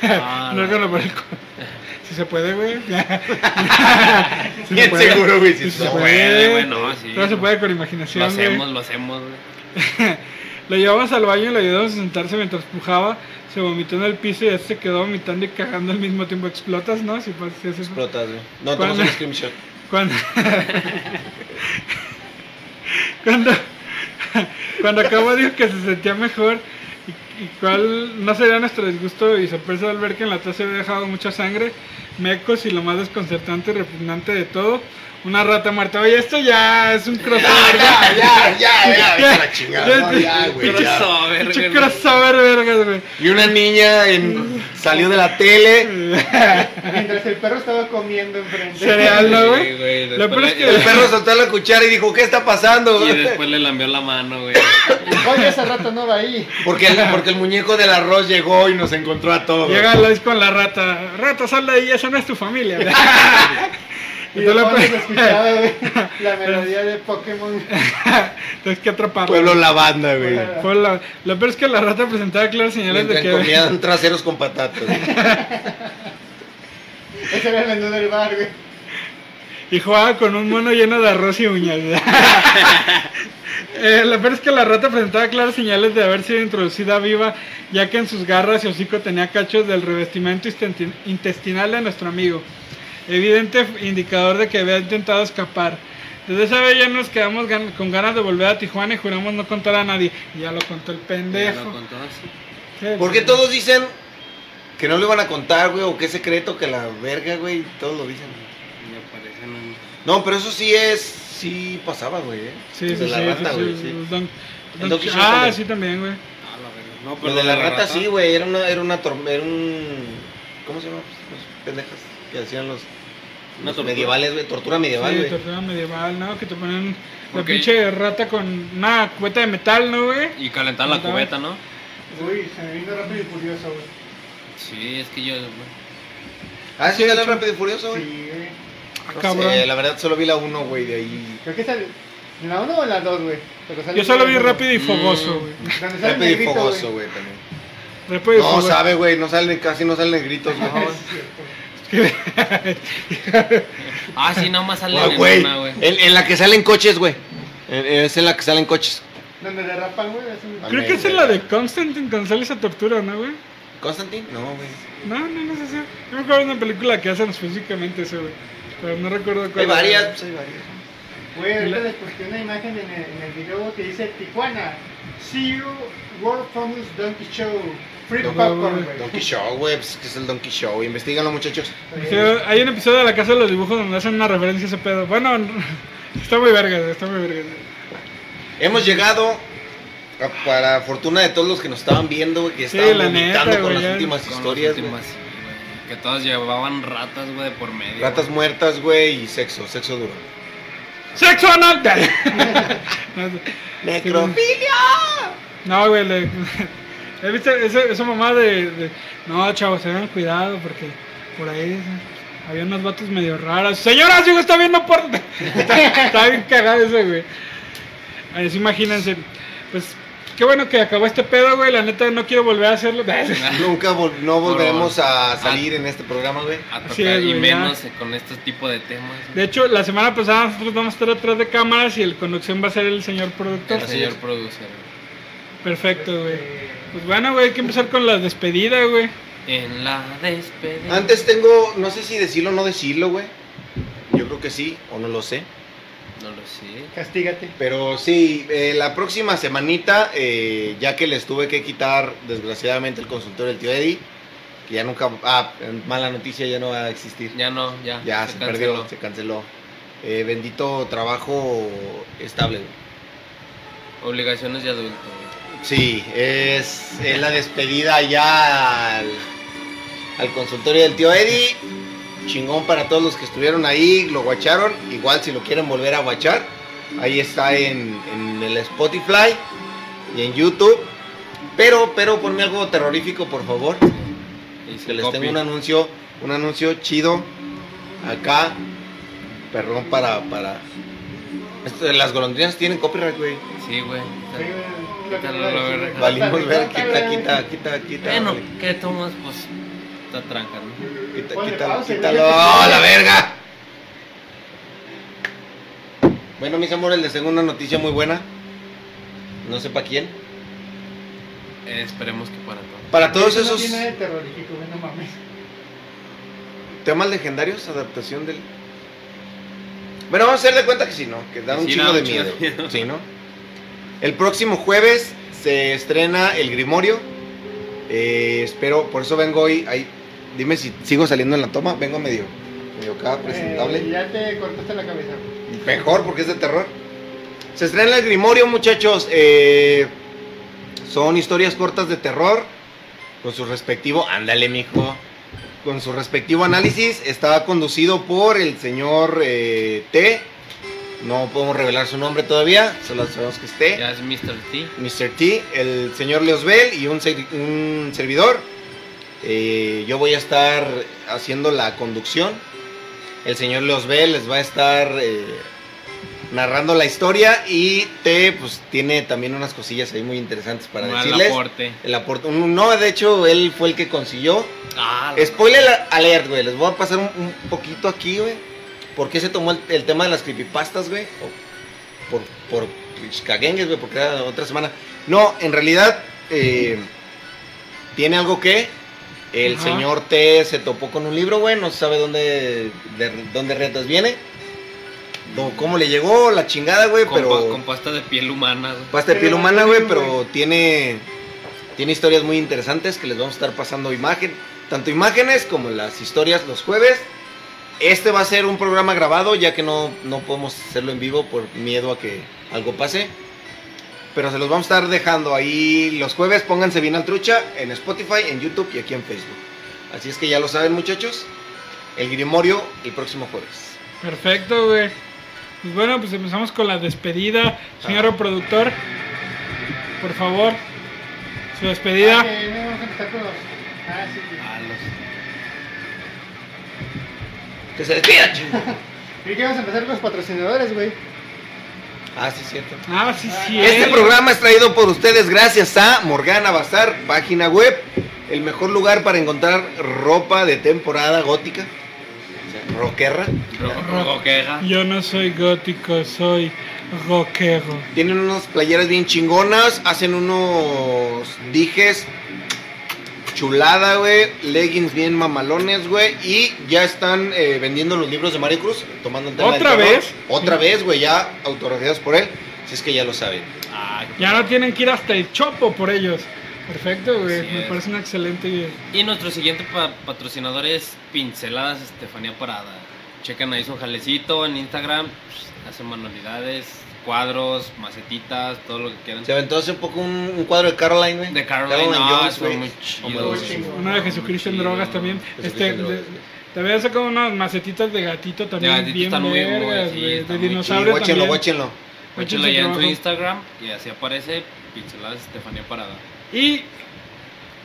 Ah,
un órgano
no.
por el culo. Si se puede, güey. Si
Bien seguro, güey, si
Si
se
se
puede,
puede,
güey, no, sí.
Todo se puede con
Lo
imaginación, güey.
hacemos, lo hacemos, güey.
Lo llevamos al baño y lo ayudamos a sentarse mientras pujaba. Se vomitó en el piso y este se quedó vomitando y cagando al mismo tiempo. Explotas, ¿no? Si pues, si haces-
Explotas, güey. No,
¿Cuál?
tomas un screenshot.
Cuando... cuando... cuando acabó dijo que se sentía mejor y, y cuál no sería nuestro disgusto y sorpresa al ver que en la taza había dejado mucha sangre, mecos y lo más desconcertante y repugnante de todo, una rata muerta. Oye, esto ya es un crossover.
Ah, Ya, ya, ya, ya, vete a la
Ya,
chingada. No, ya, güey, ya.
Crossover,
Pinche
güey.
crossover, vergas, güey.
Y una niña en- salió de la tele.
Mientras el perro estaba comiendo enfrente.
Cereal, ¿no,
Sí,
güey?
güey,
Lo peor es que-
le-
El perro soltó la cuchara y dijo, ¿qué está pasando?
Y después le lambió la mano, güey.
Oye, ese rato no va ahí.
Porque el, porque el muñeco del arroz llegó y nos encontró a todos.
Llega Lois con la rata. Rata, sal de ahí, esa no es tu familia.
Y
Y pues, tú la
luego
puedes-
se escuchaba, güey, la melodía de Pokémon.
Tienes que atraparla.
Pueblo lavanda, güey.
Pueblo- Lo peor es que la rata presentaba claras señales de
Mientras
que...
comían traseros con patatas.
Ese era el menú del bar, güey.
Y jugaba con un mono lleno de arroz y uñas. Eh, lo peor es que la rata presentaba claras señales de haber sido introducida viva, ya que en sus garras y hocico tenía cachos del revestimiento istenti- intestinal de nuestro amigo. Evidente indicador de que había intentado escapar. Desde esa vez ya nos quedamos gan- con ganas de volver a Tijuana y juramos no contar a nadie. Ya lo contó el
Ya
pendejo.
lo contó así.
Sí,
Porque
sí.
todos dicen que no le van a contar, güey, o que es secreto, que la verga, güey, todos lo dicen.
Me parece un-
No, pero eso sí es, sí pasaba, güey. ¿eh?
Sí,
Lo
sí,
de la
sí,
rata,
sí,
güey,
sí,
sí.
Don-
El
Don
Don
Qui-
Quijote.
ah, sí, también, güey.
Ah, la verga. No, pero
Lo de la rata sí, güey, era una, era una tormenta, era un, ¿cómo se llama? Pues, los pendejas que hacían los,
Una
los
tortura.
medievales, güey, tortura medieval,
sí,
güey.
tortura medieval, ¿no? Que te ponen
Ok.
la pinche rata con una cubeta de metal, ¿no, güey?
Y calentar la cubeta, ¿no?
Uy, se me vino rápido y furioso, güey.
Sí, es que yo.
ah, sí, era el rápido y furioso, güey.
Sí, güey.
Ah,
No
cabrón.
sé, la verdad solo vi la uno, güey, de ahí.
Creo que sale en la 1 o en la 2, güey. Pero sale
Yo solo vi
en la
rápido y
Mm.
fogoso, güey.
Donde sale el
Rápido y
negrito,
fogoso, güey, también.
Rápido y
No
fogoso.
sabe, güey, no salen, casi no salen gritos, no, güey.
Ah, sí, nada más sale
Ah,
en
güey,
una, güey.
En, en la que salen coches, güey. En- Es en la que salen coches.
Donde derrapan, güey. así.
Ah,
Creo que esa es la de Constantine cuando sale esa tortura, ¿no, güey?
Constantine? No, güey.
No, no, no sé si. Yo me acuerdo de una película que hacen específicamente eso, güey. Pero no recuerdo cuál.
Hay
era.
varias, pues hay varias.
Güey, ahorita les puse una imagen en el, en el video güey, que dice Tijuana. See you, World Famous Donkey Show. Free
No,
popcorn,
güey.
güey.
Donkey Show, güey, pues que es el Donkey Show. Investíganlo, muchachos.
Sí, hay un episodio de La Casa de los Dibujos donde hacen una referencia a ese pedo. Bueno, está muy verga, güey, está muy verga. güey.
Hemos llegado a- para fortuna de todos los que nos estaban viendo, güey, que
Sí,
estaban
la
vomitando
neta,
con
güey,
las
ya.
últimas
Con las
historias, güey.
últimas, sí, güey. Que todas llevaban ratas, güey, de por medio.
Ratas
güey.
muertas, güey, y sexo, sexo duro.
¡Sexo anal! No, No, güey, le... ¿He visto esa, esa mamá de, de- No, chavos, tengan cuidado porque por ahí se- había unos vatos medio raros. Señora, si usted está viendo por... está, está bien cagado ese, güey. Así imagínense. Pues qué bueno que acabó este pedo, güey. La neta, no quiero volver a hacerlo.
Nunca vol- no volveremos
Por- Ah.
a salir en este programa, güey.
A tocar,
Así es,
y
güey,
menos con este tipo de temas. güey.
De hecho, la semana pasada nosotros vamos a estar atrás de cámaras y el conducción va a ser el señor productor.
El señor producer. güey.
Perfecto, güey. Pues bueno, güey, hay que empezar con la despedida, güey.
En la despedida.
Antes tengo, no sé si decirlo o no decirlo, güey. Yo creo que sí, o no lo sé.
No lo sé.
Castígate.
Pero sí, eh, la próxima semanita, eh, ya que les tuve que quitar, desgraciadamente, el consultorio del tío Eddie, que ya nunca... Ah, mala noticia, ya no va a existir.
Ya no, ya.
Ya se, perdió,
canceló.
se canceló. Eh, bendito trabajo estable. güey.
Obligaciones de adulto. güey.
Sí, es, es la despedida ya al, al consultorio del tío Eddie. Chingón para todos los que estuvieron ahí, lo guacharon. Igual si lo quieren volver a guachar, ahí está en, en el Spotify y en YouTube. Pero, pero ponme algo terrorífico, por favor.
Y
Que
sin
les
copy.
tengo un anuncio, un anuncio chido acá. Perdón para, para. Esto de las golondrinas tienen copyright, güey.
Sí, güey.
Sí, güey, lo que
Quítalo,
iba a
la
decir,
verga.
güey.
Valimos ver, quita,
Córtale,
quita, quita, quita.
Bueno,
güey.
¿qué tomas? Pues está tranca, ¿no?
Quita,
Ponle
quítalo,
pausa,
quítalo.
güey.
¡Oh, la verga! Bueno, mis amores, les tengo una noticia muy buena. No sé para quién.
Eh, esperemos que para todos.
Para todos
Pues Eso no
esos
tiene nada de terrorífico, güey, no mames.
temas legendarios, adaptación del. Bueno, vamos a hacer de cuenta que sí, ¿no? Que da
Que
un
sí,
chingo
da un
de
chingo
miedo.
de miedo.
Sí, ¿no? El próximo jueves se estrena El Grimorio. Eh, espero, por eso vengo hoy. Ahí, dime si sigo saliendo en la toma. Vengo medio, medio acá, presentable.
Eh, ya te cortaste la cabeza. güey.
Mejor porque es de terror. Se estrena el Grimorio, muchachos. Eh, son historias cortas de terror. Con su respectivo. Ándale, mijo. Con su respectivo análisis. Está conducido por el señor eh, T. No podemos revelar su nombre todavía. Solo sabemos que es T.
Ya es Mr. T.
Mr. T, el señor Leosbel y un, ser- un servidor. Eh, yo voy a estar haciendo la conducción. El señor Leosbel les va a estar eh, narrando la historia y T pues tiene también unas cosillas ahí muy interesantes para
Mal
decirles.
aporte.
El aporte. un- No, de hecho, él fue el que consiguió.
Ah, la-
Spoiler alert, güey. Les voy a pasar un, un poquito aquí, güey. ¿Por qué se tomó el, el tema de las creepypastas, güey? O Por, por caguengues, güey, porque era otra semana. No, en realidad, eh, tiene algo que. El
Ajá.
señor T se topó con un libro, güey. No se sabe dónde, de, dónde retas viene. No, ¿Cómo le llegó la chingada, güey?
con,
Pero.
pa- con pasta de piel humana, güey.
Pasta de piel
Pero
humana,
no
güey,
tiene,
pero
güey.
tiene, tiene historias muy interesantes que les vamos a estar pasando imagen, tanto imágenes como las historias los jueves. Este va a ser un programa grabado, ya que no, no podemos hacerlo en vivo por miedo a que algo pase. Pero se los vamos a estar dejando ahí los jueves. Pónganse bien al trucha en Spotify, en YouTube y aquí en Facebook. Así es que ya lo saben, muchachos. El Grimorio el próximo jueves.
Perfecto, güey. Pues bueno, pues empezamos con la despedida. Señor productor, por favor, su
Ah,
despedida.
que no vamos a empezar con los- Ah, sí, sí.
Ah, los-
Que se despida, chingo.
Creí que íbamos a empezar con los patrocinadores, güey.
Ah, sí, cierto.
Ah, sí, sí.
Este
eh.
programa es traído por ustedes gracias a Morgana Bazar, página web, el mejor lugar para encontrar ropa de temporada gótica, roquerra.
ro- ro- roqueja.
Yo no soy gótico, soy rockero.
Tienen unas playeras bien chingonas, hacen unos dijes chulada, güey, leggings bien mamalones, güey, y ya están eh, vendiendo los libros de Mario Cruz, tomando el tema del
¿Otra
terror.
vez?
Otra vez, güey, ya autografiados por él, si es que ya lo saben.
Ah,
Ya no tienen que ir hasta el chopo por ellos. Perfecto, güey.
Así
Me
es.
parece una excelente idea.
Y nuestro siguiente pa- patrocinador es Pinceladas Estefanía Parada. Chequen ahí su jalecito en Instagram. Pues, Hacen manualidades, cuadros, macetitas, todo lo que quieran.
Se aventó hace un poco un, un cuadro de Caroline, güey.
De Caroline, no, estuvo
güey.
muy chido.
Muy
güey.
chido.
Uno de Jesucristo en
Chido.
drogas también.
Jesucristo
Este,
en drogas.
de- también sacado unas macetitas de gatito también.
gatitos
bien
están muy
vergas,
buenas, sí,
güey. De
están muy
Sí,
dinosaurio
guáchenlo,
también.
guáchenlo.
Échenlo
su
ya en su
trabajo.
Instagram y así aparece Pinceladas Estefanía Parada.
Y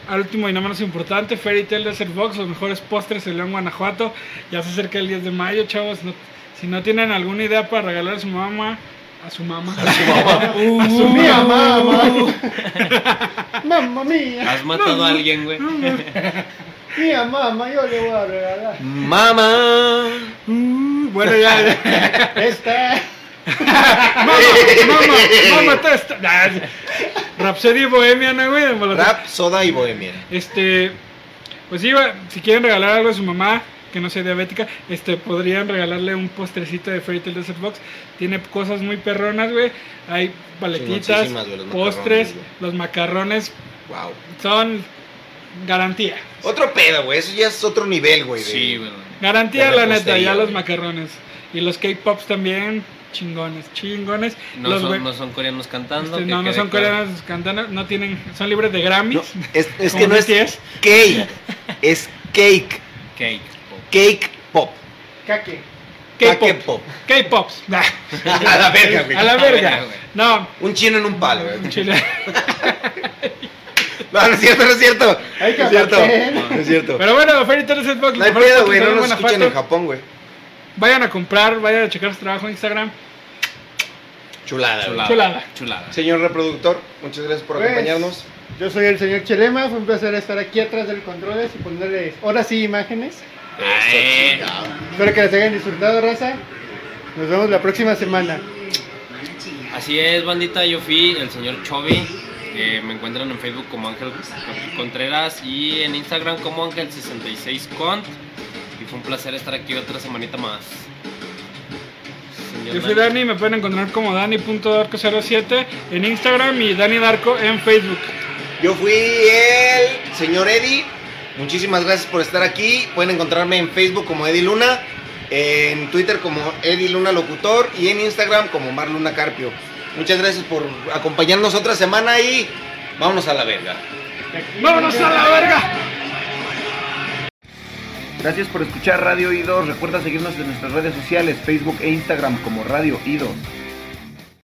al último y no menos importante, Fairy Tail Desert Box, los mejores postres en León, Guanajuato. Ya se acerca el 10 de mayo, chavos. No- si no tienen alguna idea para regalar a su mamá, a su mamá, a su mamá,
Uh.
a su
Mi mamá,
mamá.
Mamma mía,
¿Has matado a alguien, güey?
mi mamá, yo le voy a regalar.
Mamá.
Uh, bueno, ya, ya.
Esta.
mamá, mamá, mamá, todo esto. Ah, sí. Rhapsody Bohemiana, güey, de Molotov.
Rap, soda y bohemia.
Este, pues sí, va- si quieren regalar algo a su mamá, que no sea diabética, este, podrían regalarle un postrecito de Fairy Tail Desert Box. Tiene cosas muy perronas, güey. Hay paletitas,
Chingoncísimas, güey, los
postres,
macarrones,
los macarrones
Wow.
son garantía.
Otro pedo, güey. Eso ya es otro nivel, güey. de-
Sí, güey.
Garantía
De
la neta,
repostería,
ya los
pues güey.
macarrones. Y los K-Pops también, chingones, chingones.
No,
los
son,
güey-
no son coreanos cantando.
este,
que
no, no
quede
son
claro.
coreanos, cantan, no tienen, son libres de Grammys.
No, es, es
como
que no es
BTS.
cake. Es cake.
Cake. pop.
Cake pop.
Kake.
Cake
K-Pop.
pop.
K-Pops. A
A la verga, güey.
la verga.
güey.
No,
Un chino en un palo, güey.
chile.
No, no es cierto, no es cierto.
Ay,
No es cierto.
cabrón.
No es cierto.
Pero bueno, Fairy Tail Set Box.
No hay
los mejores
pedo, güey. No
patrocinadores
nos
de
escuchan en
Guanajuato.
Japón, güey.
Vayan a comprar, vayan a checar su trabajo en Instagram.
Chulada, güey.
Chulada.
Chulada.
Chulada.
Señor reproductor, muchas gracias por
Pues,
acompañarnos.
Yo soy el señor Chelema, fue un placer estar aquí atrás del controles y ponerles ahora sí imágenes.
Ay,
Espero que las hayan disfrutado, raza. Nos vemos la próxima semana.
Así es, bandita, yo fui el señor Chovy. eh, me encuentran en Facebook como Ángel Contreras y en Instagram como Ángel66Cont. Y fue un placer estar aquí otra semanita más. Señor
Yo soy
Dani.
Dani, me pueden encontrar como Dani.darko07 en Instagram y Dani Darko en Facebook.
Yo fui el señor Eddie. Muchísimas gracias por estar aquí. Pueden encontrarme en Facebook como Eddie Luna, en Twitter como Eddie Luna Locutor y en Instagram como Mar Luna Carpio. Muchas gracias por acompañarnos otra semana y vámonos a la verga.
¡Vámonos a la verga!
Gracias por escuchar Radio Ido. Recuerda seguirnos en nuestras redes sociales, Facebook e Instagram como Radio Ido.